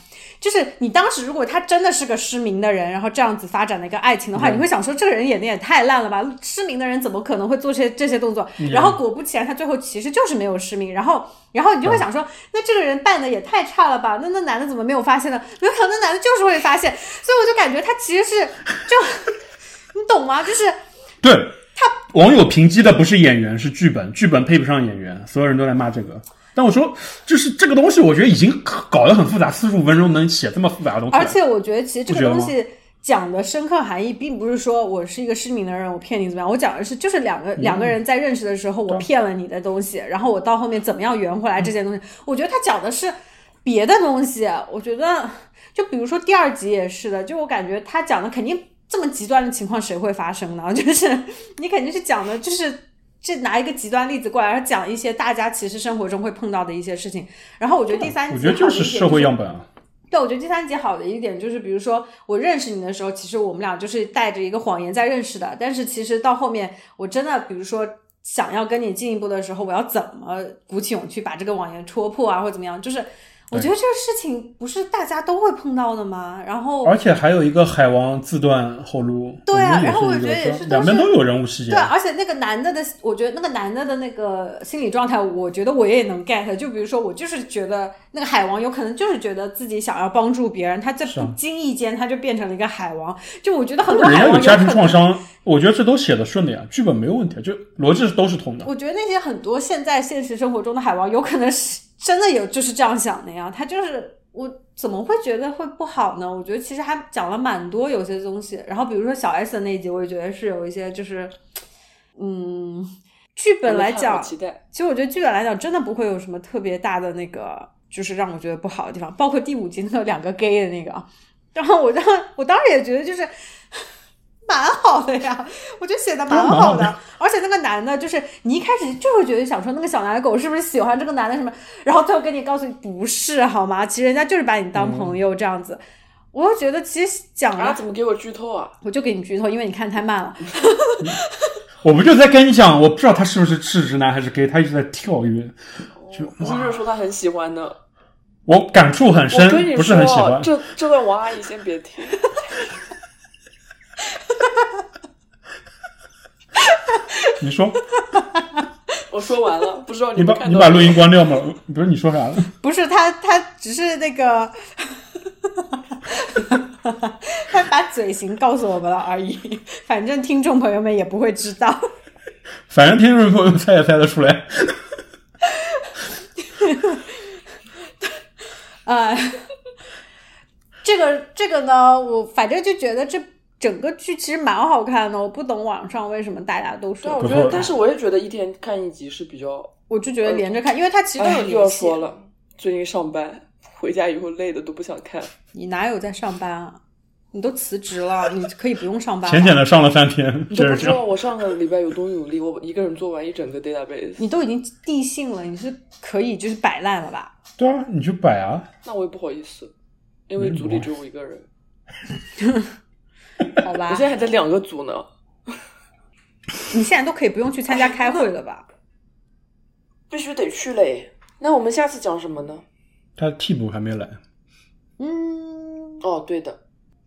[SPEAKER 1] 就是你当时如果她真的是个失明的人，然后这样子发展的一个爱情的话，
[SPEAKER 2] 嗯
[SPEAKER 1] 你会想说这个人演的也太烂了吧，失明的人怎么可能会做这些这些动作？然后果不其然，他最后其实就是没有失明，然后然后你就会想
[SPEAKER 2] 嗯
[SPEAKER 1] 说，那这个人扮的也太差了吧，那那男的怎么没有发现呢？有可能那男的就是会发现，所以我就感觉他其实是就。 你懂吗？就是
[SPEAKER 2] 对，网友评击的不是演员，是剧本，剧本配不上演员，所有人都在骂这个。但我说，就是这个东西，我觉得已经搞得很复杂，四十五分钟能写这么复杂的东西来，
[SPEAKER 1] 而且我觉得其实这
[SPEAKER 2] 不
[SPEAKER 1] 个
[SPEAKER 2] 觉
[SPEAKER 1] 东
[SPEAKER 2] 得吗
[SPEAKER 1] 西讲的深刻含义，并不是说我是一个失明的人，我骗你怎么样？我讲的是就是两
[SPEAKER 2] 嗯
[SPEAKER 1] 个、两个人在认识的时候，我骗了你的东西，然后我到后面怎么样圆回来这些东
[SPEAKER 2] 嗯
[SPEAKER 1] 西。我觉得他讲的是别的东西。我觉得就比如说第二集也是的，就我感觉他讲的肯定这么极端的情况谁会发生呢？ 就是你肯定是讲的就是。这拿一个极端例子过来，然后讲一些大家其实生活中会碰到的一些事情。然后我觉得第三集
[SPEAKER 2] 啊我觉得就是社会
[SPEAKER 1] 要。
[SPEAKER 2] 样本啊。
[SPEAKER 1] 对，我觉得第三集好的一点就是，比如说我认识你的时候，其实我们俩就是带着一个谎言在认识的，但是其实到后面我真的，比如说想要跟你进一步的时候，我要怎么鼓起勇气把这个谎言戳破啊，或者怎么样？就是我觉得这个事情不是大家都会碰到的吗？然
[SPEAKER 3] 哦
[SPEAKER 1] 后
[SPEAKER 2] 而且还有一个海王自断后路，
[SPEAKER 1] 对啊
[SPEAKER 2] 我们
[SPEAKER 1] 然后我
[SPEAKER 2] 也
[SPEAKER 1] 觉得也
[SPEAKER 2] 是一个
[SPEAKER 1] 是都
[SPEAKER 2] 两边
[SPEAKER 1] 是
[SPEAKER 2] 都有人物啊细节
[SPEAKER 1] 对，，而且那个男的的，我觉得那个男的的那个心理状态，我觉得我也能 get。就比如说，我就是觉得那个海王有可能就是觉得自己想要帮助别人，他在
[SPEAKER 2] 是啊
[SPEAKER 1] 不经意间他就变成了一个海王。就我觉得很
[SPEAKER 3] 啊
[SPEAKER 1] 多
[SPEAKER 2] 人
[SPEAKER 1] 海
[SPEAKER 2] 家
[SPEAKER 1] 王
[SPEAKER 2] 有家庭
[SPEAKER 1] 可能
[SPEAKER 2] 创伤，我觉得这都写的顺的呀，剧本没有问题，就逻辑都是通的。
[SPEAKER 1] 我觉得那些很多现在现实生活中的海王，有可能是真的有就是这样想的呀。他就是我怎么会觉得会不好呢？我觉得其实还讲了蛮多有些东西。然后比如说小 S 的那一集，我也觉得是有一些就是，嗯，剧本来
[SPEAKER 3] 我
[SPEAKER 1] 讲，
[SPEAKER 3] 期待
[SPEAKER 1] 其实我觉得剧本来讲真的不会有什么特别大的那个，就是让我觉得不好的地方，包括第五集那个两个 gay 的那个，啊然后我当我当时也觉得就是 蛮好的呀，我觉得写的蛮好的，而且那个男的，就是你一开始就会觉得想说那个小奶狗是不是喜欢这个男的什么，然后最后跟你告诉你不是好吗？其实人家就是把你当朋友这样子，我就觉得其实讲了，
[SPEAKER 3] 啊！怎么给我剧透啊？
[SPEAKER 1] 我就给你剧透，因为你看太慢了。
[SPEAKER 2] 我不就在跟你讲，我不知道他是不是是直男还是 gay，他一直在跳跃，就
[SPEAKER 3] 不
[SPEAKER 2] 哇
[SPEAKER 3] 是说他很喜欢的，
[SPEAKER 2] 我感触很
[SPEAKER 3] 我跟
[SPEAKER 2] 深，
[SPEAKER 3] 你
[SPEAKER 2] 不是
[SPEAKER 3] 说
[SPEAKER 2] 很喜欢，。
[SPEAKER 3] 这这段王阿姨先别听，
[SPEAKER 2] 你 说，
[SPEAKER 3] 我说完了，不知道
[SPEAKER 2] 你
[SPEAKER 3] 们
[SPEAKER 2] 把
[SPEAKER 3] 看
[SPEAKER 2] 你
[SPEAKER 3] 到
[SPEAKER 2] 把
[SPEAKER 3] 没
[SPEAKER 2] 录音关掉吗？不是你说啥了？
[SPEAKER 1] 不是他，他只是那个， 他把嘴型告诉我们了而已。反正听众朋友们也不会知道。
[SPEAKER 2] 反正听众朋友猜也猜得出来，
[SPEAKER 1] 呃，这个这个呢，我反正就觉得这整个剧其实蛮好看的。我不懂网上为什么大家都
[SPEAKER 3] 对啊，
[SPEAKER 1] 说
[SPEAKER 3] 我，觉
[SPEAKER 2] 不
[SPEAKER 3] 得
[SPEAKER 2] 错，
[SPEAKER 3] 但是我也觉得一天看一集是比较。
[SPEAKER 1] 我就觉得连着看，因为它其实都
[SPEAKER 3] 哎，
[SPEAKER 1] 有
[SPEAKER 3] 又要
[SPEAKER 1] 联系
[SPEAKER 3] 说。了，最近上班回家以后累的都不 想看。
[SPEAKER 1] 你哪有在上班啊？你都辞职了，你可以不用上班
[SPEAKER 2] 浅浅
[SPEAKER 1] 了。
[SPEAKER 2] 的上了三天，
[SPEAKER 3] 你都
[SPEAKER 2] 确
[SPEAKER 3] 不
[SPEAKER 2] 实
[SPEAKER 3] 知
[SPEAKER 2] 这
[SPEAKER 3] 道
[SPEAKER 2] 样。
[SPEAKER 3] 我上个礼拜有多努力，我一个人做完一整个 database。
[SPEAKER 1] 你都已经定性了，你是可以就是摆烂了吧？
[SPEAKER 2] 对啊，你去摆啊，
[SPEAKER 3] 那我也不好意思，因为组里只有我一个人，
[SPEAKER 1] 好
[SPEAKER 3] 我
[SPEAKER 1] 吧，
[SPEAKER 3] 现在还在两个组呢。
[SPEAKER 1] 你现在都可以不用去参 加开会了吧？
[SPEAKER 3] 必须得去嘞。那我们下次讲什么呢？
[SPEAKER 2] 他替补还没来，
[SPEAKER 1] 嗯，
[SPEAKER 3] 哦，对的，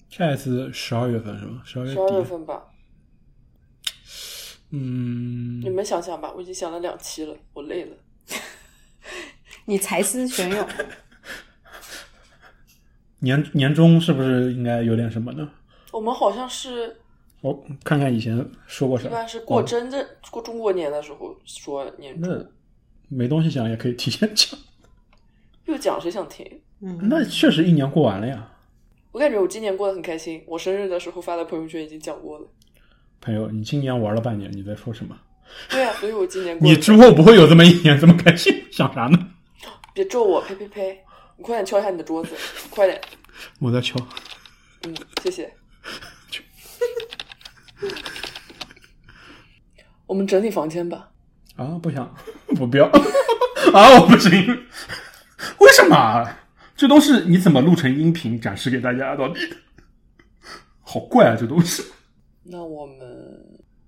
[SPEAKER 6] 下一次十二月份是吗？十二月
[SPEAKER 3] 十二月
[SPEAKER 6] 底。
[SPEAKER 3] 份吧，
[SPEAKER 6] 嗯
[SPEAKER 3] 你，们想想吧，我已经想了两期了，我累了。
[SPEAKER 1] 你才思泉涌，
[SPEAKER 2] 年年终是不是应该有点什么呢？
[SPEAKER 3] 我们好像是
[SPEAKER 2] 我看看以前说过啥。
[SPEAKER 3] 一般是
[SPEAKER 6] 嗯
[SPEAKER 3] 过
[SPEAKER 2] 哦
[SPEAKER 3] 真正过中国年的时候说年终，
[SPEAKER 2] 那没东西讲也可以提前讲。
[SPEAKER 3] 又讲谁想听？
[SPEAKER 1] 嗯，
[SPEAKER 2] 那确实一年过完了呀，
[SPEAKER 3] 我感觉我今年过得很开心，我生日的时候发的朋友圈已经讲过了。
[SPEAKER 2] 朋友，你今年玩了半年，你在说什么？
[SPEAKER 3] 对啊，所以我今年 过
[SPEAKER 2] 你
[SPEAKER 3] 得
[SPEAKER 2] 之后不会有这么一年这么开心？想啥呢？
[SPEAKER 3] 别咒我，呸呸呸！你快点敲一下你的桌子，快点，
[SPEAKER 2] 我在敲。
[SPEAKER 3] 嗯，谢谢。 我们整理房间吧，
[SPEAKER 2] 啊，不想， 我不要啊，我不行， 为什么啊？这都是你怎么录成音频展示给大家的？ 到底好怪啊，这东西。
[SPEAKER 3] 那我们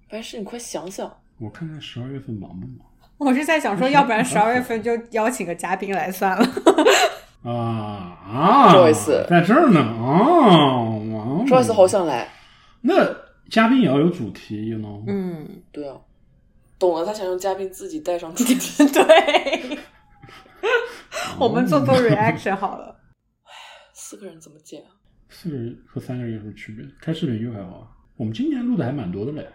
[SPEAKER 3] 白石，你快想想，
[SPEAKER 2] 我看看十二月份忙不忙
[SPEAKER 1] 我是在想说，要不然十二月份就邀请个嘉宾来算了。
[SPEAKER 2] 啊啊
[SPEAKER 3] Joyce
[SPEAKER 2] 在这儿呢
[SPEAKER 6] 嗯
[SPEAKER 2] 啊
[SPEAKER 3] 赵 s 好想来。
[SPEAKER 2] 那嘉宾也要有主题，you know，
[SPEAKER 1] 嗯，
[SPEAKER 3] 对啊，懂了，他想让嘉宾自己带上主题。
[SPEAKER 1] 对，我
[SPEAKER 2] 哦
[SPEAKER 1] 们做
[SPEAKER 2] 嗯
[SPEAKER 1] 做 reaction 好了。
[SPEAKER 3] 四个人怎么剪啊？
[SPEAKER 2] 四个人和三个人有什么区别？开视频又还好啊。我们今年录的还蛮多的嘞。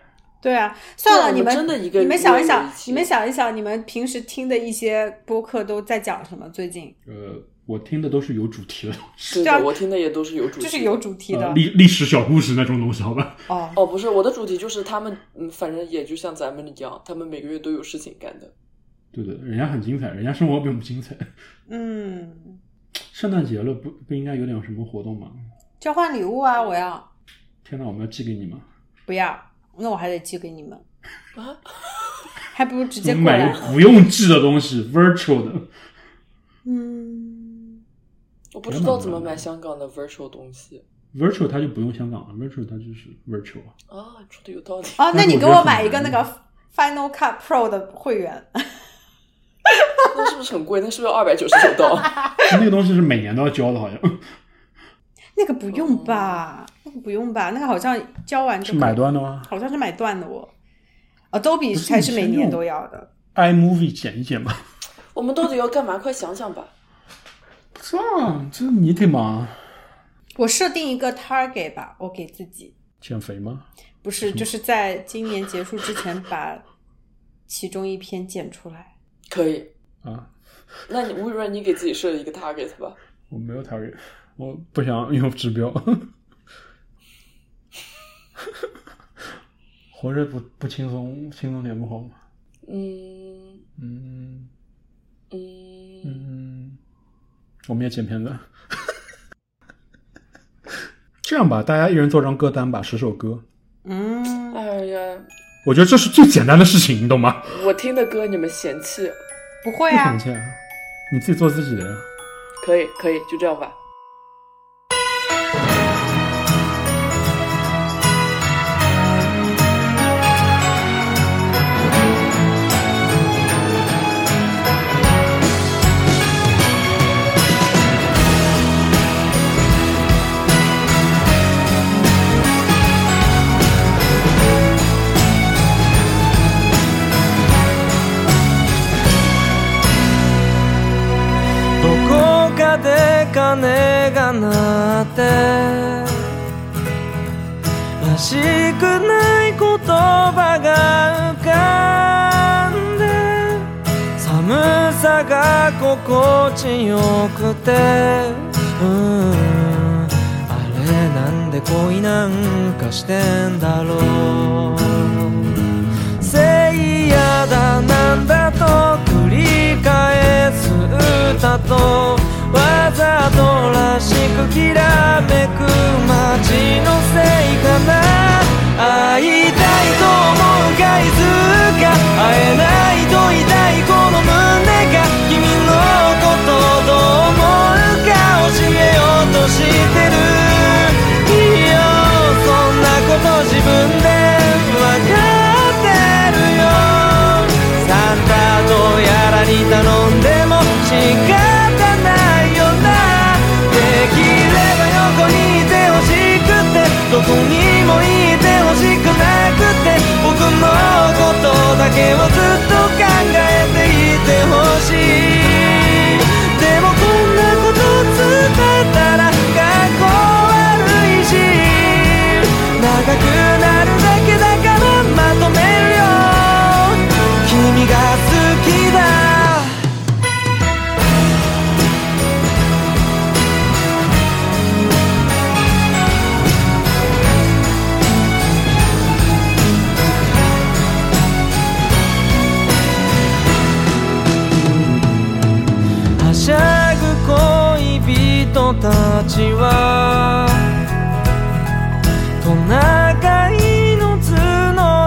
[SPEAKER 1] 对啊，算
[SPEAKER 3] 对
[SPEAKER 1] 了，
[SPEAKER 3] 啊
[SPEAKER 1] 你
[SPEAKER 3] 我们真的一个
[SPEAKER 1] 你们想一
[SPEAKER 3] 一
[SPEAKER 1] 想
[SPEAKER 3] 个一，起
[SPEAKER 1] 你们想一想，你们平时听的一些播客都在讲什么？最近
[SPEAKER 2] 呃，我听的都是有主题的，
[SPEAKER 3] 是
[SPEAKER 1] 对啊
[SPEAKER 3] 的，我听的也都是有主题，
[SPEAKER 1] 就是有主题的
[SPEAKER 2] 呃、历历史小故事那种东西，好吧？
[SPEAKER 1] 哦。
[SPEAKER 3] 哦，不是我的主题就是他们，嗯，反正也就像咱们一样，他们每个月都有事情干的。
[SPEAKER 2] 对对，人家很精彩，人家生活比我们精彩。
[SPEAKER 1] 嗯，
[SPEAKER 2] 圣诞节了，不不应该有点什么活动吗？
[SPEAKER 1] 交换礼物啊，我要
[SPEAKER 2] 天哪，我们要寄给你吗？
[SPEAKER 1] 不要？那我还得寄给你们
[SPEAKER 3] 啊，
[SPEAKER 1] 还不如直
[SPEAKER 2] 你
[SPEAKER 1] 接过
[SPEAKER 2] 买
[SPEAKER 1] 来
[SPEAKER 2] 个。不用寄的东西，virtual 的。
[SPEAKER 1] 嗯，
[SPEAKER 3] 我不知道怎么买香港的 virtual 东西
[SPEAKER 2] virtual 它就不用香港了，virtual 它就是 virtual 啊。
[SPEAKER 3] 啊，说的有道理。
[SPEAKER 1] 哦，那
[SPEAKER 2] 但是
[SPEAKER 1] 你
[SPEAKER 2] 我
[SPEAKER 1] 给
[SPEAKER 2] 觉得
[SPEAKER 1] 我
[SPEAKER 2] 很
[SPEAKER 1] 买一个
[SPEAKER 2] 难
[SPEAKER 1] 那个 Final Cut Pro 的会员。
[SPEAKER 3] 那是不是很贵？那是不是二百九十九刀？
[SPEAKER 2] 那个东西是每年都要交的，好 像
[SPEAKER 1] 那个不用吧？那个不用吧？那个好像交完就是可以
[SPEAKER 2] 哦买，断的吗
[SPEAKER 1] 好像是买断的我。Adobe 哦
[SPEAKER 2] 不是
[SPEAKER 1] 才是
[SPEAKER 2] 你
[SPEAKER 1] 每
[SPEAKER 2] 先
[SPEAKER 1] 年
[SPEAKER 2] 用
[SPEAKER 1] 都要的。
[SPEAKER 2] ？iMovie 剪一剪吧。
[SPEAKER 3] 我们到底要干嘛？快想想吧。
[SPEAKER 2] 不知道，这你得忙。
[SPEAKER 1] 我设定一个 target 吧，我给自己
[SPEAKER 2] 减肥吗？
[SPEAKER 1] 不是就是在今年结束之前把其中一篇剪出来。
[SPEAKER 3] 可以，
[SPEAKER 2] 啊，
[SPEAKER 3] 那你吴雨润，你给自己设一个 target 吧。
[SPEAKER 2] 我没有 target，我不想用指 标。活着不不轻松，轻松点不好吗？
[SPEAKER 3] 嗯
[SPEAKER 2] 嗯
[SPEAKER 3] 嗯，
[SPEAKER 2] 嗯，我们也剪片子。 这样吧，大家一人做张歌单吧，十首歌。
[SPEAKER 1] 嗯，
[SPEAKER 3] 哎呀，
[SPEAKER 2] 我觉得这是最简单的事情，你懂吗？
[SPEAKER 3] 我听的歌你们嫌弃，
[SPEAKER 1] 不会
[SPEAKER 2] 不
[SPEAKER 1] 啊
[SPEAKER 2] 嫌，弃啊，你自己做自己的呀。
[SPEAKER 3] 可以可以，就这样吧。
[SPEAKER 7] どこかで鐘が鳴ってらしくない言葉が浮かんで寒さが心地よくてうんあれなんで恋なんかしてんだろうせいやだなんだと繰り返す歌とわざとらしくきらめく街のせいかな会いたいと思うがいつか会えないと痛いこの胸が君のことどう思うか教えようとしてるいいよそんなこと自分で分かってるよサンタどうやらに頼んでも仕方ないよなできれば横にけをずっと考えていてほしいでもこんなこと伝えたら学校悪いし長くなるだけだからまとめるよ君が好きだはしゃぐ恋人たちはトナカイの角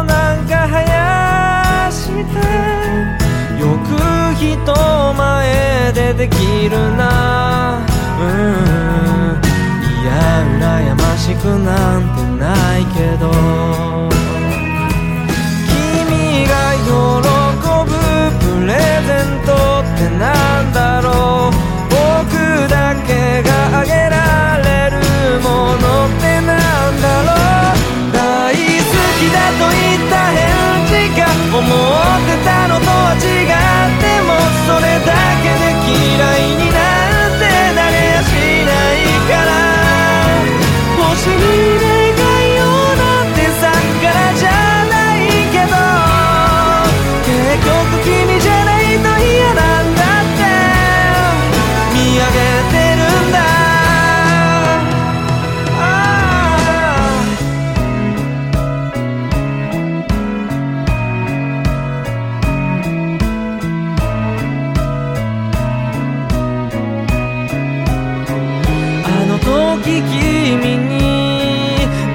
[SPEAKER 7] なんか生やしてよく人前でできるなうんいや羨ましくなんてないけど君が喜ぶプレゼントってなんだろう僕だけがあげられるものってなんだろう大好きだと言った返事が思ってたのとは違ってもそれだけで嫌いになんてなれやしないから星に願いをなんてさからじゃないけど結局君じゃないと嫌なんだって見上げてるんだあああの時君に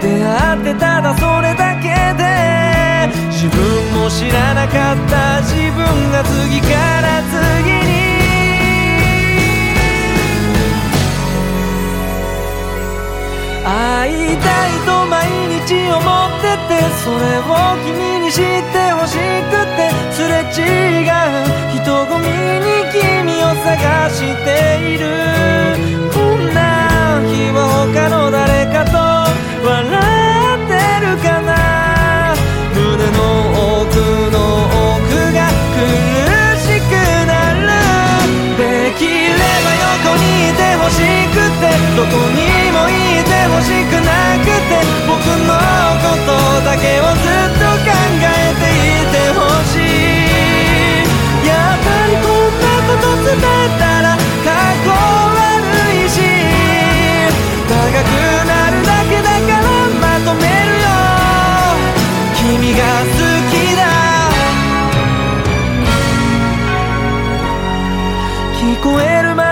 [SPEAKER 7] 出会ってただそれだけで自分も知らなかった自分が次から次に会いたいと毎日思っててそれを君に知ってほしくてすれ違う人混みに君を探しているこんな日は他の誰かと笑ってるかな胸の奥の奥が苦しくなるできれば横にいてほしくてどこにもいてほしくなくて僕のことだけをずっと考えていてほしいやっぱりこんなこと伝えたら過去悪いし長くなるだけだからまとめるよ君が好きだ聞こえるま